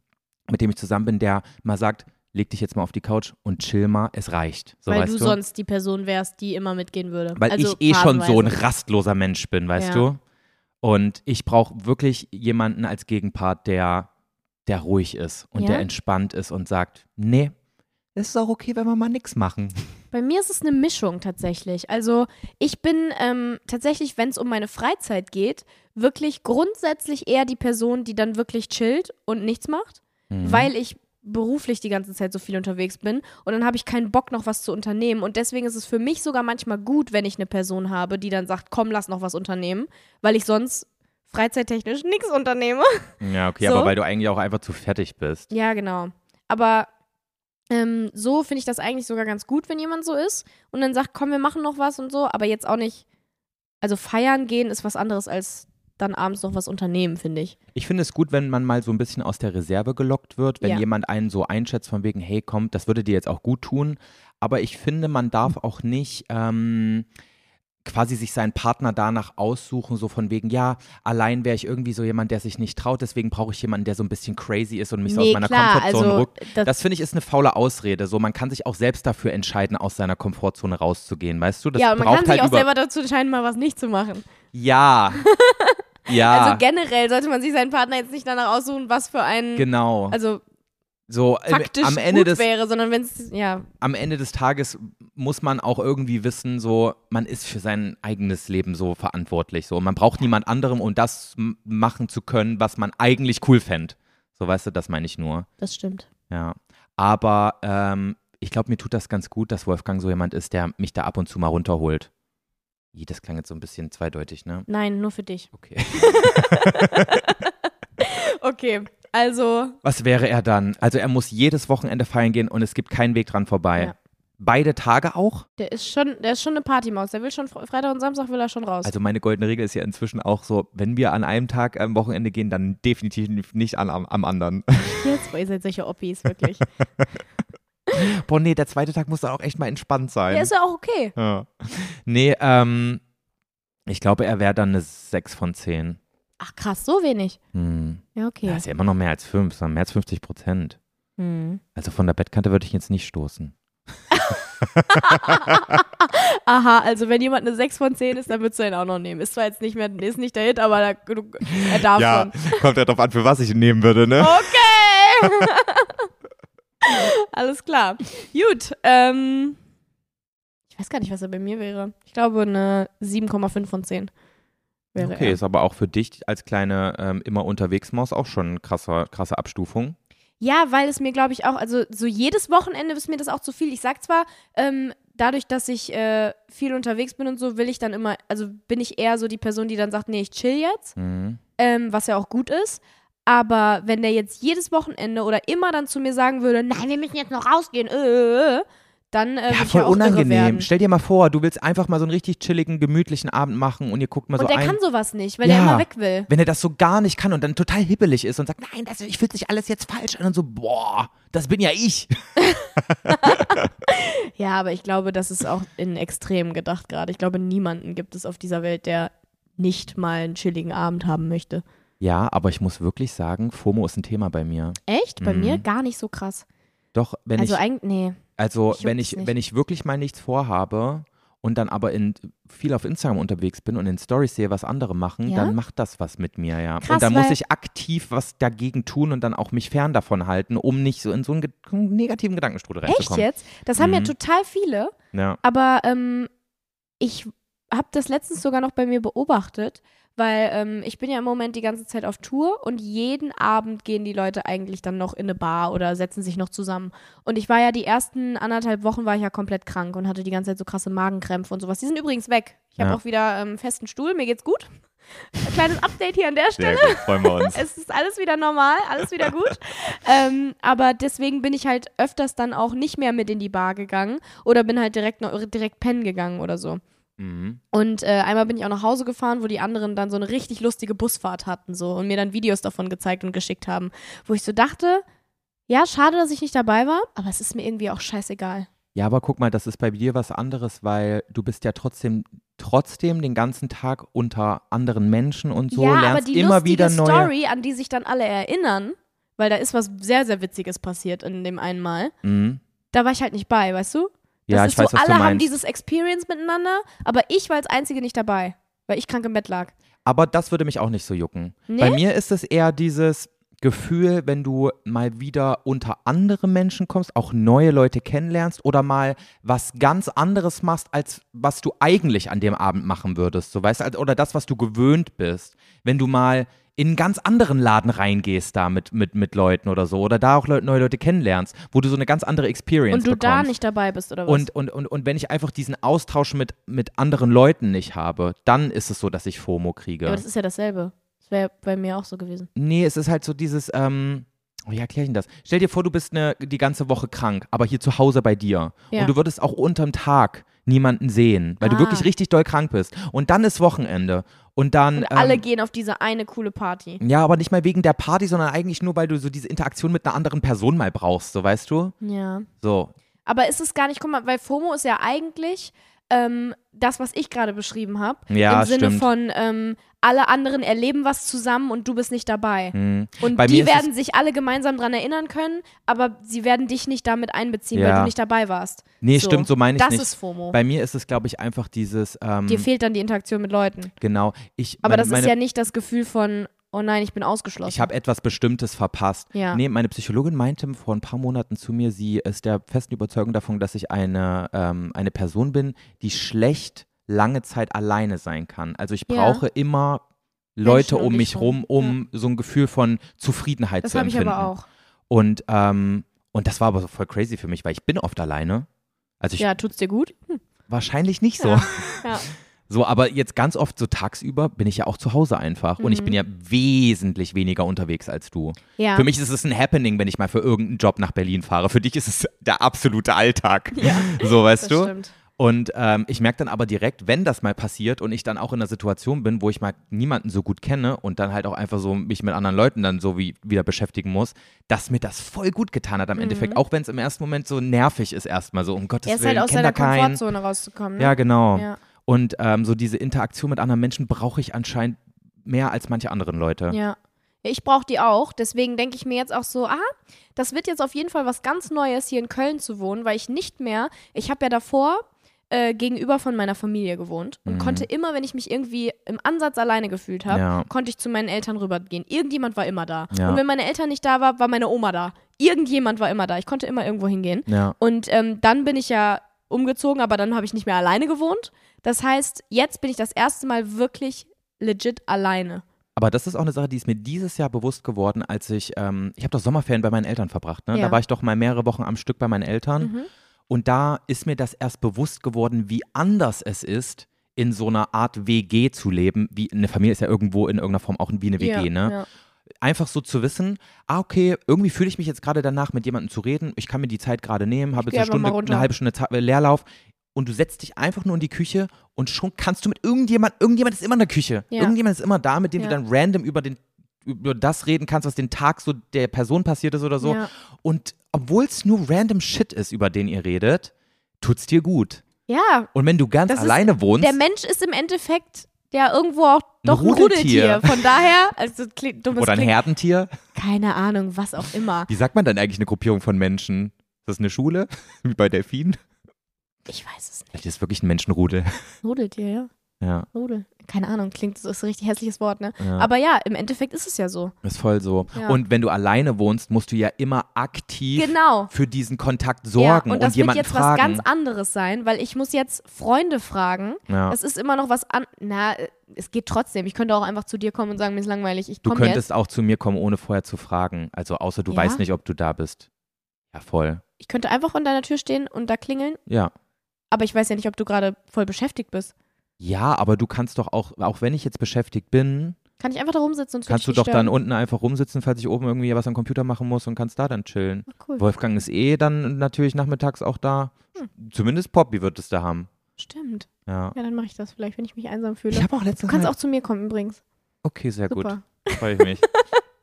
S2: mit dem ich zusammen bin, der mal sagt, leg dich jetzt mal auf die Couch und chill mal, es reicht. So,
S1: Weil
S2: weißt
S1: du,
S2: du?
S1: sonst die Person wärst, die immer mitgehen würde.
S2: Weil
S1: also
S2: ich eh schon so ein
S1: phasenweise.
S2: rastloser Mensch bin, weißt
S1: Ja.
S2: du? Und ich brauche wirklich jemanden als Gegenpart, der, der ruhig ist und
S1: Ja?
S2: der entspannt ist und sagt, nee, es ist auch okay, wenn wir mal nichts machen.
S1: Bei mir ist es eine Mischung tatsächlich. Also ich bin ähm, tatsächlich, wenn es um meine Freizeit geht, wirklich grundsätzlich eher die Person, die dann wirklich chillt und nichts macht,
S2: Mhm.
S1: weil ich beruflich die ganze Zeit so viel unterwegs bin und dann habe ich keinen Bock noch was zu unternehmen und deswegen ist es für mich sogar manchmal gut, wenn ich eine Person habe, die dann sagt, komm, lass noch was unternehmen, weil ich sonst freizeittechnisch nichts unternehme.
S2: Ja, okay,
S1: So.
S2: aber weil du eigentlich auch einfach zu fertig bist.
S1: Ja, genau. Aber ähm, so finde ich das eigentlich sogar ganz gut, wenn jemand so ist und dann sagt, komm, wir machen noch was und so, aber jetzt auch nicht. Also feiern gehen ist was anderes als dann abends noch was unternehmen, finde ich.
S2: Ich finde es gut, wenn man mal so ein bisschen aus der Reserve gelockt wird, wenn
S1: Ja.
S2: jemand einen so einschätzt von wegen, hey, komm, das würde dir jetzt auch gut tun. Aber ich finde, man darf auch nicht ähm, quasi sich seinen Partner danach aussuchen, so von wegen, ja, allein wäre ich irgendwie so jemand, der sich nicht traut, deswegen brauche ich jemanden, der so ein bisschen crazy ist und mich so aus meiner Komfortzone rückt.
S1: also das,
S2: Das finde ich ist eine faule Ausrede. So, man kann sich auch selbst dafür entscheiden, aus seiner Komfortzone rauszugehen, weißt du? Das
S1: ja, und man
S2: braucht
S1: kann
S2: halt
S1: sich auch
S2: über
S1: selber dazu entscheiden, mal was nicht zu machen.
S2: Ja. ja.
S1: Also generell sollte man sich seinen Partner jetzt nicht danach aussuchen, was für einen,
S2: genau.
S1: also
S2: so ähm,
S1: faktisch
S2: am Ende
S1: gut
S2: des
S1: wäre, sondern wenn es, ja,
S2: am Ende des Tages muss man auch irgendwie wissen, so man ist für sein eigenes Leben so verantwortlich, so man braucht niemand anderem, um das m- machen zu können, was man eigentlich cool fänd. So weißt du, das meine ich nur.
S1: das stimmt.
S2: Ja, aber ähm, ich glaube, mir tut das ganz gut, dass Wolfgang so jemand ist, der mich da ab und zu mal runterholt. Ih, Das klang jetzt so ein bisschen zweideutig, ne?
S1: Nein, nur für dich.
S2: Okay.
S1: Okay, also
S2: Was wäre er dann? Also er muss jedes Wochenende feiern gehen und es gibt keinen Weg dran vorbei.
S1: Ja.
S2: Beide Tage auch?
S1: Der ist schon, der ist schon eine Partymaus. Der will schon Fre- Freitag und Samstag will er schon raus.
S2: Also meine goldene Regel ist ja inzwischen auch so, wenn wir an einem Tag am Wochenende gehen, dann definitiv nicht an, am, am anderen.
S1: jetzt, boah, ihr seid solche Oppis, wirklich.
S2: Boah, nee, der zweite Tag muss dann auch echt mal entspannt sein.
S1: Der ist ja auch okay.
S2: ja. Nee, ähm, ich glaube, er wäre dann eine 6 von 10.
S1: Ach krass, so wenig.
S2: Hm.
S1: Ja, okay.
S2: Das ist ja immer noch mehr als 5, sondern mehr als 50 Prozent.
S1: Hm.
S2: Also von der Bettkante würde ich jetzt nicht stoßen.
S1: Aha, also wenn jemand eine 6 von 10 ist, dann würdest du ihn auch noch nehmen. Ist zwar jetzt nicht mehr, ist nicht der Hit, aber da, du, er darf schon. Oh,
S2: kommt ja drauf an, für was ich ihn nehmen würde, ne?
S1: Okay! Alles klar. Gut, ähm, ich weiß gar nicht, was er bei mir wäre. Ich glaube, eine 7,5 von 10 wäre
S2: Okay,
S1: er.
S2: ist aber auch für dich als kleine ähm, immer unterwegs Maus auch schon eine krasse, krasse Abstufung.
S1: Ja, weil es mir, glaube ich, auch, also so jedes Wochenende ist mir das auch zu viel. Ich sag zwar, ähm, dadurch, dass ich äh, viel unterwegs bin und so, will ich dann immer, also bin ich eher so die Person, die dann sagt, nee, ich chill jetzt,
S2: Mhm.
S1: ähm, was ja auch gut ist. Aber wenn der jetzt jedes Wochenende oder immer dann zu mir sagen würde, nein, wir müssen jetzt noch rausgehen, äh, äh, äh, dann äh,
S2: Ja,
S1: würde ich
S2: voll
S1: ja auch irre
S2: unangenehm.
S1: werden.
S2: Stell dir mal vor, du willst einfach mal so einen richtig chilligen, gemütlichen Abend machen und ihr guckt mal
S1: und
S2: so
S1: der
S2: ein.
S1: kann sowas nicht, weil
S2: Ja.
S1: der immer weg will.
S2: wenn er das so gar nicht kann und dann total hibbelig ist und sagt, nein, das, ich fühlt sich alles jetzt falsch an und so, boah, das bin ja ich.
S1: Ja, aber ich glaube, das ist auch in Extremen gedacht gerade. Ich glaube, niemanden gibt es auf dieser Welt, der nicht mal einen chilligen Abend haben möchte.
S2: Ja, aber ich muss wirklich sagen, FOMO ist ein Thema bei mir.
S1: Echt? Bei
S2: Mhm.
S1: mir gar nicht so krass.
S2: Doch, wenn
S1: also
S2: ich,
S1: eigentlich, nee.
S2: also
S1: ich
S2: wenn
S1: juckt's
S2: ich,
S1: nicht.
S2: wenn ich wirklich mal nichts vorhabe und dann aber in, viel auf Instagram unterwegs bin und in Stories sehe, was andere machen,
S1: Ja?
S2: dann macht das was mit mir, ja.
S1: Krass,
S2: und dann muss
S1: weil-
S2: ich aktiv was dagegen tun und dann auch mich fern davon halten, um nicht so in so einen ge negativen Gedankenstrudel
S1: Echt
S2: reinzukommen.
S1: jetzt? Das haben ja
S2: Mhm.
S1: total viele,
S2: Ja.
S1: aber ähm, ich habe das letztens sogar noch bei mir beobachtet, weil ähm, ich bin ja im Moment die ganze Zeit auf Tour und jeden Abend gehen die Leute eigentlich dann noch in eine Bar oder setzen sich noch zusammen. Und ich war ja die ersten anderthalb Wochen war ich ja komplett krank und hatte die ganze Zeit so krasse Magenkrämpfe und sowas. Die sind übrigens weg. Ich habe
S2: Ja.
S1: auch wieder ähm, festen Stuhl, mir geht's gut. Kleines Update hier an der Stelle.
S2: Sehr gut, freuen wir uns.
S1: es ist alles wieder normal, alles wieder gut. ähm, aber deswegen bin ich halt öfters dann auch nicht mehr mit in die Bar gegangen oder bin halt direkt, noch, direkt pennen gegangen oder so.
S2: Mhm.
S1: Und äh, einmal bin ich auch nach Hause gefahren, wo die anderen dann so eine richtig lustige Busfahrt hatten so und mir dann Videos davon gezeigt und geschickt haben, wo ich so dachte, Ja, schade, dass ich nicht dabei war, aber es ist mir irgendwie auch scheißegal.
S2: Ja, aber guck mal, das ist bei dir was anderes, weil du bist ja trotzdem trotzdem den ganzen Tag unter anderen Menschen und so
S1: ja,
S2: lernst
S1: aber die
S2: immer
S1: lustige
S2: wieder neue.
S1: Story, an die sich dann alle erinnern, weil da ist was sehr, sehr Witziges passiert in dem einen Mal,
S2: Mhm.
S1: da war ich halt nicht bei, weißt du?
S2: Ja, ich
S1: das ist
S2: weiß,
S1: so,
S2: was
S1: alle
S2: du
S1: haben
S2: meinst.
S1: dieses Experience miteinander, aber ich war als Einzige nicht dabei, weil ich krank im Bett lag.
S2: Aber das würde mich auch nicht so jucken.
S1: Nee?
S2: Bei mir ist es eher dieses Gefühl, wenn du mal wieder unter andere Menschen kommst, auch neue Leute kennenlernst oder mal was ganz anderes machst, als was du eigentlich an dem Abend machen würdest, so weißt du, oder das, was du gewöhnt bist. Wenn du mal in einen ganz anderen Laden reingehst da mit, mit, mit Leuten oder so oder da auch Leute, neue Leute kennenlernst, wo du so eine ganz andere Experience
S1: Und du
S2: bekommst.
S1: da nicht dabei bist, oder was?
S2: Und, und, und, und wenn ich einfach diesen Austausch mit, mit anderen Leuten nicht habe, dann ist es so, dass ich FOMO kriege.
S1: Ja, aber das ist ja dasselbe. Das wäre bei mir auch so gewesen.
S2: nee, es ist halt so dieses, ähm, wie erkläre ich denn das? Stell dir vor, du bist ne, die ganze Woche krank, aber hier zu Hause bei dir.
S1: Ja.
S2: Und du würdest auch unterm Tag niemanden sehen, weil
S1: Ah.
S2: du wirklich richtig doll krank bist. Und dann ist Wochenende. Und dann. ähm,
S1: Alle gehen auf diese eine coole Party.
S2: ja, aber nicht mal wegen der Party, sondern eigentlich nur, weil du so diese Interaktion mit einer anderen Person mal brauchst, so weißt du?
S1: Ja.
S2: So.
S1: Aber ist es gar nicht, guck mal, weil FOMO ist ja eigentlich ähm, das, was ich gerade beschrieben habe.
S2: Ja,
S1: Im Sinne
S2: stimmt.
S1: von, ähm, alle anderen erleben was zusammen und du bist nicht dabei.
S2: Hm.
S1: Und
S2: Bei mir
S1: die
S2: ist es-
S1: werden sich alle gemeinsam dran erinnern können, aber sie werden dich nicht damit einbeziehen, weil
S2: Ja.
S1: du nicht dabei warst.
S2: Nee,
S1: So.
S2: stimmt, so meine ich
S1: das
S2: nicht.
S1: ist FOMO.
S2: Bei mir ist es, glaube ich, einfach dieses. Ähm,
S1: Dir fehlt dann die Interaktion mit Leuten.
S2: Genau. Ich,
S1: Aber
S2: meine,
S1: das ist
S2: meine,
S1: ja nicht das Gefühl von, oh nein, ich bin ausgeschlossen.
S2: Ich habe etwas Bestimmtes verpasst.
S1: Ja.
S2: Nee, meine Psychologin meinte vor ein paar Monaten zu mir, sie ist der festen Überzeugung davon, dass ich eine, ähm, eine Person bin, die schlecht lange Zeit alleine sein kann. Also ich
S1: Ja.
S2: brauche immer Leute
S1: Menschen um
S2: um
S1: dich
S2: mich rum,
S1: rum.
S2: um so ein Gefühl von Zufriedenheit
S1: das
S2: zu
S1: habe ich
S2: empfinden.
S1: aber auch.
S2: Und, ähm, und das war aber so voll crazy für mich, weil ich bin oft alleine. Also ich
S1: Ja, tut's dir gut?
S2: wahrscheinlich nicht so.
S1: Ja. Ja.
S2: So, aber jetzt ganz oft so tagsüber bin ich ja auch zu Hause einfach. Und ich
S1: Mhm.
S2: bin ja wesentlich weniger unterwegs als du.
S1: Ja.
S2: Für mich ist es ein Happening, wenn ich mal für irgendeinen Job nach Berlin fahre. Für dich ist es der absolute Alltag. so, weißt
S1: das
S2: du?
S1: stimmt.
S2: Und ähm, ich merke dann aber direkt, wenn das mal passiert und ich dann auch in einer Situation bin, wo ich mal niemanden so gut kenne und dann halt auch einfach so mich mit anderen Leuten dann so wie wieder beschäftigen muss, dass mir das voll gut getan hat am Endeffekt. Auch wenn es im ersten Moment so nervig ist erstmal so, um Gottes
S1: Mhm. Er ist
S2: Willen,
S1: halt aus
S2: kenn
S1: seiner
S2: da keinen.
S1: Komfortzone rauszukommen. Ne?
S2: Ja, genau.
S1: Ja.
S2: Und ähm, so diese Interaktion mit anderen Menschen brauche ich anscheinend mehr als manche anderen Leute.
S1: Ja. Ja, Ich brauche die auch. Deswegen denke ich mir jetzt auch so, ah, das wird jetzt auf jeden Fall was ganz Neues, hier in Köln zu wohnen, weil ich nicht mehr, ich habe ja davor äh, gegenüber von meiner Familie gewohnt und
S2: Mhm.
S1: konnte immer, wenn ich mich irgendwie im Ansatz alleine gefühlt habe,
S2: Ja.
S1: konnte ich zu meinen Eltern rübergehen. Irgendjemand war immer da.
S2: Ja.
S1: Und wenn meine Eltern nicht da waren, war meine Oma da. Irgendjemand war immer da. Ich konnte immer irgendwo hingehen.
S2: ja.
S1: Und ähm, dann bin ich ja umgezogen, aber dann habe ich nicht mehr alleine gewohnt. Das heißt, jetzt bin ich das erste Mal wirklich legit alleine.
S2: Aber das ist auch eine Sache, die ist mir dieses Jahr bewusst geworden, als ich, ähm, ich habe doch Sommerferien bei meinen Eltern verbracht. Ne?
S1: Ja.
S2: Da war ich doch mal mehrere Wochen am Stück bei meinen Eltern.
S1: Mhm.
S2: Und da ist mir das erst bewusst geworden, wie anders es ist, in so einer Art WG zu leben. Wie eine Familie ist ja irgendwo in irgendeiner Form auch wie eine WG,
S1: ja,
S2: ne?
S1: Ja.
S2: einfach so zu wissen, ah, okay, irgendwie fühle ich mich jetzt gerade danach, mit jemandem zu reden. Ich kann mir die Zeit gerade nehmen, habe
S1: Ich
S2: jetzt eine
S1: geh einfach mal
S2: Stunde,
S1: runter.
S2: eine halbe Stunde Ta- äh, Leerlauf. Und du setzt dich einfach nur in die Küche und schon kannst du mit irgendjemand, irgendjemand ist immer in der Küche.
S1: Ja.
S2: Irgendjemand ist immer da, mit dem
S1: Ja.
S2: du dann random über den über das reden kannst, was den Tag so der Person passiert ist oder so.
S1: Ja.
S2: Und obwohl es nur random Shit ist, über den ihr redet, tut's dir gut.
S1: Ja,
S2: Und wenn du ganz
S1: Das ist
S2: alleine wohnst,
S1: der Mensch ist im Endeffekt ja irgendwo auch doch ein
S2: Rudeltier.
S1: Rudeltier. Von daher, also klingt, dummes
S2: oder ein
S1: klingt,
S2: Herdentier,
S1: keine Ahnung, was auch immer.
S2: wie sagt man dann eigentlich eine Gruppierung von Menschen? Ist das eine Schule? Wie bei Delfinen?
S1: Ich weiß es nicht.
S2: Das ist wirklich ein Menschenrudel.
S1: Rudeltier, ja.
S2: Ja,
S1: Rudel. Keine Ahnung, klingt, das ist ein richtig hässliches Wort, ne?
S2: Ja.
S1: Aber ja, im Endeffekt ist es ja so.
S2: ist voll so.
S1: Ja.
S2: Und wenn du alleine wohnst, musst du ja immer aktiv
S1: Genau.
S2: für diesen Kontakt sorgen
S1: ja, und das wird
S2: jemanden
S1: jetzt was
S2: fragen.
S1: ganz anderes sein, weil ich muss jetzt Freunde fragen.
S2: Ja.
S1: Das ist immer noch was an. Na, es geht trotzdem. Ich könnte auch einfach zu dir kommen und sagen, mir ist langweilig, ich
S2: du
S1: komme jetzt.
S2: könntest auch zu mir kommen, ohne vorher zu fragen. Also außer du
S1: Ja.
S2: weißt nicht, ob du da bist. Ja, voll.
S1: Ich könnte einfach an deiner Tür stehen und da klingeln,
S2: Ja.
S1: aber ich weiß ja nicht, ob du gerade voll beschäftigt bist.
S2: Ja, aber du kannst doch auch, auch wenn ich jetzt beschäftigt bin,
S1: Kann ich einfach da rumsitzen und
S2: kannst du
S1: dich
S2: doch
S1: nicht stören?
S2: dann unten einfach rumsitzen, falls ich oben irgendwie was am Computer machen muss und kannst da dann chillen.
S1: Ah, cool. Hm.
S2: Wolfgang ist eh dann natürlich nachmittags auch da. Zumindest Poppy wird es da haben.
S1: Stimmt.
S2: Ja.
S1: Ja, dann mache ich das vielleicht, wenn ich mich einsam fühle.
S2: Ich habe auch letztens
S1: du kannst
S2: mal-
S1: auch zu mir kommen übrigens.
S2: Okay, sehr
S1: Super.
S2: gut. Freue ich mich.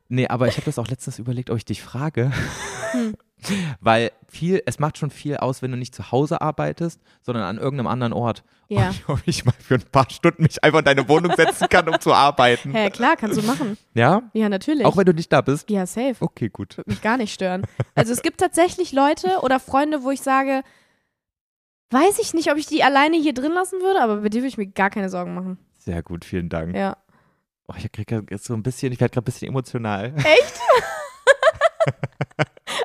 S2: Nee, aber ich habe das auch letztens überlegt, ob ich dich frage.
S1: Hm.
S2: Weil viel, es macht schon viel aus, wenn du nicht zu Hause arbeitest, sondern an irgendeinem anderen Ort.
S1: Ja.
S2: Und ich, ob ich mal für ein paar Stunden mich einfach in deine Wohnung setzen kann, um zu arbeiten.
S1: Hä, klar, kannst du machen.
S2: Ja?
S1: Ja, natürlich.
S2: Auch wenn Oh. du nicht da bist?
S1: ja, safe.
S2: Okay, gut.
S1: Würde mich gar nicht stören. Also es gibt tatsächlich Leute oder Freunde, wo ich sage, weiß ich nicht, ob ich die alleine hier drin lassen würde, aber bei dir würde ich mir gar keine Sorgen machen.
S2: Sehr gut, vielen Dank.
S1: Ja.
S2: Oh, ich krieg grad so ein bisschen, ich werde gerade ein bisschen emotional.
S1: Äh.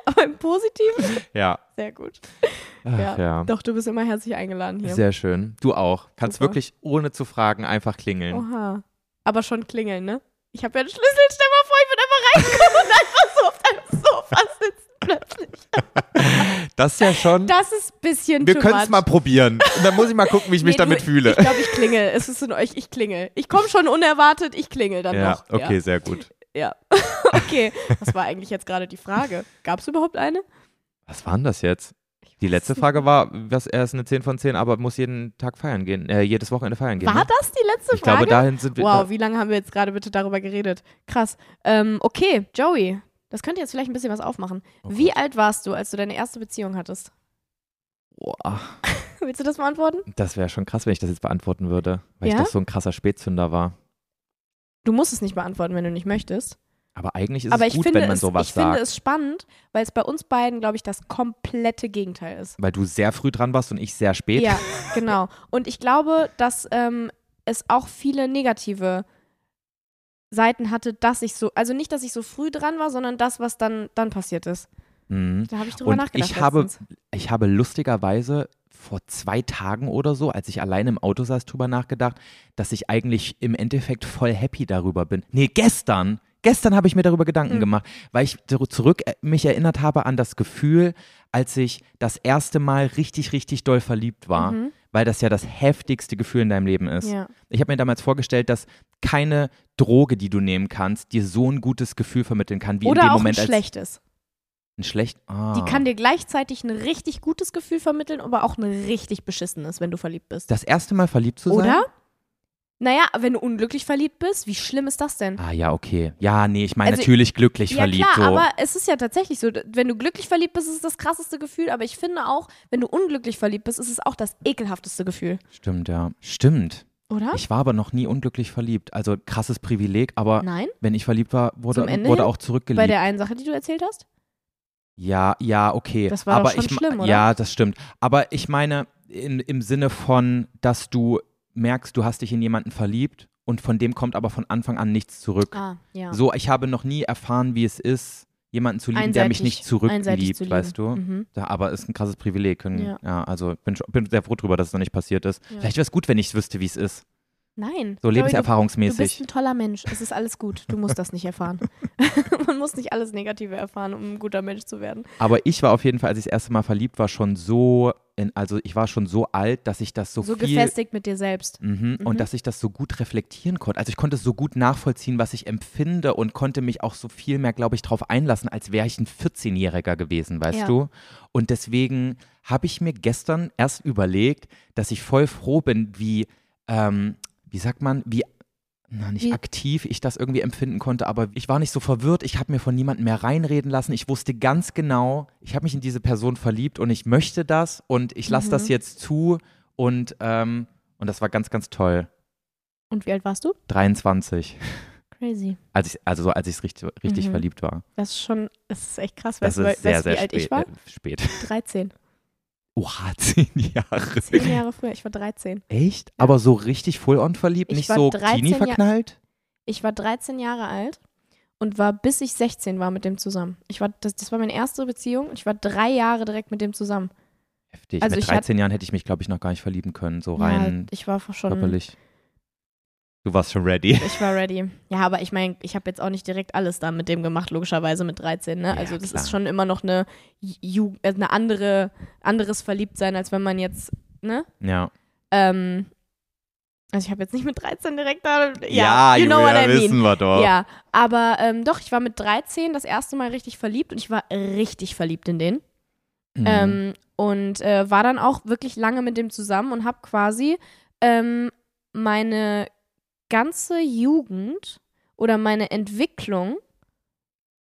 S1: Aber im Positiven?
S2: ja.
S1: Sehr gut.
S2: Ach,
S1: Ja. Doch, du bist immer herzlich eingeladen hier.
S2: Sehr schön. Du auch. Kannst
S1: Super. Oh.
S2: wirklich ohne zu fragen einfach klingeln.
S1: Oha. Aber schon klingeln, ne? Ich habe ja einen Schlüssel, stell mal vor, ich würde einfach reinkommen und einfach so auf deinem Sofa sitzen plötzlich.
S2: Das ist ja schon.
S1: Das ist ein bisschen
S2: wir
S1: too
S2: können es
S1: much.
S2: mal probieren. Und dann muss ich mal gucken, wie ich mich
S1: Nee, du,
S2: damit fühle.
S1: Ich glaube, ich klingel. Es ist in euch, ich klingel. Ich komme schon unerwartet, ich klingel dann
S2: ja,
S1: noch.
S2: okay, sehr gut.
S1: Ja. okay. Was war eigentlich jetzt gerade die Frage? Gab es überhaupt eine?
S2: Was war denn das jetzt? Die letzte Frage war, was er ist eine 10 von 10, aber muss jeden Tag feiern gehen, äh, jedes Wochenende feiern gehen.
S1: War
S2: ne?
S1: das die letzte
S2: Ich
S1: Frage?
S2: glaube, dahin sind wir.
S1: wow, wie lange haben wir jetzt gerade bitte darüber geredet? Krass. Ähm, okay, Joey, das könnte jetzt vielleicht ein bisschen was aufmachen.
S2: Oh
S1: wie alt warst du, als du deine erste Beziehung hattest?
S2: Boah,
S1: Willst du das beantworten?
S2: Oh, das wäre schon krass, wenn ich das jetzt beantworten würde, weil ich
S1: Ja?
S2: doch so ein krasser Spätzünder war.
S1: Du musst es nicht beantworten, wenn du nicht möchtest.
S2: Aber eigentlich ist
S1: Aber
S2: es
S1: ich,
S2: gut,
S1: finde,
S2: wenn man
S1: es,
S2: sowas
S1: ich
S2: sagt.
S1: finde es spannend, weil es bei uns beiden, glaube ich, das komplette Gegenteil ist.
S2: weil du sehr früh dran warst und ich sehr spät.
S1: Ja, genau. Und ich glaube, dass ähm, es auch viele negative Seiten hatte, dass ich so, also nicht, dass ich so früh dran war, sondern das, was dann, dann passiert ist.
S2: Mhm.
S1: Da habe ich drüber
S2: Und
S1: nachgedacht.
S2: ich habe-
S1: letztens.
S2: Ich habe lustigerweise vor zwei Tagen oder so, als ich alleine im Auto saß, drüber nachgedacht, dass ich eigentlich im Endeffekt voll happy darüber bin. Nee, gestern. Gestern habe ich mir darüber Gedanken
S1: Mhm.
S2: gemacht, weil ich dr- zurück äh, mich erinnert habe an das Gefühl, als ich das erste Mal richtig, richtig doll verliebt war,
S1: Mhm.
S2: weil das ja das heftigste Gefühl in deinem Leben ist.
S1: Ja.
S2: Ich habe mir damals vorgestellt, dass keine Droge, die du nehmen kannst, dir so ein gutes Gefühl vermitteln kann, wie in
S1: Oder
S2: dem
S1: auch
S2: Moment
S1: ein
S2: als
S1: schlechtes.
S2: ein schlecht. Ah.
S1: Die kann dir gleichzeitig ein richtig gutes Gefühl vermitteln, aber auch ein richtig beschissenes, wenn du verliebt bist.
S2: das erste Mal verliebt zu sein.
S1: Oder? Naja, wenn du unglücklich verliebt bist, wie schlimm ist das denn?
S2: Ah ja, okay. Ja, nee, ich meine
S1: Also,
S2: natürlich glücklich
S1: ja
S2: verliebt.
S1: klar,
S2: so.
S1: aber es ist ja tatsächlich so, d- wenn du glücklich verliebt bist, ist es das krasseste Gefühl, aber ich finde auch, wenn du unglücklich verliebt bist, ist es auch das ekelhafteste Gefühl,
S2: Stimmt, ja. Stimmt.
S1: oder?
S2: Ich war aber noch nie unglücklich verliebt. Also krasses Privileg, aber
S1: Nein,
S2: wenn ich verliebt war, wurde,
S1: Zum Ende
S2: wurde
S1: hin?
S2: auch zurückgeliebt.
S1: bei der einen Sache, die du erzählt hast?
S2: Ja, ja, okay.
S1: Das war
S2: aber
S1: doch schon
S2: ich, ma-
S1: schlimm, oder?
S2: Ja, das stimmt. Aber ich meine, in, im Sinne von, dass du merkst, du hast dich in jemanden verliebt und von dem kommt aber von Anfang an nichts zurück.
S1: Ah, ja.
S2: So, ich habe noch nie erfahren, wie es ist, jemanden zu lieben, der mich nicht
S1: einseitig
S2: zurückliebt,
S1: zu lieben.
S2: weißt du?
S1: Mhm.
S2: Ja, aber ist ein krasses Privileg. Können, ja.
S1: Ja.
S2: also bin, schon- bin sehr froh drüber, dass es noch nicht passiert ist.
S1: Ja.
S2: Vielleicht wäre es gut, wenn ich wüsste, wie es ist.
S1: Nein.
S2: So
S1: Sorry, Du, du bist
S2: lebenserfahrungsmäßig.
S1: ein toller Mensch, es ist alles gut, du musst das nicht erfahren. Man muss nicht alles Negative erfahren, um ein guter Mensch zu werden.
S2: Aber ich war auf jeden Fall, als ich das erste Mal verliebt war, schon so, in, also ich war schon so alt, dass ich das so,
S1: So
S2: viel.
S1: gefestigt mit dir selbst.
S2: Mhm,
S1: Mhm.
S2: Und dass ich das so gut reflektieren konnte. Also ich konnte so gut nachvollziehen, was ich empfinde und konnte mich auch so viel mehr, glaube ich, drauf einlassen, als wäre ich ein 14-Jähriger gewesen, weißt
S1: Ja.
S2: du? Und deswegen habe ich mir gestern erst überlegt, dass ich voll froh bin, wie, ähm, wie sagt man, wie, na nicht
S1: Wie-
S2: aktiv ich das irgendwie empfinden konnte, aber ich war nicht so verwirrt, ich habe mir von niemandem mehr reinreden lassen, ich wusste ganz genau, ich habe mich in diese Person verliebt und ich möchte das und ich lasse
S1: Mhm.
S2: das jetzt zu und, ähm, und das war ganz, ganz toll.
S1: Und wie alt warst du?
S2: 23,
S1: Crazy.
S2: als ich, also so, als ich richtig, richtig
S1: Mhm.
S2: verliebt war.
S1: Das ist schon, das ist echt krass.
S2: Das
S1: Weißt du,
S2: ist sehr,
S1: weißt, du,
S2: sehr
S1: wie alt
S2: spät.
S1: ich war?
S2: Äh, spät.
S1: 13.
S2: Oha, zehn Jahre.
S1: Zehn Jahre früher, ich war 13.
S2: Echt? Aber so richtig full-on verliebt,
S1: Ich
S2: nicht
S1: war
S2: so
S1: 13
S2: teenie
S1: Jahre-
S2: verknallt?
S1: Ich war 13 Jahre alt und war, bis ich 16 war, mit dem zusammen. Ich war, das, das war meine erste Beziehung und ich war drei Jahre direkt mit dem zusammen.
S2: Heftig.
S1: Also
S2: Mit
S1: ich hatte-
S2: 13 Jahren hätte ich mich, glaube ich, noch gar nicht verlieben können, so rein
S1: ja, ich war schon,
S2: körperlich. Du warst schon ready.
S1: ich war ready. Ja, aber ich meine, ich habe jetzt auch nicht direkt alles da mit dem gemacht, logischerweise mit 13. Ne?
S2: Ja,
S1: Also das
S2: klar.
S1: ist schon immer noch eine, Ju äh, eine andere, anderes Verliebtsein, als wenn man jetzt, ne?
S2: Ja.
S1: Ähm, also ich habe jetzt nicht mit 13 direkt da,
S2: ja,
S1: ja, you know what I mean.
S2: wissen wir doch.
S1: Ja, aber ähm, doch, ich war mit 13 das erste Mal richtig verliebt und ich war richtig verliebt in den.
S2: Mhm.
S1: Ähm, und äh, war dann auch wirklich lange mit dem zusammen und habe quasi ähm, meine ganze Jugend oder meine Entwicklung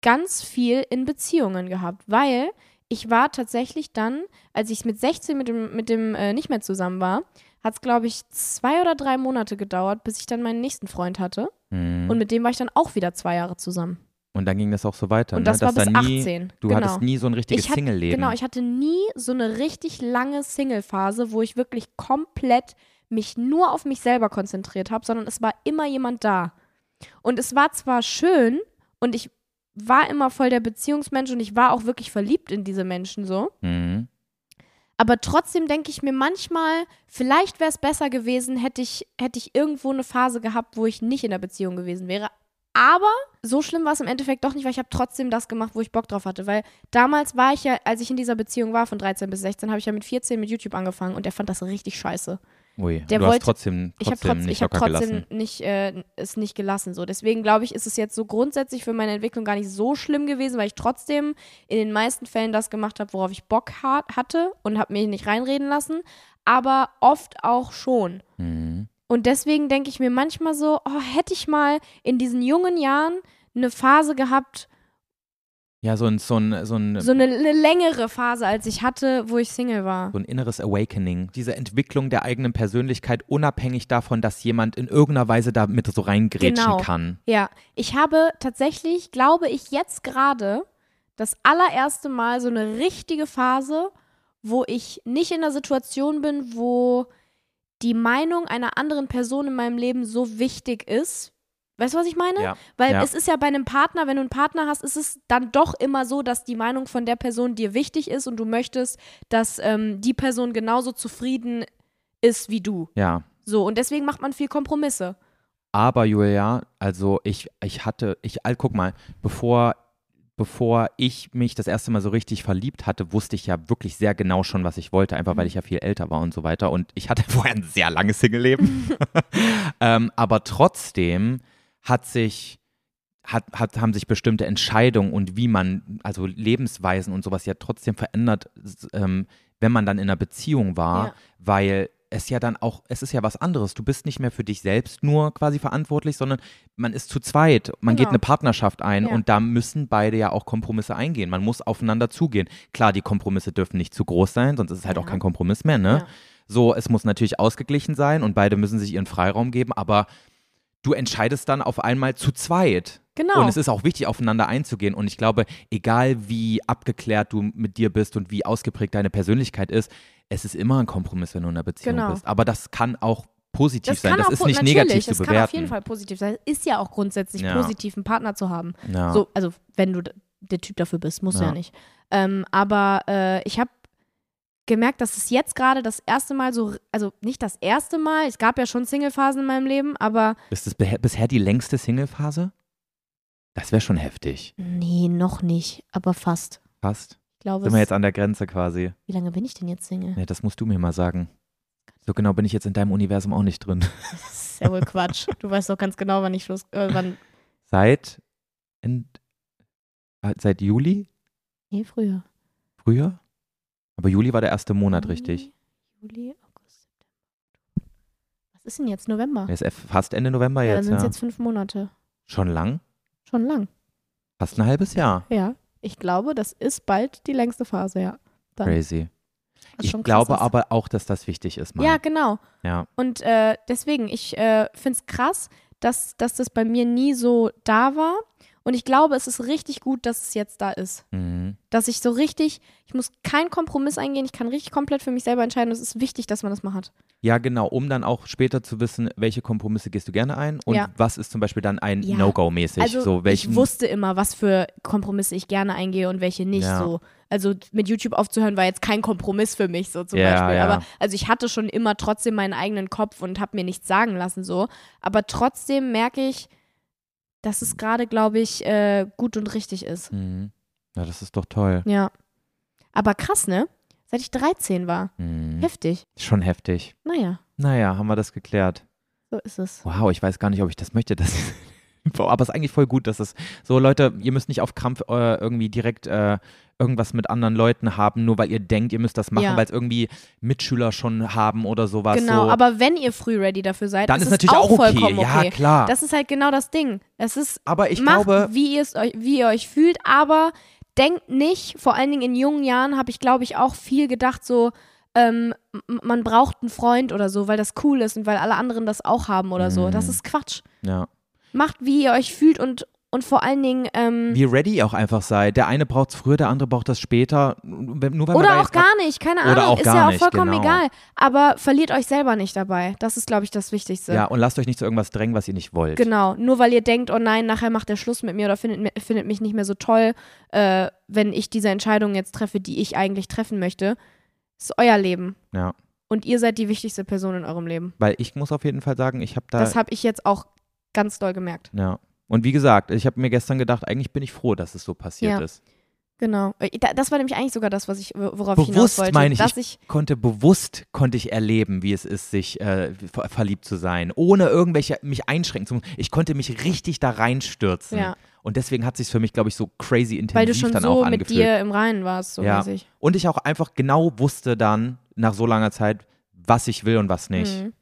S1: ganz viel in Beziehungen gehabt, weil ich war tatsächlich dann, als ich mit 16 mit dem, mit dem äh, nicht mehr zusammen war, hat es, glaube ich, zwei oder drei Monate gedauert, bis ich dann meinen nächsten Freund hatte.
S2: Mhm.
S1: Und
S2: Und,
S1: mit dem war ich dann auch wieder zwei Jahre zusammen.
S2: dann ging das auch so weiter.
S1: Und
S2: ne?
S1: das war
S2: Dass
S1: bis
S2: dann nie,
S1: 18.
S2: Du
S1: genau.
S2: hattest nie so ein richtiges
S1: Ich hab-
S2: Single-Leben.
S1: Genau, ich hatte nie so eine richtig lange Single-Phase, wo ich wirklich komplett mich nur auf mich selber konzentriert habe, sondern es war immer jemand da. Und es war zwar schön und ich war immer voll der Beziehungsmensch und ich war auch wirklich verliebt in diese Menschen so.
S2: mhm.
S1: Aber trotzdem denke ich mir manchmal, vielleicht wäre es besser gewesen, hätte ich, hätte ich irgendwo eine Phase gehabt, wo ich nicht in der Beziehung gewesen wäre. Aber so schlimm war es im Endeffekt doch nicht, weil ich habe trotzdem das gemacht, wo ich Bock drauf hatte. Weil damals war ich ja, als ich in dieser Beziehung war, von 13 bis 16, habe ich ja mit 14 mit YouTube angefangen und er fand das richtig scheiße.
S2: Ui,
S1: Der
S2: du
S1: wollte-
S2: hast trotzdem,
S1: Ich habe
S2: trotzdem
S1: trotzdem,
S2: nicht
S1: ich hab
S2: locker
S1: trotzdem
S2: gelassen.
S1: nicht, äh, es nicht gelassen. So. Deswegen glaube ich, ist es jetzt so grundsätzlich für meine Entwicklung gar nicht so schlimm gewesen, weil ich trotzdem in den meisten Fällen das gemacht habe, worauf ich Bock ha hatte und habe mich nicht reinreden lassen. Aber oft auch schon.
S2: Mhm.
S1: Und deswegen denke ich mir manchmal so, oh, hätte ich mal in diesen jungen Jahren eine Phase gehabt,
S2: Ja, so ein, so ein, so ein
S1: so eine, eine längere Phase, als ich hatte, wo ich Single war.
S2: so ein inneres Awakening, diese Entwicklung der eigenen Persönlichkeit, unabhängig davon, dass jemand in irgendeiner Weise da mit so reingrätschen
S1: Genau.
S2: kann.
S1: Ja, ich habe tatsächlich, glaube ich, jetzt gerade das allererste Mal so eine richtige Phase, wo ich nicht in der Situation bin, wo die Meinung einer anderen Person in meinem Leben so wichtig ist. Weißt du, was ich meine?
S2: Ja.
S1: Weil
S2: ja.
S1: es ist ja bei einem Partner, wenn du einen Partner hast, ist es dann doch immer so, dass die Meinung von der Person dir wichtig ist und du möchtest, dass ähm, die Person genauso zufrieden ist wie du.
S2: Ja.
S1: So, und deswegen macht man viel Kompromisse.
S2: Aber Julia, also ich, ich hatte, ich, all, guck mal, bevor, bevor ich mich das erste Mal so richtig verliebt hatte, wusste ich ja wirklich sehr genau schon, was ich wollte, einfach
S1: Mhm.
S2: weil ich ja viel älter war und so weiter. Und ich hatte vorher ein sehr langes Single-Leben. ähm, aber trotzdem hat sich, hat, hat, haben sich bestimmte Entscheidungen und wie man, also Lebensweisen und sowas ja trotzdem verändert, s- ähm, wenn man dann in einer Beziehung war,
S1: Ja.
S2: weil es ja dann auch, es ist ja was anderes. Du bist nicht mehr für dich selbst nur quasi verantwortlich, sondern man ist zu zweit, man
S1: Genau.
S2: geht eine Partnerschaft ein
S1: Ja.
S2: und da müssen beide ja auch Kompromisse eingehen. Man muss aufeinander zugehen. Klar, die Kompromisse dürfen nicht zu groß sein, sonst ist es halt auch
S1: Ja.
S2: kein Kompromiss mehr, ne?
S1: Ja.
S2: So, es muss natürlich ausgeglichen sein und beide müssen sich ihren Freiraum geben, aber du entscheidest dann auf einmal zu zweit.
S1: Genau.
S2: Und es ist auch wichtig, aufeinander einzugehen. Und ich glaube, egal wie abgeklärt du mit dir bist und wie ausgeprägt deine Persönlichkeit ist, es ist immer ein Kompromiss, wenn du in einer Beziehung
S1: Genau.
S2: bist. Aber das kann auch positiv
S1: Das
S2: sein.
S1: kann
S2: das
S1: auch
S2: ist
S1: po-
S2: nicht
S1: natürlich,
S2: negativ
S1: das
S2: zu
S1: kann
S2: bewerten.
S1: auf jeden Fall positiv sein. Ist ja auch grundsätzlich
S2: Ja.
S1: positiv, einen Partner zu haben.
S2: Ja.
S1: So, also wenn du d- der Typ dafür bist, muss ja,
S2: Ja.
S1: nicht. Ähm, aber äh, ich habe gemerkt, dass es jetzt gerade das erste Mal so, r- also nicht das erste Mal, es gab ja schon Single-Phasen in meinem Leben, aber
S2: Ist das behe- bisher die längste Single-Phase? Das wäre schon heftig.
S1: nee, noch nicht, aber fast.
S2: Fast.
S1: Ich glaube,
S2: Sind wir
S1: es-
S2: jetzt an der Grenze quasi.
S1: wie lange bin ich denn jetzt Single?
S2: Ja, das musst du mir mal sagen. So genau bin ich jetzt in deinem Universum auch nicht drin.
S1: Das ist ja wohl Quatsch. Du weißt doch ganz genau, wann ich Schluss, äh, wann,
S2: Seit, in, äh, seit Juli?
S1: nee, früher.
S2: Früher? Aber Juli war der erste
S1: Mhm.
S2: Monat, richtig?
S1: Juli, August, September. Was ist denn jetzt November?
S2: Er ist eff- fast Ende November
S1: ja, dann
S2: jetzt,
S1: sind
S2: ja.
S1: es jetzt fünf Monate.
S2: Schon lang?
S1: Schon lang.
S2: Fast ein halbes Jahr.
S1: Ja. Ich glaube, das ist bald die längste Phase, ja. Dann-
S2: Crazy.
S1: Was
S2: Ich
S1: schon krass
S2: glaube
S1: ist.
S2: aber auch, dass das wichtig ist, Mann.
S1: Ja, genau.
S2: ja.
S1: Und äh, deswegen, ich äh, finde es krass, dass, dass das bei mir nie so da war. Und ich glaube, es ist richtig gut, dass es jetzt da ist.
S2: Mhm.
S1: Dass ich so richtig, ich muss keinen Kompromiss eingehen, ich kann richtig komplett für mich selber entscheiden. Es ist wichtig, dass man das mal hat.
S2: Ja, genau, um dann auch später zu wissen, welche Kompromisse gehst du gerne ein und
S1: Ja.
S2: was ist zum Beispiel dann ein
S1: Ja.
S2: No-Go-mäßig.
S1: Also
S2: so, welchen,
S1: ich wusste immer, was für Kompromisse ich gerne eingehe und welche nicht.
S2: Ja.
S1: So. Also mit YouTube aufzuhören war jetzt kein Kompromiss für mich so zum
S2: Ja,
S1: Beispiel.
S2: ja.
S1: Aber also ich hatte schon immer trotzdem meinen eigenen Kopf und habe mir nichts sagen lassen so. Aber trotzdem merke ich, dass es gerade, glaube ich, äh, gut und richtig ist.
S2: Mhm. Ja, das ist doch toll.
S1: Ja. Aber krass, ne? Seit ich 13 war.
S2: Mhm.
S1: Heftig.
S2: Schon heftig.
S1: Naja,
S2: Naja, haben wir das geklärt.
S1: so ist es.
S2: Wow, ich weiß gar nicht, ob ich das möchte, dass Boah, aber es ist eigentlich voll gut, dass es so, Leute, ihr müsst nicht auf Krampf äh, irgendwie direkt äh, irgendwas mit anderen Leuten haben, nur weil ihr denkt, ihr müsst das machen,
S1: Ja.
S2: weil es irgendwie Mitschüler schon haben oder sowas.
S1: Genau,
S2: so.
S1: aber wenn ihr früh ready dafür seid,
S2: Dann
S1: ist,
S2: ist natürlich
S1: es auch,
S2: auch okay.
S1: vollkommen
S2: Ja,
S1: okay.
S2: klar.
S1: Das ist halt genau das Ding. Es ist
S2: aber ich
S1: macht,
S2: glaube,
S1: wie ihr es euch, wie ihr euch fühlt, aber denkt nicht, vor allen Dingen in jungen Jahren habe ich, glaube ich, auch viel gedacht, so, ähm, m- man braucht einen Freund oder so, weil das cool ist und weil alle anderen das auch haben oder so.
S2: Mm.
S1: Das ist Quatsch.
S2: ja.
S1: Macht, wie ihr euch fühlt und, und vor allen Dingen, ähm,
S2: wie ready ihr auch einfach seid. Der eine braucht es früher, der andere braucht das später. Wenn- Nur weil man da
S1: oder auch
S2: jetzt mal-
S1: gar nicht, keine
S2: Oder
S1: Ahnung,
S2: auch
S1: ist
S2: gar
S1: ja auch
S2: nicht,
S1: vollkommen
S2: genau.
S1: egal. Aber verliert euch selber nicht dabei. Das ist, glaube ich, das Wichtigste.
S2: Ja, und lasst euch nicht zu irgendwas drängen, was ihr nicht wollt.
S1: Genau, nur weil ihr denkt, oh nein, nachher macht er Schluss mit mir oder findet, mi- findet mich nicht mehr so toll, äh, wenn ich diese Entscheidung jetzt treffe, die ich eigentlich treffen möchte. Ist euer Leben.
S2: Ja.
S1: Und ihr seid die wichtigste Person in eurem Leben.
S2: Weil ich muss auf jeden Fall sagen, ich habe da.
S1: Das habe ich jetzt auch ganz doll gemerkt.
S2: ja. Und wie gesagt, ich habe mir gestern gedacht, eigentlich bin ich froh, dass es so passiert
S1: Ja.
S2: ist.
S1: Genau. Äh, da- Das war nämlich eigentlich sogar das, was ich, wo- worauf ich hinaus
S2: Bewusst
S1: wollte.
S2: meine ich,
S1: Dass ich
S2: konnte bewusst konnte ich erleben, wie es ist, sich äh, ver verliebt zu sein, ohne irgendwelche mich einschränken zu müssen. Ich konnte mich richtig da reinstürzen.
S1: Ja.
S2: Und deswegen hat sich für mich, glaube ich, so crazy intensiv
S1: weil du schon
S2: dann
S1: so
S2: auch
S1: mit
S2: angefühlt.
S1: dir im Reinen warst, so
S2: Ja.
S1: mäßig.
S2: Und ich auch einfach genau wusste dann nach so langer Zeit, was ich will und was nicht.
S1: Mhm.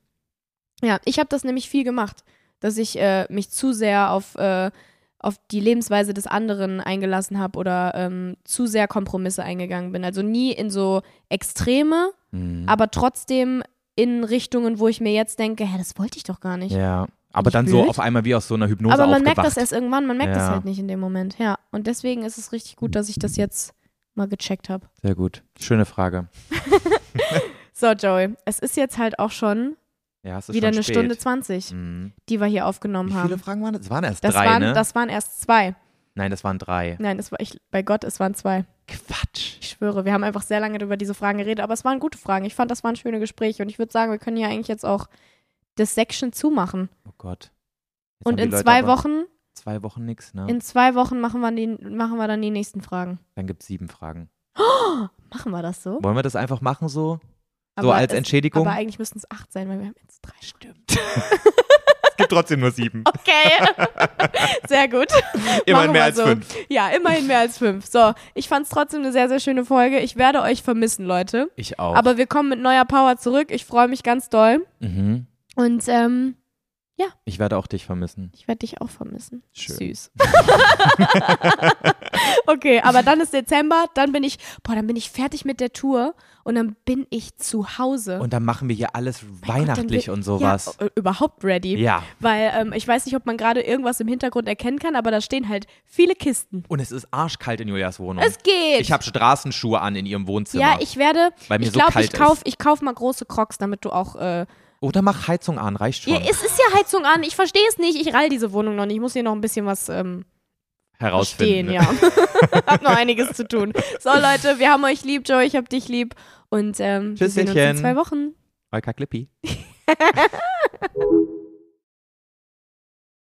S1: Ja, ich habe das nämlich viel gemacht, dass ich äh, mich zu sehr auf, äh, auf die Lebensweise des anderen eingelassen habe oder ähm, zu sehr Kompromisse eingegangen bin. Also nie in so Extreme,
S2: Mhm.
S1: aber trotzdem in Richtungen, wo ich mir jetzt denke, hä, das wollte ich doch gar nicht.
S2: ja. Aber
S1: ich
S2: dann so
S1: blöd?
S2: auf einmal wie aus so einer Hypnose
S1: aber man
S2: aufgewacht.
S1: merkt das erst irgendwann, man merkt das
S2: Ja.
S1: halt nicht in dem Moment. Ja, und deswegen ist es richtig gut, dass ich das jetzt mal gecheckt habe.
S2: Sehr gut. Schöne Frage.
S1: So, Joey, es ist jetzt halt auch schon
S2: Ja, es ist
S1: wieder
S2: schon
S1: eine
S2: spät.
S1: Stunde 20,
S2: Mhm.
S1: die wir hier aufgenommen
S2: Wie
S1: haben.
S2: viele Fragen waren das? Es waren erst
S1: Das,
S2: drei,
S1: waren,
S2: ne?
S1: das waren erst zwei.
S2: Nein, das waren drei.
S1: Nein, es war ich, bei Gott, es waren zwei.
S2: Quatsch.
S1: Ich schwöre, wir haben einfach sehr lange über diese Fragen geredet, aber es waren gute Fragen. Ich fand, das waren schöne Gespräche und ich würde sagen, wir können ja eigentlich jetzt auch das Section zumachen.
S2: Oh Gott. Jetzt haben
S1: und
S2: die
S1: in
S2: Leute
S1: zwei
S2: aber
S1: Wochen,
S2: Zwei Wochen nix, ne?
S1: in zwei Wochen machen wir, die, machen wir dann die nächsten Fragen.
S2: Dann gibt es sieben Fragen.
S1: Machen wir das so?
S2: Wollen wir das einfach machen so? so
S1: Aber
S2: als
S1: es-
S2: Entschädigung?
S1: Aber eigentlich müssten es acht sein, weil wir haben jetzt drei. Stimmt.
S2: es gibt trotzdem nur sieben.
S1: Okay. sehr gut.
S2: Immerhin
S1: Oh, Machen wir so. Ja, immerhin mehr als fünf. So, ich fand es trotzdem eine sehr, sehr schöne Folge. Ich werde euch vermissen, Leute.
S2: Ich auch.
S1: Aber wir kommen mit neuer Power zurück. Ich freue mich ganz doll.
S2: mhm.
S1: Und ähm,
S2: Ich werde auch dich vermissen.
S1: Ich werde dich auch vermissen.
S2: Schön.
S1: Süß. okay, aber dann ist Dezember, dann bin ich, boah, dann bin ich fertig mit der Tour und dann bin ich zu Hause.
S2: Und dann machen wir hier alles
S1: Gott, dann
S2: weihnachtlich
S1: bin-
S2: und sowas.
S1: Ja, äh, überhaupt ready.
S2: Ja.
S1: Weil ähm, ich weiß nicht, ob man gerade irgendwas im Hintergrund erkennen kann, aber da stehen halt viele Kisten.
S2: Und es ist arschkalt in Julias Wohnung.
S1: Es geht.
S2: ich habe Straßenschuhe an in ihrem Wohnzimmer.
S1: ja, ich werde.
S2: Weil mir
S1: ich
S2: so
S1: glaube, ich
S2: kalt
S1: kauf,
S2: ist.
S1: ich kauf mal große Crocs, damit du auch. Äh,
S2: Oder mach Heizung an, reicht schon.
S1: ja, es ist ja Heizung an. Ich verstehe es nicht. Ich rall diese Wohnung noch nicht. Ich muss hier noch ein bisschen was ähm,
S2: Herausfinden.
S1: Stehen, ja. hab noch einiges zu tun. So, Leute, wir haben euch lieb, Joe, ich hab dich lieb. Und ähm, wir sehen uns in
S2: Tschüsschen.
S1: zwei Wochen.
S2: Euer Klippi.